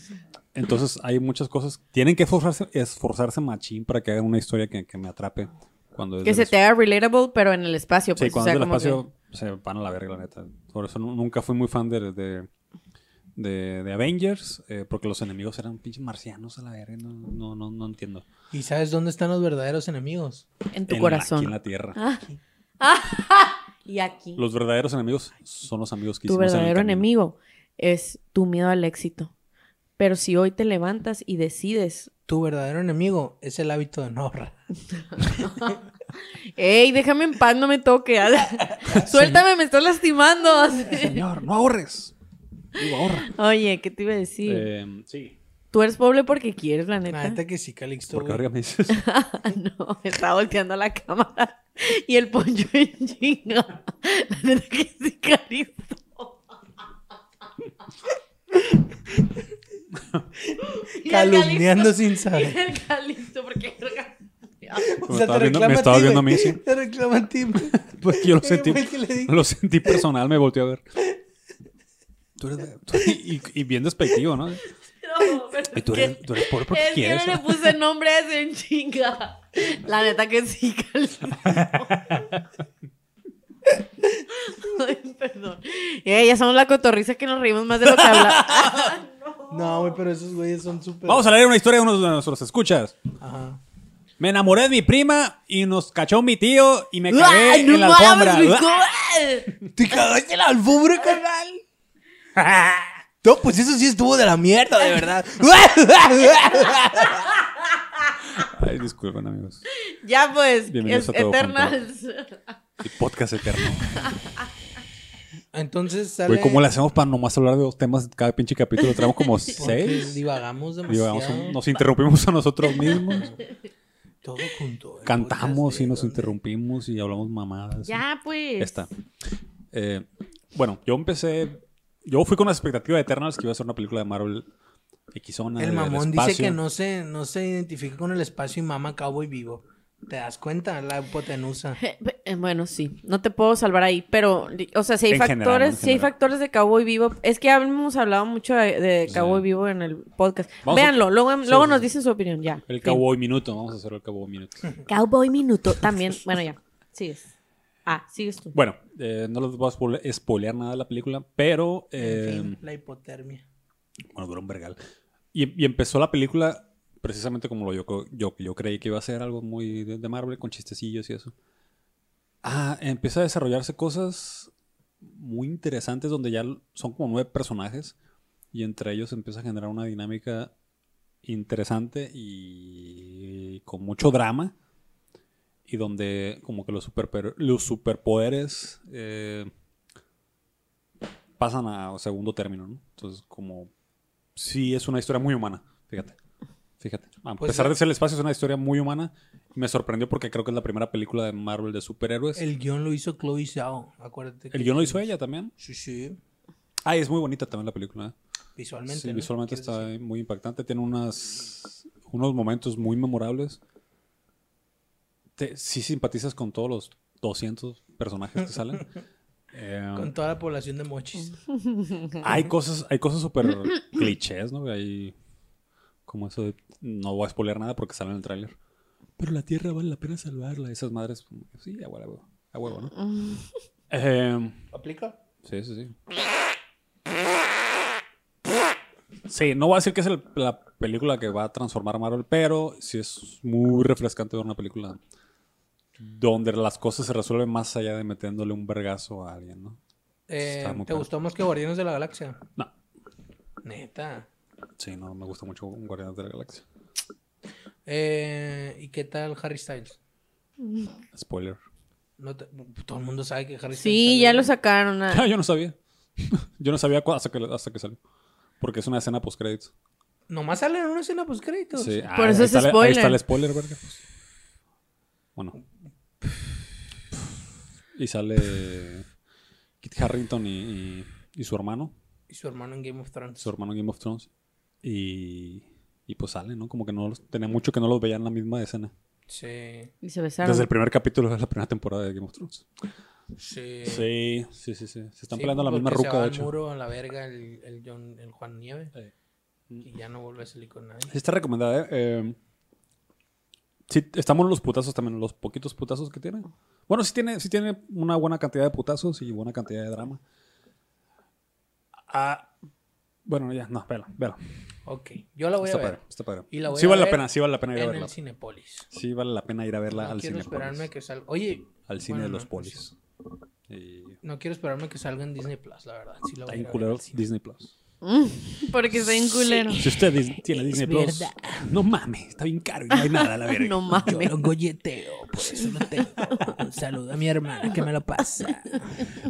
Speaker 3: entonces hay muchas cosas. Tienen que esforzarse, esforzarse machín para que hagan una historia que, que me atrape. Cuando es
Speaker 1: Que
Speaker 3: del
Speaker 1: se te haga relatable, pero en el espacio.
Speaker 3: Sí,
Speaker 1: Pues,
Speaker 3: cuando
Speaker 1: o sea,
Speaker 3: es del
Speaker 1: como
Speaker 3: espacio se van a la verga, la neta. Por eso nu- nunca fui muy fan de, de, de- de Avengers, eh, porque los enemigos eran pinches marcianos a la verga. No, no, no, no entiendo.
Speaker 2: ¿Y sabes dónde están los verdaderos enemigos?
Speaker 1: que en tu
Speaker 3: En la- aquí en
Speaker 1: corazón. Ah.
Speaker 3: la tierra.
Speaker 1: Y aquí.
Speaker 3: Los verdaderos enemigos son los amigos que
Speaker 1: tu
Speaker 3: hicimos en el
Speaker 1: verdadero
Speaker 3: camino.
Speaker 1: enemigo es tu miedo al éxito. Pero si hoy te levantas y decides,
Speaker 2: Tu verdadero enemigo es el hábito de no ahorrar.
Speaker 1: hey, déjame en paz, no me toque. Suéltame, me estoy lastimando.
Speaker 3: Señor, no ahorres. Digo, ahorra.
Speaker 1: Oye, ¿qué te iba a decir?
Speaker 3: Eh, sí.
Speaker 1: Tú eres pobre porque quieres, la
Speaker 2: La
Speaker 1: neta.
Speaker 2: neta que sí, Calixto.
Speaker 3: Porque
Speaker 2: güey.
Speaker 3: ahora me dices.
Speaker 1: no, me estaba volteando la cámara y el poncho en chinga. La neta que sí, Calixto. Y el
Speaker 2: Calumniando
Speaker 1: Calixto-
Speaker 2: sin
Speaker 1: y
Speaker 2: saber.
Speaker 1: el Calixto, porque...
Speaker 3: Me estabas viendo- me estabas
Speaker 2: güey.
Speaker 3: viendo a mí, sí.
Speaker 2: Te reclama a ti. güey.
Speaker 3: Porque Pues yo lo
Speaker 2: Yo
Speaker 3: sentí,
Speaker 2: fue el que le dije.
Speaker 3: lo sentí personal, me volteé a ver. Tú eres de- tú- y, y bien despectivo, ¿no?
Speaker 1: No, pero
Speaker 3: Y tú
Speaker 1: es que-
Speaker 3: eres, tú eres pobre porque
Speaker 1: es
Speaker 3: quieres.
Speaker 1: que no le puse nombre a ese en chinga. La neta que sí, Calixto. Ay, perdón. Eh, ya somos la cotorriza que nos reímos más de lo que hablamos.
Speaker 2: No, güey, pero esos güeyes son súper.
Speaker 3: Vamos a leer una historia de uno de nuestros escuchas.
Speaker 2: Ajá.
Speaker 3: Me enamoré de mi prima y nos cachó mi tío y me
Speaker 1: ¡Ah,
Speaker 3: cagué
Speaker 1: no
Speaker 3: en la
Speaker 1: mames,
Speaker 3: alfombra.
Speaker 1: güey!
Speaker 3: ¡Ah!
Speaker 1: ¿Cómo?
Speaker 5: Te cagaste en la alfombra, carnal. No, pues eso sí estuvo de la mierda, de verdad.
Speaker 3: Ay, disculpen, amigos.
Speaker 1: Ya pues,
Speaker 3: Bienvenidos
Speaker 1: es
Speaker 3: a Todo
Speaker 1: Eternals.
Speaker 3: El podcast eterno.
Speaker 2: Entonces sale.
Speaker 3: Güey, ¿cómo le hacemos para nomás hablar de dos temas cada pinche capítulo? Traemos como
Speaker 2: porque
Speaker 3: seis.
Speaker 2: Divagamos
Speaker 3: Digo,
Speaker 2: demasiado.
Speaker 3: vamos, nos interrumpimos a nosotros mismos.
Speaker 2: Todo junto. el podcast
Speaker 3: Cantamos
Speaker 2: de
Speaker 3: y nos
Speaker 2: Don-
Speaker 3: interrumpimos y hablamos mamadas.
Speaker 1: ya pues.
Speaker 3: Esta. Eh, bueno, yo empecé. Yo fui con la expectativa de Eternals que iba a ser una película de Marvel Xona.
Speaker 2: El
Speaker 3: del
Speaker 2: mamón dice
Speaker 3: espacio.
Speaker 2: que no se, no se identifica con el espacio y mama cowboy vivo. ¿Te das cuenta? La hipotenusa.
Speaker 1: Eh, Bueno, sí, no te puedo salvar ahí, pero, o sea, si hay
Speaker 3: En general,
Speaker 1: factores,
Speaker 3: en
Speaker 1: si hay
Speaker 3: general.
Speaker 1: factores de Cowboy Vivo, es que hemos hablado mucho de, de
Speaker 3: Sí.
Speaker 1: Cowboy Vivo en el podcast.
Speaker 3: Vamos a-
Speaker 1: Véanlo, luego,
Speaker 3: Sí,
Speaker 1: luego
Speaker 3: sí,
Speaker 1: nos
Speaker 3: sí.
Speaker 1: dicen su opinión, ya.
Speaker 3: El
Speaker 1: Fin.
Speaker 3: cowboy minuto, vamos a hacer el cowboy minuto.
Speaker 1: Cowboy Minuto también, bueno, ya, sigues. Ah, sigues tú.
Speaker 3: Bueno, eh, no les voy a spoile- spoilear nada de la película, pero eh,
Speaker 2: En fin, la hipotermia.
Speaker 3: bueno, duró un vergal. Y, y empezó la película precisamente como lo yo, yo, yo creí que iba a ser algo muy de, de Marvel, con chistecillos y eso. Ah, empieza a desarrollarse cosas muy interesantes donde ya l- son como nueve personajes y entre ellos empieza a generar una dinámica interesante y con mucho drama y donde como que los, superper- los superpoderes eh, pasan a segundo término, ¿no? Entonces como sí es una historia muy humana, fíjate. Fíjate. A
Speaker 2: Pues
Speaker 3: pesar
Speaker 2: sí.
Speaker 3: de ser el espacio, es una historia muy humana. Me sorprendió porque creo que es la primera película de Marvel de superhéroes. El,
Speaker 2: El guión lo hizo Chloe Zhao. Acuérdate. que-
Speaker 3: guion pues, lo hizo ella también.
Speaker 2: Sí, sí.
Speaker 3: Ay, es muy bonita también la película. ¿eh?
Speaker 2: Visualmente.
Speaker 3: Sí,
Speaker 2: ¿no?
Speaker 3: visualmente
Speaker 2: ¿Quieres
Speaker 3: está
Speaker 2: decir?
Speaker 3: muy impactante. Tiene unas, unos momentos muy memorables. Te, sí simpatizas con todos los 200 personajes que salen. Eh,
Speaker 2: Con toda la población de mochis.
Speaker 3: hay cosas hay cosas súper clichés, ¿no? Hay como eso de... No voy a spoiler nada porque sale en el tráiler. Pero la Tierra vale la pena salvarla. Esas madres... como que Sí, a huevo, a huevo, ¿no? Em,
Speaker 2: ¿Aplica?
Speaker 3: Sí, sí, sí. Sí, no voy a decir que es el- la película que va a transformar a Marvel, pero sí es muy refrescante ver una película donde las cosas se resuelven más allá de metiéndole un vergazo a alguien, ¿no?
Speaker 2: Eh,
Speaker 3: Está muy
Speaker 2: ¿Te
Speaker 3: padre.
Speaker 2: gustó más que Guardianes de la Galaxia?
Speaker 3: No.
Speaker 2: Neta.
Speaker 3: Sí, no, me gusta mucho Guardianes de la Galaxia.
Speaker 2: Eh, ¿Y qué tal Harry Styles?
Speaker 3: Spoiler.
Speaker 2: No te- Todo el mundo sabe que Harry Styles.
Speaker 1: Sí,
Speaker 2: sale
Speaker 1: ya
Speaker 2: en-
Speaker 1: lo sacaron. ah.
Speaker 3: Ah, yo no sabía. yo no sabía cu- hasta que, hasta que salió. Porque es una escena post-créditos.
Speaker 2: Nomás sale en una escena post créditos.
Speaker 3: Sí, ah,
Speaker 1: Por eso
Speaker 3: ahí
Speaker 1: es
Speaker 3: está la- Ahí está
Speaker 1: spoiler.
Speaker 3: el spoiler, verga. Bueno. Y sale Kit Harrington y, y- y su hermano,
Speaker 2: Y su hermano en Game of Thrones.
Speaker 3: su hermano en Game of Thrones. Y, y pues sale, ¿no? Como que no los- tenía mucho que no los veía en la misma escena.
Speaker 2: Sí,
Speaker 1: Y se besaron.
Speaker 3: Desde el primer capítulo de la primera temporada de Game of Thrones.
Speaker 2: sí.
Speaker 3: Sí, sí, sí, sí. Se están
Speaker 2: Sí, pues,
Speaker 3: peleando a la misma
Speaker 2: porque se
Speaker 3: ruca,
Speaker 2: va
Speaker 3: de
Speaker 2: al
Speaker 3: hecho.
Speaker 2: muro a la verga el, el John, el Juan Nieve.
Speaker 3: Sí.
Speaker 2: Y ya no vuelve a salir con nadie.
Speaker 3: Sí está recomendada, ¿eh? Eh, sí, estamos los putazos también, los poquitos putazos que tiene. Bueno, sí tiene, sí tiene una buena cantidad de putazos y buena cantidad de drama. Ah, bueno, ya, no, vela, vela.
Speaker 2: Ok, yo la voy
Speaker 3: Está
Speaker 2: a ver.
Speaker 3: padre, está padre.
Speaker 2: Y la voy
Speaker 3: sí
Speaker 2: a
Speaker 3: vale la
Speaker 2: ver
Speaker 3: pena, sí vale la pena ir a
Speaker 2: En
Speaker 3: verla.
Speaker 2: el Cinepolis.
Speaker 3: Sí vale la pena ir a verla
Speaker 2: no
Speaker 3: al
Speaker 2: quiero
Speaker 3: cine.
Speaker 2: esperarme
Speaker 3: polis.
Speaker 2: que salga. Oye.
Speaker 3: Al cine
Speaker 2: bueno,
Speaker 3: de los
Speaker 2: no,
Speaker 3: polis. Y...
Speaker 2: No quiero esperarme que salga en Disney Plus, la verdad. Sí,
Speaker 3: Está
Speaker 2: la voy a ir
Speaker 3: bien
Speaker 2: a ver
Speaker 3: culero
Speaker 2: al cine.
Speaker 3: Disney Plus.
Speaker 1: Porque está bien culero.
Speaker 3: Si usted dis- tiene Disney Plus,
Speaker 1: verdad.
Speaker 3: no mames, está bien caro y no hay nada, la verga.
Speaker 1: No
Speaker 2: Yo
Speaker 1: mames.
Speaker 2: lo golleteo, por eso lo tengo. Un saludo a mi hermana que me lo pasa.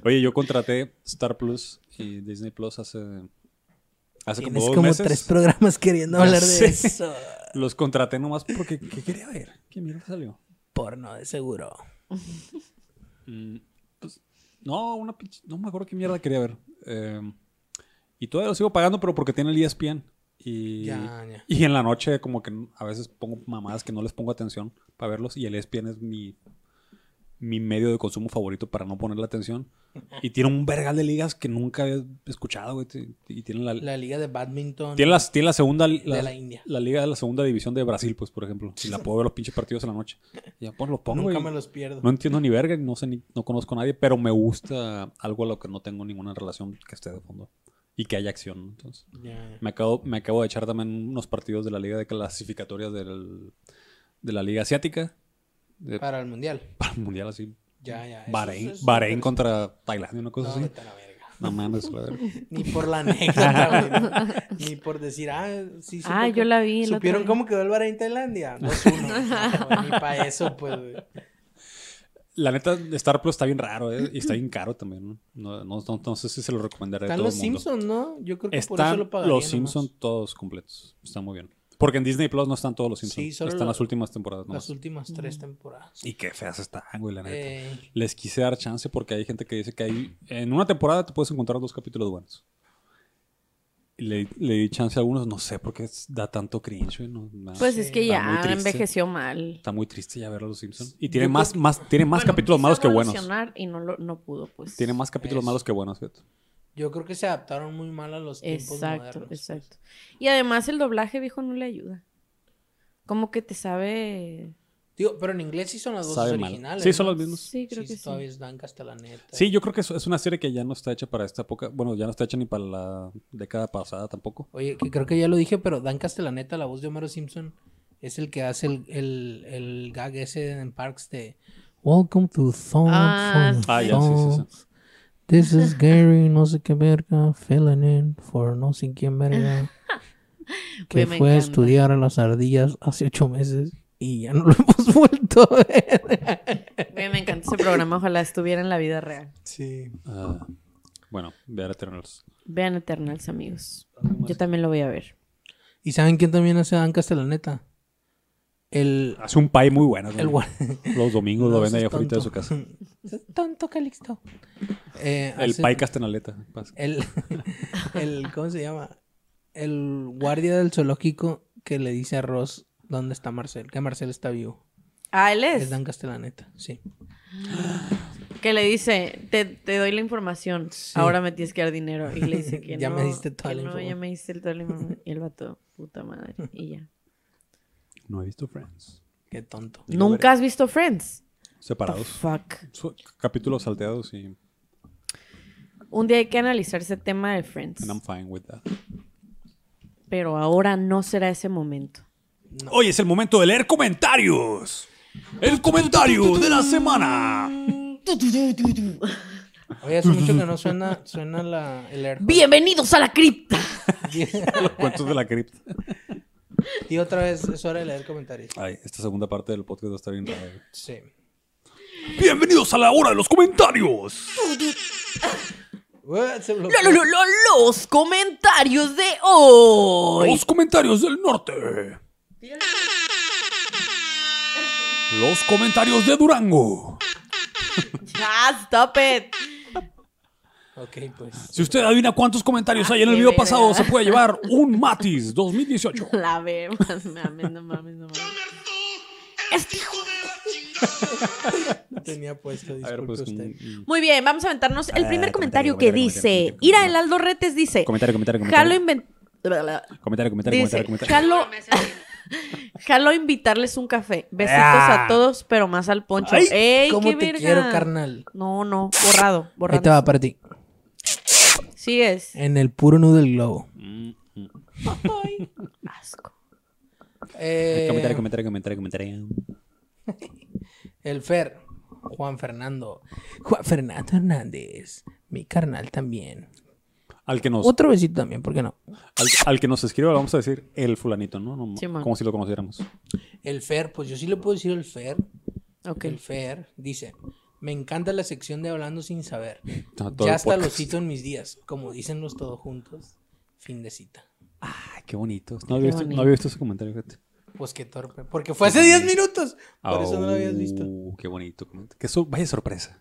Speaker 3: Oye, yo contraté Star Plus y Disney Plus hace, hace como
Speaker 2: Tienes
Speaker 3: dos
Speaker 2: como
Speaker 3: meses.
Speaker 2: tres programas queriendo
Speaker 3: Ya
Speaker 2: hablar
Speaker 3: sé.
Speaker 2: de eso.
Speaker 3: Los contraté nomás porque ¿qué quería ver. ¿Qué mierda salió?
Speaker 2: Porno, de seguro.
Speaker 3: Mm, pues, no, una pinche- no me acuerdo qué mierda quería ver. Eh, y todavía lo sigo pagando, pero porque tiene el E ESPN. Y,
Speaker 2: Ya, ya.
Speaker 3: y en la noche como que a veces pongo mamadas que no les pongo atención para verlos. Y el E ESPN es mi, mi medio de consumo favorito para no ponerle atención. Y tiene un vergal de ligas que nunca he escuchado, güey. t- Y tiene la,
Speaker 2: La liga de badminton.
Speaker 3: Tiene, las- tiene la segunda. La,
Speaker 2: De la India.
Speaker 3: la liga de la segunda división de Brasil, pues, por ejemplo. Y la puedo ver los pinches partidos en la noche. Y ya, pues, los pongo.
Speaker 2: Nunca
Speaker 3: y
Speaker 2: me los pierdo.
Speaker 3: No entiendo ni verga, no sé ni, no conozco a nadie, pero me gusta algo a lo que no tengo ninguna relación que esté de fondo. Y que haya acción, ¿no? entonces.
Speaker 2: Ya, ya.
Speaker 3: Me acabo, me acabo de echar también unos partidos de la liga de clasificatorias del, de la Liga Asiática de- para,
Speaker 2: Para el mundial.
Speaker 3: el Mundial, así.
Speaker 2: Ya, ya. eso
Speaker 3: Bahrein,
Speaker 2: es-
Speaker 3: Bahrein contra Tailandia, una cosa
Speaker 2: No,
Speaker 3: así.
Speaker 2: vete a la verga.
Speaker 3: No mames, la verga.
Speaker 2: Ni por la anécdota, güey. ¿no? Ni por decir, ah, sí. supe
Speaker 1: Ah, yo
Speaker 2: cómo-
Speaker 1: la vi. el otro
Speaker 2: ¿Supieron
Speaker 1: día.
Speaker 2: cómo quedó el Bahrein Tailandia? 2-1. No, güey, ni para eso, pues. güey.
Speaker 3: La neta, Star Plus está bien raro eh, y está bien caro también. ¿no? No, no, no- no sé si se lo recomendaré a
Speaker 2: Están
Speaker 3: todo
Speaker 2: los
Speaker 3: el mundo.
Speaker 2: Simpsons, ¿no? Yo creo que por eso
Speaker 3: Están
Speaker 2: lo pagaría.
Speaker 3: los Simpsons todos completos. Está muy bien. Porque en Disney Plus no están todos los Simpsons.
Speaker 2: Sí, solo
Speaker 3: están
Speaker 2: lo-
Speaker 3: las últimas temporadas. nomás.
Speaker 2: Las últimas tres
Speaker 1: Mm.
Speaker 2: temporadas.
Speaker 3: Y qué feas están, güey, la neta.
Speaker 2: Eh,
Speaker 3: Les quise dar chance porque hay gente que dice que hay, en una temporada te puedes encontrar dos capítulos buenos. Y le, le di chance a algunos, no sé por qué es- da tanto cringe. güey, no, nada.
Speaker 1: Pues es que
Speaker 3: Está muy
Speaker 1: ya
Speaker 3: triste.
Speaker 1: envejeció mal.
Speaker 3: Está muy triste ya ver a los Simpsons. Y tiene
Speaker 2: Yo
Speaker 3: más, más, tiene más
Speaker 1: Bueno,
Speaker 3: capítulos
Speaker 1: quiso
Speaker 3: malos que buenos.
Speaker 1: evolucionar Y no, lo, no pudo, pues.
Speaker 3: Tiene más capítulos
Speaker 2: Eso.
Speaker 3: malos que buenos, fíjate.
Speaker 2: yo creo que se adaptaron muy mal a los tiempos
Speaker 1: Exacto,
Speaker 2: modernos. pues.
Speaker 1: exacto. Y además el doblaje, viejo, no le ayuda. Como que te sabe...
Speaker 2: Digo, pero en inglés sí son las voces
Speaker 3: Sabe mal.
Speaker 2: originales.
Speaker 3: Sí, son
Speaker 2: ¿no?
Speaker 3: las mismas.
Speaker 1: Sí, creo que
Speaker 2: todavía
Speaker 1: sí.
Speaker 2: es Dan Castellaneta.
Speaker 3: Sí, yo creo que es, es una serie que ya no está hecha para esta época. Bueno, ya no está hecha ni para la década pasada tampoco.
Speaker 2: Oye, que creo que ya lo dije, pero Dan Castellaneta, la voz de Homero Simpson, es el que hace el, el, el gag ese en Parks de Welcome to Thorns.
Speaker 1: Ah,
Speaker 2: from
Speaker 3: Ah, ya, sí, sí, sí.
Speaker 6: Thorns. This is Gary, no sé qué verga, filling in for no sé quién verga. que
Speaker 1: Güey, me
Speaker 6: fue a
Speaker 1: encanta.
Speaker 6: estudiar a las ardillas hace ocho meses y ya no lo hemos vuelto a ver.
Speaker 1: Güey, me encanta ese programa, ojalá estuviera en la vida real.
Speaker 2: Sí.
Speaker 3: Ah, bueno, ve a Eternals.
Speaker 1: Vean Eternals, amigos. Yo también lo voy a ver.
Speaker 6: ¿Y saben quién también hace Dan Castellaneta?
Speaker 2: El.
Speaker 3: Hace un pie muy bueno. Ah, güey.
Speaker 2: El guar-
Speaker 3: Los domingos
Speaker 2: No
Speaker 3: lo vende
Speaker 2: seas
Speaker 3: allá afuera de
Speaker 2: tonto.
Speaker 3: su casa.
Speaker 6: Tonto Calixto.
Speaker 2: eh,
Speaker 3: El
Speaker 2: hace-
Speaker 3: pie castanaleta. Pas-
Speaker 2: El, el- ¿Cómo se llama? El guardia del zoológico que le dice a Ross dónde está Marcel, que Marcel está vivo.
Speaker 1: Ah, él
Speaker 2: Es
Speaker 1: es.
Speaker 2: Dan Castellaneta, sí.
Speaker 1: Que le dice, te, te doy la información, ahora me tienes que dar dinero. Y le dice que
Speaker 2: Ya
Speaker 1: no.
Speaker 2: me diste toda
Speaker 1: que
Speaker 2: la
Speaker 1: no, ya
Speaker 2: información.
Speaker 1: me diste toda la información. Y el vato, puta madre, y ya.
Speaker 3: No he visto Friends.
Speaker 2: Qué tonto.
Speaker 3: Yo
Speaker 1: ¿Nunca has visto Friends? The
Speaker 3: Separados.
Speaker 1: fuck.
Speaker 3: Su- Capítulos salteados y.
Speaker 1: Un día hay que analizar ese tema de Friends.
Speaker 3: And I'm fine with that.
Speaker 1: Pero ahora no será ese momento.
Speaker 3: Hoy es el momento de leer comentarios. El comentario de la semana.
Speaker 1: Mm.
Speaker 2: Oye, hace mucho que no suena, suena la, el air-
Speaker 1: ¡Bienvenidos a la cripta!
Speaker 3: Los cuentos de la cripta.
Speaker 2: Y otra vez es hora de leer comentarios.
Speaker 3: Ay, esta segunda parte del podcast va a estar bien rara. güey.
Speaker 2: Sí.
Speaker 3: Bienvenidos a la hora de los comentarios.
Speaker 2: Ué, se bloqueó.
Speaker 1: Lo- lo- lo- los comentarios de hoy.
Speaker 3: Los comentarios del norte. Los comentarios de Durango.
Speaker 1: Ya, stop it.
Speaker 2: Ok, pues.
Speaker 3: Si usted adivina cuántos comentarios hay en el
Speaker 1: qué
Speaker 3: video
Speaker 1: verga.
Speaker 3: pasado, se puede llevar un Matiz 2018.
Speaker 1: La ver, más mames, no mames, no mames. Este hijo-
Speaker 2: Tenía puesto,
Speaker 3: A
Speaker 2: disculpe
Speaker 3: ver, pues.
Speaker 2: usted.
Speaker 3: un-
Speaker 1: Muy bien, vamos a aventarnos el
Speaker 3: Ah,
Speaker 1: primer
Speaker 3: comentario,
Speaker 1: comentario, que
Speaker 3: comentario,
Speaker 1: dice:
Speaker 3: comentario,
Speaker 1: Ira
Speaker 3: comentario.
Speaker 1: el Aldo Retes dice:
Speaker 3: Comentario, comentario,
Speaker 1: Jalo
Speaker 3: comentario.
Speaker 1: invent.
Speaker 3: Comentario, comentario,
Speaker 1: Dice,
Speaker 3: comentario, comentario.
Speaker 1: jalo, jalo invitarles un café. Besitos
Speaker 7: Ah.
Speaker 1: a todos, pero más al poncho.
Speaker 3: Ay,
Speaker 1: ¡Ey,
Speaker 2: ¿Cómo
Speaker 1: qué
Speaker 2: te
Speaker 1: verga!
Speaker 2: quiero, carnal?
Speaker 1: No, no, borrado,
Speaker 6: Ahí te
Speaker 1: borrado.
Speaker 6: va para ti.
Speaker 1: Sí es.
Speaker 6: En el puro nudo del globo.
Speaker 3: Mm, mm.
Speaker 1: Asco.
Speaker 2: Eh,
Speaker 3: Comentario, comentario, comentario, comentario.
Speaker 6: Eh,
Speaker 2: El Fer, Juan Fernando.
Speaker 6: Juan Fernando Hernández. Mi carnal también.
Speaker 3: Al que nos,
Speaker 6: Otro besito también, ¿por qué no?
Speaker 3: al, al que nos escriba, le vamos a decir el fulanito, ¿no? No,
Speaker 1: Sí, man.
Speaker 3: como si lo conociéramos.
Speaker 2: El Fer, pues yo sí le puedo decir el Fer.
Speaker 1: Ok.
Speaker 2: El Fer dice, me encanta la sección de Hablando sin saber.
Speaker 3: Todo- todo el
Speaker 2: Ya hasta lo
Speaker 3: podcast.
Speaker 2: cito en mis días, como dicen los todos juntos. Fin de cita.
Speaker 3: Ay, qué bonito. No había, visto,
Speaker 1: bonito.
Speaker 3: no había visto ese comentario, fíjate.
Speaker 2: Pues qué torpe. Porque fue hace 10 minutos. Por eso no lo habías
Speaker 3: Au,
Speaker 2: visto.
Speaker 3: Oh, Qué bonito. comentario. Que so- vaya sorpresa.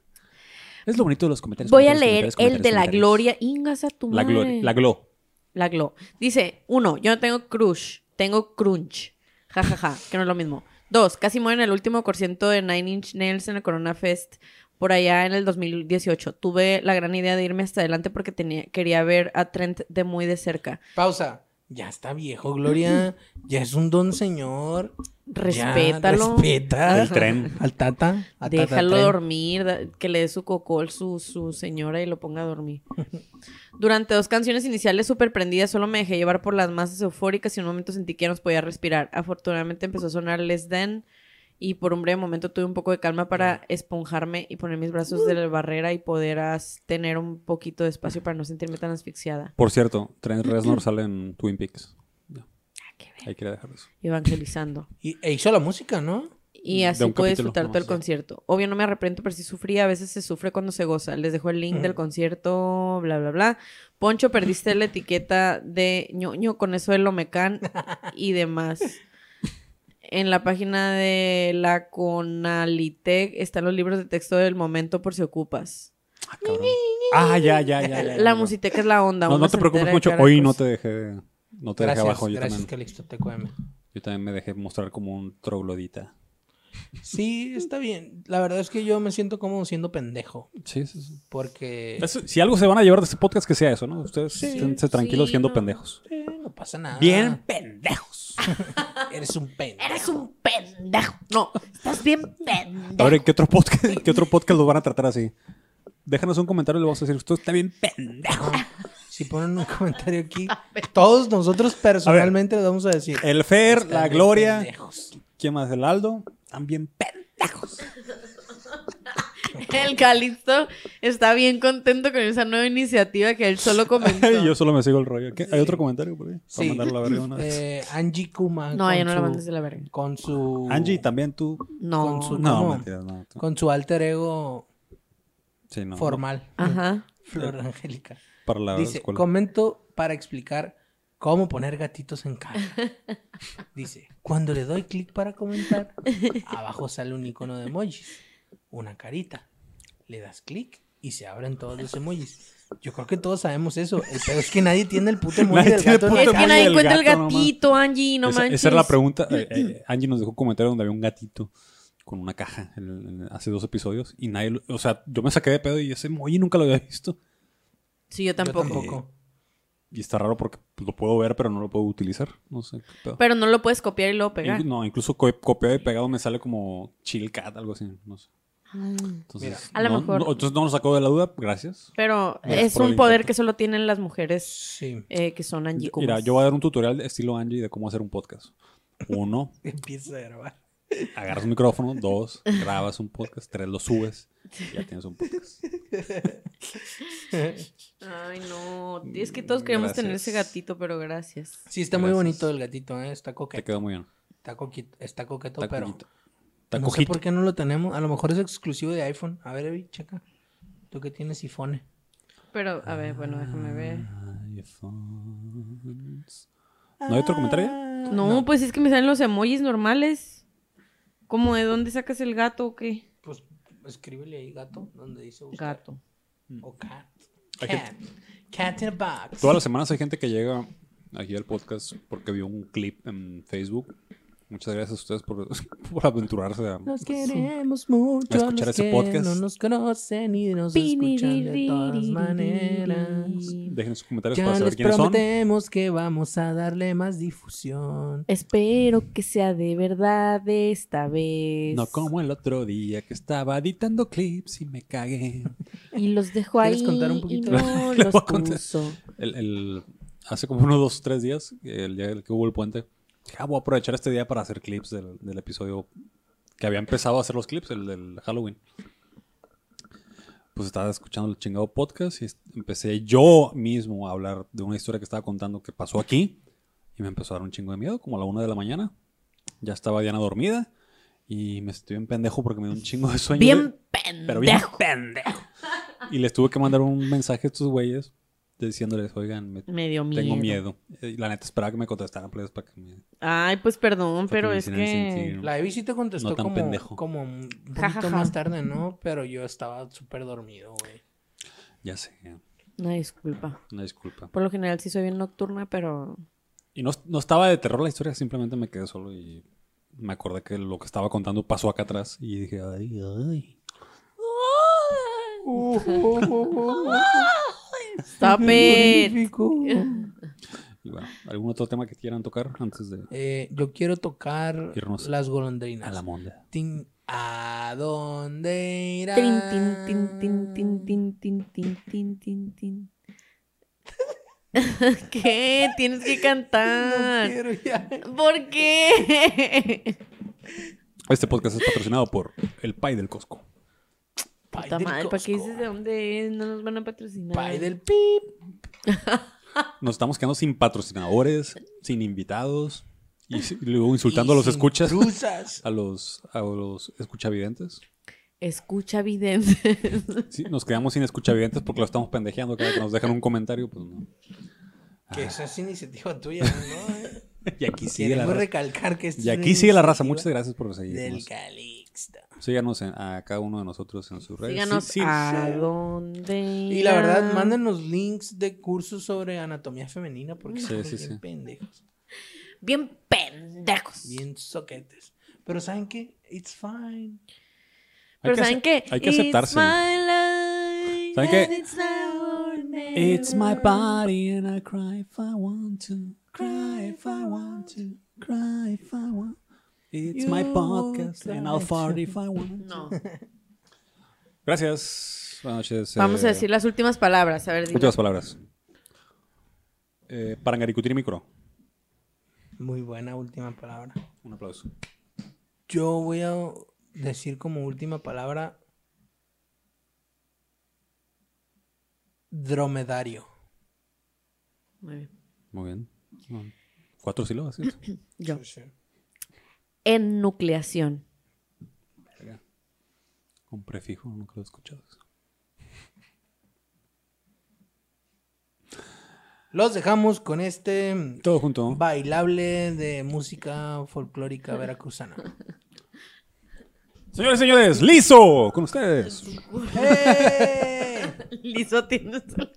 Speaker 3: Es lo bonito de los comentarios.
Speaker 1: Voy a
Speaker 3: comentarios,
Speaker 1: leer
Speaker 3: comentarios,
Speaker 1: el de la
Speaker 3: comentarios.
Speaker 1: gloria. Ingas a tu
Speaker 3: La
Speaker 1: madre.
Speaker 3: gloria. La glo.
Speaker 1: La glo. Dice, uno, yo no tengo crush, tengo crunch. Ja, ja, ja, que no es lo mismo. Dos, casi mueren el último concierto de Nine Inch Nails en el Corona Fest por allá en el 2018. Tuve la gran idea de irme hasta adelante porque tenía, quería ver a Trent de muy de cerca.
Speaker 2: Pausa. ya está viejo, Gloria. Ya es un don señor. ya,
Speaker 1: Respétalo.
Speaker 2: respeta.
Speaker 3: El tren.
Speaker 6: Al tata. al tata
Speaker 1: Déjalo
Speaker 6: tren.
Speaker 1: dormir, da- que le dé su cocol su, su señora y lo ponga a dormir. Durante dos canciones iniciales súper prendidas, solo me dejé llevar por las masas eufóricas y en un momento sentí que ya nos podía respirar. Afortunadamente empezó a sonar Less Than y por un breve momento tuve un poco de calma para esponjarme y poner mis brazos de la barrera y poder as- tener un poquito de espacio para no sentirme tan asfixiada.
Speaker 3: Por cierto, Trent Reznor sale en Twin Peaks. Ya.
Speaker 1: Ah,
Speaker 3: Ahí quería dejar eso.
Speaker 1: Evangelizando.
Speaker 2: Y, e hizo la música, ¿no?
Speaker 1: Y
Speaker 3: De
Speaker 1: así
Speaker 3: un capítulo
Speaker 1: pude disfrutar todo el
Speaker 3: nomás, ya.
Speaker 1: concierto. Obvio, no me arrepiento, pero sí sufrí. A veces se sufre cuando se goza. Les dejo el link del concierto, bla, bla, bla. Poncho, perdiste la etiqueta de ñoño con eso del Omecán y demás. En la página de la Conalitec están los libros de texto del momento por si ocupas.
Speaker 3: Ah, cabrón. Ah, ya, ya, ya. ya, ya,
Speaker 1: La
Speaker 3: ya.
Speaker 1: musiteca es la onda.
Speaker 3: No,
Speaker 1: uno
Speaker 3: no
Speaker 1: se
Speaker 3: te preocupes
Speaker 1: entera de
Speaker 3: mucho.
Speaker 1: cada
Speaker 3: Hoy
Speaker 1: cosa.
Speaker 3: no te dejé, no te dejé
Speaker 2: gracias,
Speaker 3: abajo. Yo
Speaker 2: gracias,
Speaker 3: también,
Speaker 2: Calixto, TQM.
Speaker 3: yo también me dejé mostrar como un troglodita.
Speaker 2: Sí, está bien. La verdad es que yo me siento cómodo siendo pendejo.
Speaker 3: Sí, sí, sí.
Speaker 2: Porque
Speaker 3: Eh, Eso- si algo se van a llevar de este podcast, que sea eso, ¿no? Ustedes
Speaker 2: Sí.
Speaker 3: esténse tranquilos
Speaker 1: Sí,
Speaker 3: siendo
Speaker 1: no.
Speaker 3: pendejos.
Speaker 2: eh, no pasa
Speaker 3: Ah.
Speaker 2: nada.
Speaker 7: Bien pendejos.
Speaker 2: Eres un pendejo.
Speaker 1: Eres un pendejo. No, estás bien
Speaker 3: A
Speaker 1: pendejo.
Speaker 3: ver, ¿qué otro podcast, qué otro podcast los van a tratar así? Déjanos un comentario y le vamos a decir, usted está bien pendejo.
Speaker 2: Si ponen un comentario aquí, todos nosotros personalmente les vamos a decir.
Speaker 3: El Fer, la
Speaker 2: "Están
Speaker 3: Gloria,
Speaker 2: pendejos".
Speaker 3: ¿quién más? El Aldo, también pendejos.
Speaker 1: El Calixto está bien contento con esa nueva iniciativa que él solo comentó.
Speaker 3: Yo solo me sigo el rollo. ¿Qué? ¿Hay otro comentario por ahí? Para
Speaker 2: Sí.
Speaker 3: mandarlo a la verga una vez.
Speaker 2: Eh, Angie Kuma.
Speaker 1: No,
Speaker 2: con
Speaker 1: ya no la
Speaker 2: su-
Speaker 1: mandes de la verga.
Speaker 2: Con su.
Speaker 3: Angie, también tú.
Speaker 1: No.
Speaker 2: Con su-
Speaker 3: No,
Speaker 2: ¿Cómo?
Speaker 3: mentira, no. tú-
Speaker 2: Con su alter ego
Speaker 3: Sí, no.
Speaker 2: formal.
Speaker 1: Ajá.
Speaker 2: Flor Angélica.
Speaker 3: Para la
Speaker 2: Dice,
Speaker 3: escuela.
Speaker 2: comento para explicar cómo poner gatitos en caja. Dice, cuando le doy clic para comentar, abajo sale un icono de emojis, una carita. Le das clic y se abren todos los emojis. Yo creo que todos sabemos eso. El peor es que nadie tiene el puto emoji
Speaker 3: Nadie
Speaker 2: del
Speaker 3: tiene
Speaker 2: gato. en la
Speaker 3: puto
Speaker 1: Es
Speaker 2: caja.
Speaker 1: que
Speaker 3: emoji.
Speaker 1: nadie
Speaker 3: del
Speaker 1: encuentra el
Speaker 3: gato, no
Speaker 1: gatito, Angie, no
Speaker 3: esa,
Speaker 1: manches.
Speaker 3: esa era la pregunta. Eh, eh, Angie nos dejó un comentario donde había un gatito con una caja en- en- hace dos episodios y nadie, lo- o sea, yo me saqué de pedo y ese emoji nunca lo había visto.
Speaker 1: Sí, yo
Speaker 2: Yo
Speaker 1: tampoco.
Speaker 2: tampoco.
Speaker 3: Y está raro porque pues, lo puedo ver, pero no lo puedo utilizar. No sé qué pedo.
Speaker 1: Pero no lo puedes copiar y luego pegar.
Speaker 3: Inclu- no, incluso co- copiado y pegado me sale como chill cat, algo así. No sé.
Speaker 1: Mm.
Speaker 3: Entonces,
Speaker 1: A lo
Speaker 3: no-
Speaker 1: mejor.
Speaker 3: no- entonces no nos sacó de la duda, gracias.
Speaker 1: Pero
Speaker 3: Gracias
Speaker 1: es
Speaker 3: por el
Speaker 1: un poder
Speaker 3: intento.
Speaker 1: que solo tienen las mujeres
Speaker 2: Sí.
Speaker 1: eh, que son Angie. Cumas.
Speaker 3: Mira, yo voy a dar un tutorial de estilo Angie de cómo hacer un podcast. Uno,
Speaker 2: Empieza a grabar.
Speaker 3: agarras un micrófono. Dos, grabas un podcast. Tres, lo subes. y ya tienes un podcast.
Speaker 1: Ay, no. Es que todos queremos tener ese
Speaker 3: Gracias.
Speaker 1: gatito, pero gracias.
Speaker 2: Sí, está muy
Speaker 3: Gracias.
Speaker 2: bonito el gatito, ¿eh? Está
Speaker 3: Te
Speaker 2: coqueto.
Speaker 3: quedó muy bien.
Speaker 2: Está coquito, está coqueto
Speaker 3: Está
Speaker 2: pero...
Speaker 3: coquito. Está
Speaker 2: No sé
Speaker 3: cojito.
Speaker 2: por qué no lo tenemos. A lo mejor es exclusivo de iPhone. A ver, Evi, checa. Tú que tienes iPhone.
Speaker 1: Pero, a ver, bueno, déjame ver.
Speaker 3: iPhones. ¿No hay otro comentario?
Speaker 2: Ah.
Speaker 1: No, pues es que me salen los emojis normales. ¿Cómo de dónde sacas el gato o qué?
Speaker 2: Pues escríbele ahí gato, donde dice buscar.
Speaker 1: Gato.
Speaker 2: O cat.
Speaker 3: Hay
Speaker 2: Cat. Cat in a box.
Speaker 3: Todas las semanas hay gente que llega aquí al podcast porque vio un clip en Facebook. Muchas gracias a ustedes por, por aventurarse a...
Speaker 2: Nos queremos mucho.
Speaker 3: A escuchar
Speaker 2: los
Speaker 3: ese
Speaker 2: que
Speaker 3: podcast.
Speaker 2: No nos conocen y nos escuchan de todas maneras.
Speaker 3: Dejen sus comentarios para
Speaker 2: Ya
Speaker 3: saber
Speaker 2: les
Speaker 3: quiénes son.
Speaker 2: prometemos que vamos a darle más difusión.
Speaker 1: Espero que sea de verdad esta vez.
Speaker 3: No como el otro día que estaba editando clips y me cagué.
Speaker 1: Y los dejo
Speaker 2: ¿Quieres
Speaker 1: ahí
Speaker 2: contar un
Speaker 1: y
Speaker 2: poquito?
Speaker 1: no
Speaker 3: Le
Speaker 1: los
Speaker 3: voy a contar.
Speaker 1: puso.
Speaker 3: El, el- hace como unos dos tres días, el día del que hubo el puente, dije, "Ah, voy a aprovechar este día para hacer clips del, del episodio que había empezado a hacer los clips, el del Halloween. Pues estaba escuchando el chingado podcast y es- empecé yo mismo a hablar de una historia que estaba contando que pasó aquí y me empezó a dar un chingo de miedo, como a la una de la mañana. Ya estaba Diana dormida y me sentí bien pendejo porque me dio un chingo de sueño.
Speaker 1: Bien
Speaker 3: Pero bien
Speaker 1: pendejo.
Speaker 7: Pendejo.
Speaker 3: Y les tuve que mandar un mensaje a estos güeyes diciéndoles, oigan, me,
Speaker 1: Me dio miedo.
Speaker 3: tengo miedo. Eh, La neta esperaba que me contestaran please, para que me.
Speaker 1: Ay, pues perdón,
Speaker 3: para
Speaker 1: pero
Speaker 3: me
Speaker 1: es
Speaker 3: hicieran
Speaker 1: que...
Speaker 3: sentir-
Speaker 2: La Evi sí te contestó
Speaker 3: No tan
Speaker 2: como,
Speaker 3: pendejo.
Speaker 2: como un poquito
Speaker 1: Ja, ja, ja.
Speaker 2: más tarde, ¿no? Pero yo estaba súper dormido, güey.
Speaker 3: Ya sé,
Speaker 1: Una disculpa.
Speaker 3: una disculpa.
Speaker 1: Por lo general sí soy bien nocturna, pero...
Speaker 3: Y no, no estaba de terror la historia, simplemente me quedé solo y me acordé que lo que estaba contando pasó acá atrás y dije, ay, ay.
Speaker 1: Stop it.
Speaker 3: Y Y bueno, ¿algún otro tema que quieran tocar antes de
Speaker 2: Eh, yo quiero tocar
Speaker 3: Irnos
Speaker 2: las golondrinas.
Speaker 3: a la monda?
Speaker 2: Tin- ¿A dónde irá?
Speaker 1: Tin, tin, tin, tin, tin, tin, tin, tin, tin, tin, tin. ¿Qué? Tienes que
Speaker 2: No
Speaker 1: cantar.
Speaker 2: quiero ya.
Speaker 1: ¿Por qué?
Speaker 3: Este podcast es patrocinado por el Pay del Costco.
Speaker 2: Pay
Speaker 1: Puta
Speaker 2: del
Speaker 1: madre, ¿para qué
Speaker 2: Costco.
Speaker 1: dices de dónde es? No nos van a patrocinar.
Speaker 2: Pay del pip.
Speaker 3: Nos estamos quedando sin patrocinadores, sin invitados y, si- y luego insultando a los
Speaker 2: Y sin
Speaker 3: escuchas,
Speaker 2: cruzas.
Speaker 3: a los a los escuchavidentes.
Speaker 1: Escucha videntes.
Speaker 3: Sí, nos quedamos sin escuchavidentes porque lo estamos pendejeando cada que nos dejan un comentario, pues no.
Speaker 2: Que esa es iniciativa tuya, ¿no?
Speaker 3: Y aquí sigue la
Speaker 2: Queremos
Speaker 3: raza.
Speaker 2: recalcar que esto
Speaker 3: Y
Speaker 2: es una
Speaker 3: aquí sigue la raza.
Speaker 2: iniciativa
Speaker 3: Muchas gracias por
Speaker 2: Del
Speaker 3: seguirnos.
Speaker 2: Calixto.
Speaker 3: Síganos en- a cada uno de nosotros en sus redes.
Speaker 1: Díganos
Speaker 3: Sí, sí,
Speaker 1: a dónde.
Speaker 2: Y la verdad,
Speaker 1: irán.
Speaker 2: mándenos links de cursos sobre anatomía femenina porque
Speaker 3: Sí,
Speaker 2: somos
Speaker 3: sí,
Speaker 2: bien
Speaker 3: sí.
Speaker 2: pendejos,
Speaker 1: Bien pendejos.
Speaker 2: bien soquetes. Pero ¿saben qué? It's fine.
Speaker 3: Hay
Speaker 1: Pero
Speaker 3: que
Speaker 1: ¿saben
Speaker 3: ace-
Speaker 1: qué?
Speaker 3: Hay que aceptarse.
Speaker 1: It's my life
Speaker 3: ¿Saben qué?
Speaker 1: and it's now or never.
Speaker 3: It's my body and I cry if I want to. Cry if I want to. Cry if I want. It's my
Speaker 2: You
Speaker 3: podcast and I'll
Speaker 2: cry.
Speaker 3: fart if I want.
Speaker 1: No.
Speaker 3: Gracias. Buenas noches.
Speaker 1: Vamos
Speaker 3: eh,
Speaker 1: a decir las últimas palabras. A ver, dime.
Speaker 3: Últimas palabras. Eh, Parangaricutir y micro.
Speaker 2: Muy buena última palabra.
Speaker 3: Un aplauso.
Speaker 2: Yo voy a decir como última palabra dromedario.
Speaker 1: Muy bien.
Speaker 3: Muy bien. Mm. Cuatro sílabas. ¿sí?
Speaker 1: Yo.
Speaker 2: Sí, sí.
Speaker 1: Ennucleación.
Speaker 3: Un prefijo, nunca lo he escuchado.
Speaker 2: Los dejamos con este
Speaker 3: Todo junto.
Speaker 2: bailable de música folclórica veracruzana.
Speaker 3: Señores, señores, liso con ustedes.
Speaker 2: ¡Eh!
Speaker 1: Liso tienes el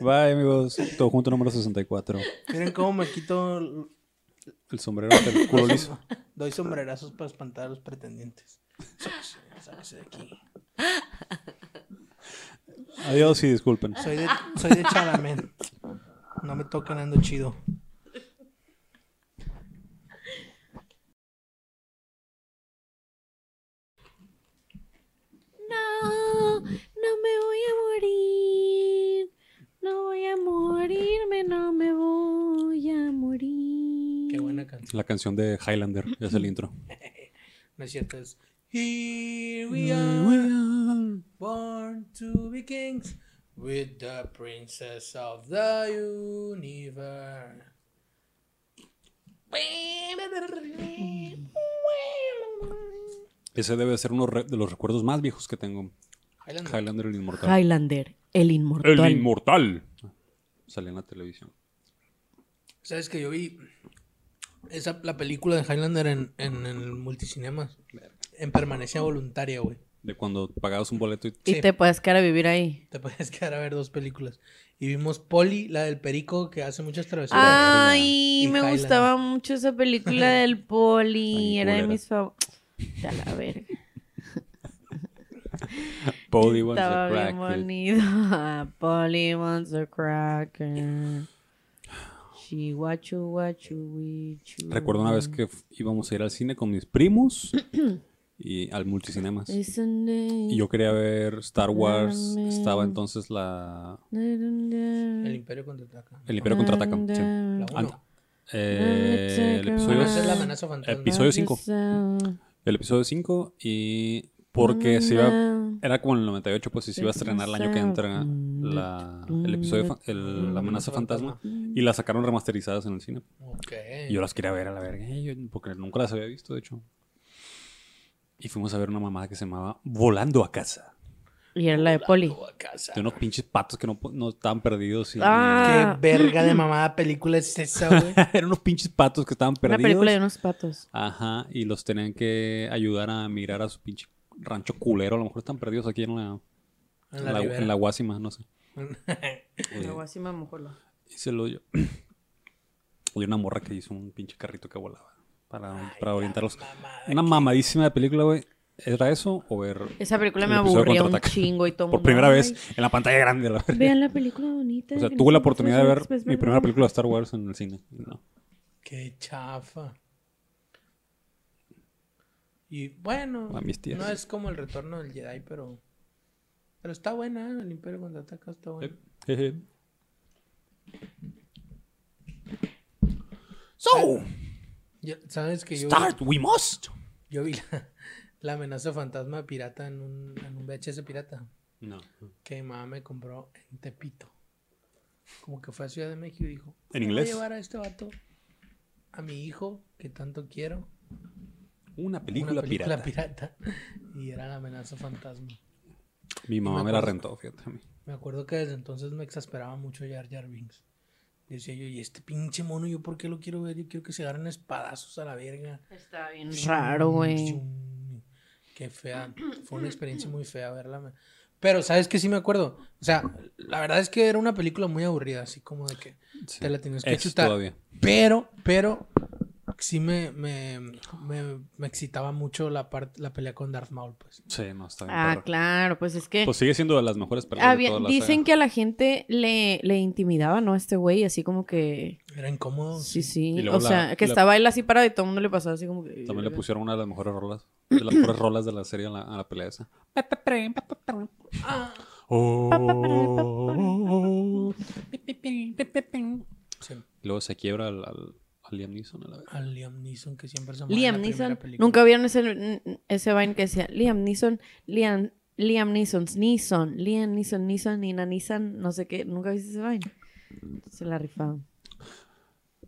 Speaker 3: Bye, amigos. Todo junto número 64.
Speaker 2: Miren cómo me quito, l-
Speaker 3: El sombrero hasta el culo liso.
Speaker 2: doy sombrerazos para espantar a los pretendientes. Sáquese, sáquese de aquí.
Speaker 3: Adiós y disculpen.
Speaker 2: Soy de, soy de Chalamet. No me tocan, ando chido.
Speaker 1: No, no me voy a morir. No voy a morirme, no me voy a morir.
Speaker 2: Qué buena canción.
Speaker 3: La canción de Highlander es el intro.
Speaker 2: No es cierto, es. Here we are, born to be kings, with the princess of the universe.
Speaker 3: Ese debe ser uno re- de los recuerdos más viejos que tengo.
Speaker 2: Highlander.
Speaker 3: Highlander el Inmortal.
Speaker 1: Highlander, el inmortal.
Speaker 3: Inmortal. Sale en la televisión.
Speaker 2: ¿Sabes que yo vi esa, la película de Highlander en, en, el multicinemas? En permanencia voluntaria, güey.
Speaker 3: De cuando pagabas un boleto y
Speaker 1: y
Speaker 2: Sí.
Speaker 1: te puedes quedar a vivir ahí.
Speaker 2: Te puedes quedar a ver dos películas. Y vimos Polly, la del perico que hace muchas travesuras.
Speaker 1: Ah. Ay,
Speaker 2: Y
Speaker 1: me
Speaker 2: Highlander.
Speaker 1: gustaba mucho esa película del poli.
Speaker 3: Ay,
Speaker 1: Era de
Speaker 3: culera.
Speaker 1: mis favoritos. A la verga.
Speaker 3: Body wants
Speaker 1: Estaba
Speaker 3: a crack.
Speaker 1: bien bonito. Polly wants a cracker. She wachu wachu wichu.
Speaker 3: Recuerdo una
Speaker 1: Mm.
Speaker 3: vez que f- íbamos a ir al cine con mis primos y al multicinemas.
Speaker 1: Isn't it-
Speaker 3: Y yo quería ver Star Wars. Estaba entonces la.
Speaker 2: El Imperio contraataca.
Speaker 3: El Imperio contraataca. sí.
Speaker 2: La
Speaker 3: Ant-
Speaker 2: uno.
Speaker 3: eh, el
Speaker 2: Pero
Speaker 3: episodio
Speaker 2: esa es la amenaza fantasma.
Speaker 3: episodio 5. El episodio 5 y porque se iba era como en el 98, pues y se iba a estrenar el año que entra la, el episodio fa- el- la amenaza fantasma y la sacaron remasterizadas en el cine.
Speaker 2: Ok.
Speaker 3: Y yo las quería ver a la verga, y yo- porque nunca las había visto, de hecho. Y fuimos a ver una mamada que se llamaba Volando a casa.
Speaker 1: Y era la de Poli.
Speaker 2: Todo a casa.
Speaker 3: De unos pinches patos que no, po- no estaban perdidos. Y,
Speaker 1: Ah,
Speaker 2: Qué verga de mamada película es esa, güey.
Speaker 3: eran unos pinches patos que estaban
Speaker 1: una
Speaker 3: perdidos.
Speaker 1: película de unos patos.
Speaker 3: Ajá, y los tenían que ayudar a mirar a su pinche rancho culero. A lo mejor están perdidos aquí en la,
Speaker 2: En
Speaker 3: en
Speaker 2: la
Speaker 3: la-
Speaker 2: ribera.
Speaker 3: en la Guasima, no sé. Eh,
Speaker 1: Algo así, mamujuelo.
Speaker 3: y se lo dio. Oye, una morra que hizo un pinche carrito que volaba para, para orientarlos.
Speaker 2: Mamada.
Speaker 3: Una mamadísima de película, güey. ¿Era eso o ver
Speaker 1: Esa película
Speaker 3: El
Speaker 1: me
Speaker 3: episodio
Speaker 1: aburría un
Speaker 3: contraataque.
Speaker 1: chingo y todo.
Speaker 3: por
Speaker 1: mundo,
Speaker 3: primera vez
Speaker 1: "Ay,
Speaker 3: en la pantalla grande? la verga?
Speaker 1: Vean la pues, película bonita.
Speaker 3: o sea,
Speaker 1: que
Speaker 3: tuve la
Speaker 1: nosotros
Speaker 3: oportunidad de ver
Speaker 1: después
Speaker 3: mi
Speaker 1: vemos".
Speaker 3: primera película de Star Wars en el cine. No.
Speaker 2: Qué chafa. Y bueno,
Speaker 3: A mis tías.
Speaker 2: no es como el retorno del Jedi, pero. Pero está buena, ¿eh? el Imperio contraataca está bueno.
Speaker 3: Eh, Jeje.
Speaker 7: So,
Speaker 3: Eh,
Speaker 2: Yo- ¿Sabes que yo,
Speaker 7: start we must.
Speaker 2: yo vi la, la amenaza fantasma pirata en un, en un VHS pirata?
Speaker 3: No.
Speaker 2: Que mi mamá me compró en Tepito. Como que fue a Ciudad de México y dijo:
Speaker 3: ¿En
Speaker 2: "Le
Speaker 3: inglés?
Speaker 2: Voy a llevar a este vato, a mi hijo, que tanto quiero.
Speaker 3: Una película,
Speaker 2: una película
Speaker 3: pirata.
Speaker 2: pirata. Y era la amenaza fantasma.
Speaker 3: Mi mamá
Speaker 2: Me
Speaker 3: me la
Speaker 2: acuerdo.
Speaker 3: rentó, fíjate. a mí.
Speaker 2: Me acuerdo que desde entonces me exasperaba mucho Jar Jar Binks. Decía yo, y este pinche mono, ¿yo por qué lo quiero ver? Yo quiero que se agarren espadazos a la verga. Mm,
Speaker 1: Está bien raro, güey.
Speaker 2: Qué fea. Fue una experiencia muy fea verla. Pero, ¿sabes qué? Sí me acuerdo. O sea, la verdad es que era una película muy aburrida, así como de que
Speaker 3: Sí.
Speaker 2: te la tienes que
Speaker 3: Es
Speaker 2: chutar.
Speaker 3: todavía.
Speaker 2: Pero, pero, sí me, me, me, me excitaba mucho la, parte la pelea con Darth Maul, pues.
Speaker 3: Sí, no, está bien.
Speaker 1: Ah,
Speaker 3: perro.
Speaker 1: claro, pues es que.
Speaker 3: Pues sigue siendo de las mejores películas.
Speaker 1: había- Ah, dicen que a la gente le, le intimidaba, ¿no? Este güey, así como que.
Speaker 2: Era incómodo.
Speaker 1: Sí,
Speaker 3: Y
Speaker 1: sí.
Speaker 3: luego
Speaker 1: O
Speaker 3: la-
Speaker 1: sea, que
Speaker 3: la-
Speaker 1: estaba él así parado y todo el mundo le pasaba así como que.
Speaker 3: También le pusieron una de las mejores rolas. De las mejores rolas de la serie a la, a la pelea esa. Oh.
Speaker 2: Sí.
Speaker 3: Y luego se quiebra al, al, a Liam Neeson a la vez.
Speaker 2: A Liam Neeson, que siempre se muere en la
Speaker 1: Liam
Speaker 2: primera
Speaker 1: Neeson.
Speaker 2: película.
Speaker 1: Nunca vieron ese, ese Vine que decía Liam Neeson, Liam, Liam Neeson, Neeson, Liam Neeson, Neeson, Nina Neeson, no sé qué. Nunca viste ese Vine. Se la rifaron.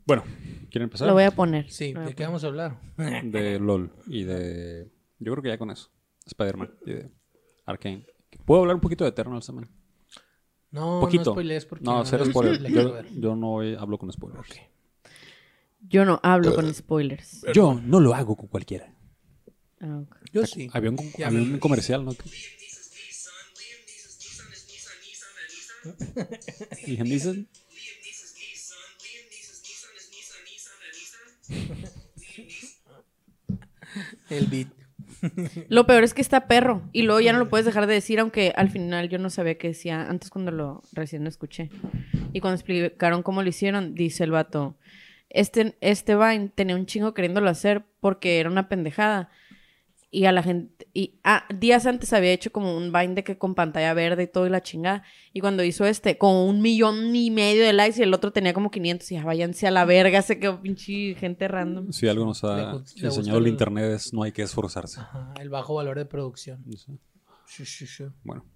Speaker 3: Bueno, ¿quieren empezar?
Speaker 1: Lo voy a poner.
Speaker 2: Sí,
Speaker 1: Lo voy a
Speaker 2: ¿de qué vamos a hablar?
Speaker 3: De LOL y de... Yo creo que ya con eso. Spider-Man y de Arkane. ¿Puedo hablar un poquito de Eternals también?
Speaker 2: No,
Speaker 3: poquito.
Speaker 2: no spoilees porque...
Speaker 3: no,
Speaker 2: la-
Speaker 3: ser spoiler.
Speaker 2: la quiero
Speaker 3: Yo,
Speaker 2: ver.
Speaker 3: yo no voy- hablo con spoilers.
Speaker 1: poner. Yo no hablo con spoilers.
Speaker 3: Yo no lo hago con cualquiera.
Speaker 1: Ah, ok.
Speaker 2: Yo sí.
Speaker 3: Había un, con-
Speaker 2: Ya
Speaker 3: había
Speaker 2: vi.
Speaker 3: un comercial, ¿no? Que- Liam Neeson.
Speaker 2: El beat.
Speaker 1: Lo peor es que está perro y luego ya no lo puedes dejar de decir, aunque al final yo no sabía qué decía antes cuando lo recién lo escuché. Y cuando explicaron cómo lo hicieron, dice el vato, este, este Vine tenía un chingo queriéndolo hacer porque era una pendejada. Y a la gente, y ah, días antes había hecho como un Vine de que con pantalla verde y todo y la chingada. Y cuando hizo este, con un millón y medio de likes y el otro tenía como 500 y ya váyanse a la verga, se quedó pinche gente random.
Speaker 3: Si algo nos
Speaker 2: Le
Speaker 3: ha
Speaker 2: gust- le gusta
Speaker 3: enseñado el
Speaker 2: el-
Speaker 3: internet es no hay que esforzarse.
Speaker 2: Ajá, el bajo valor de producción.
Speaker 3: Sí.
Speaker 2: Shu, shu, shu.
Speaker 3: Bueno,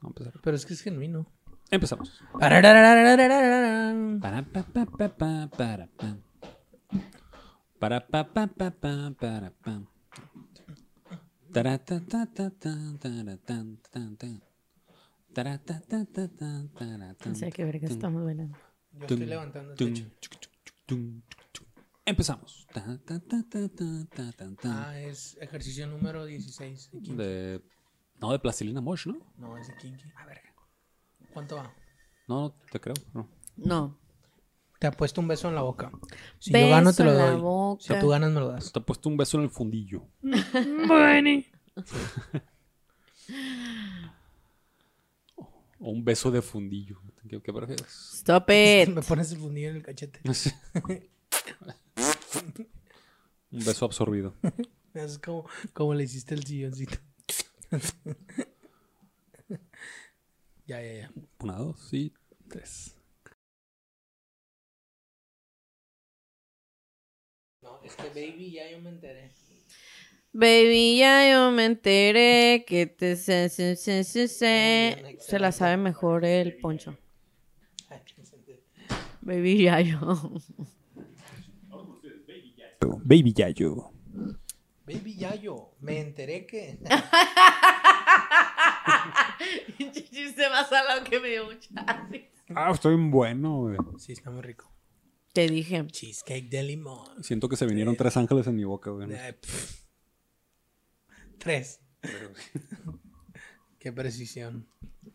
Speaker 3: vamos a empezar.
Speaker 2: Pero es que es genuino.
Speaker 3: Empezamos.
Speaker 2: Ararararararararararán.
Speaker 3: Para pa pa pa pa para pam. Para pa pa pa pa para pam. Tara ta ta ta ta tara tan tan tan. Tara ta ta ta ta tara tan.
Speaker 1: No sé qué verga
Speaker 3: tan,
Speaker 1: estamos bailando.
Speaker 2: Yo
Speaker 3: tum,
Speaker 2: estoy levantando el
Speaker 3: tum,
Speaker 2: techo.
Speaker 3: chuc, chuc, chuc, tum, chuc, chuc. Empezamos. Ta, ta, ta, ta, ta, ta, tan, tan.
Speaker 2: Ah, es ejercicio número 16. de Kinky.
Speaker 3: De no de plastilina Mosh, ¿no?
Speaker 2: No, es de Kinky. A ver. ¿Cuánto va?
Speaker 3: No, no te creo. No.
Speaker 1: No.
Speaker 2: Te apuesto un beso en la boca. Si
Speaker 1: Beso
Speaker 2: yo gano, te lo
Speaker 1: en la
Speaker 2: doy.
Speaker 1: boca.
Speaker 2: Si tú ganas, me lo das.
Speaker 3: Te ha puesto un beso en el fundillo. O un beso de fundillo. ¿Qué, qué prefieres?
Speaker 1: Stop it.
Speaker 2: Me pones el fundillo en el cachete.
Speaker 3: No sé. un beso absorbido.
Speaker 2: Es como, como le hiciste el silloncito. ya, ya, ya.
Speaker 3: Una, dos y tres.
Speaker 2: No, es que baby, ya yo me enteré.
Speaker 1: Baby, ya yo me enteré que te se, se, se, se, se.
Speaker 2: Muy bien,
Speaker 1: Se la sabe mejor el poncho. Baby, ya yo.
Speaker 3: Baby Yayo.
Speaker 2: Baby Yayo, me enteré que.
Speaker 1: Chiste más salado que me dio mucha
Speaker 3: Ah, estoy bueno, güey.
Speaker 2: sí, está muy rico.
Speaker 1: Te dije.
Speaker 2: Cheesecake de limón.
Speaker 3: Siento que se vinieron tres ángeles en mi boca, güey.
Speaker 2: Ay, pff. Tres. Qué precisión.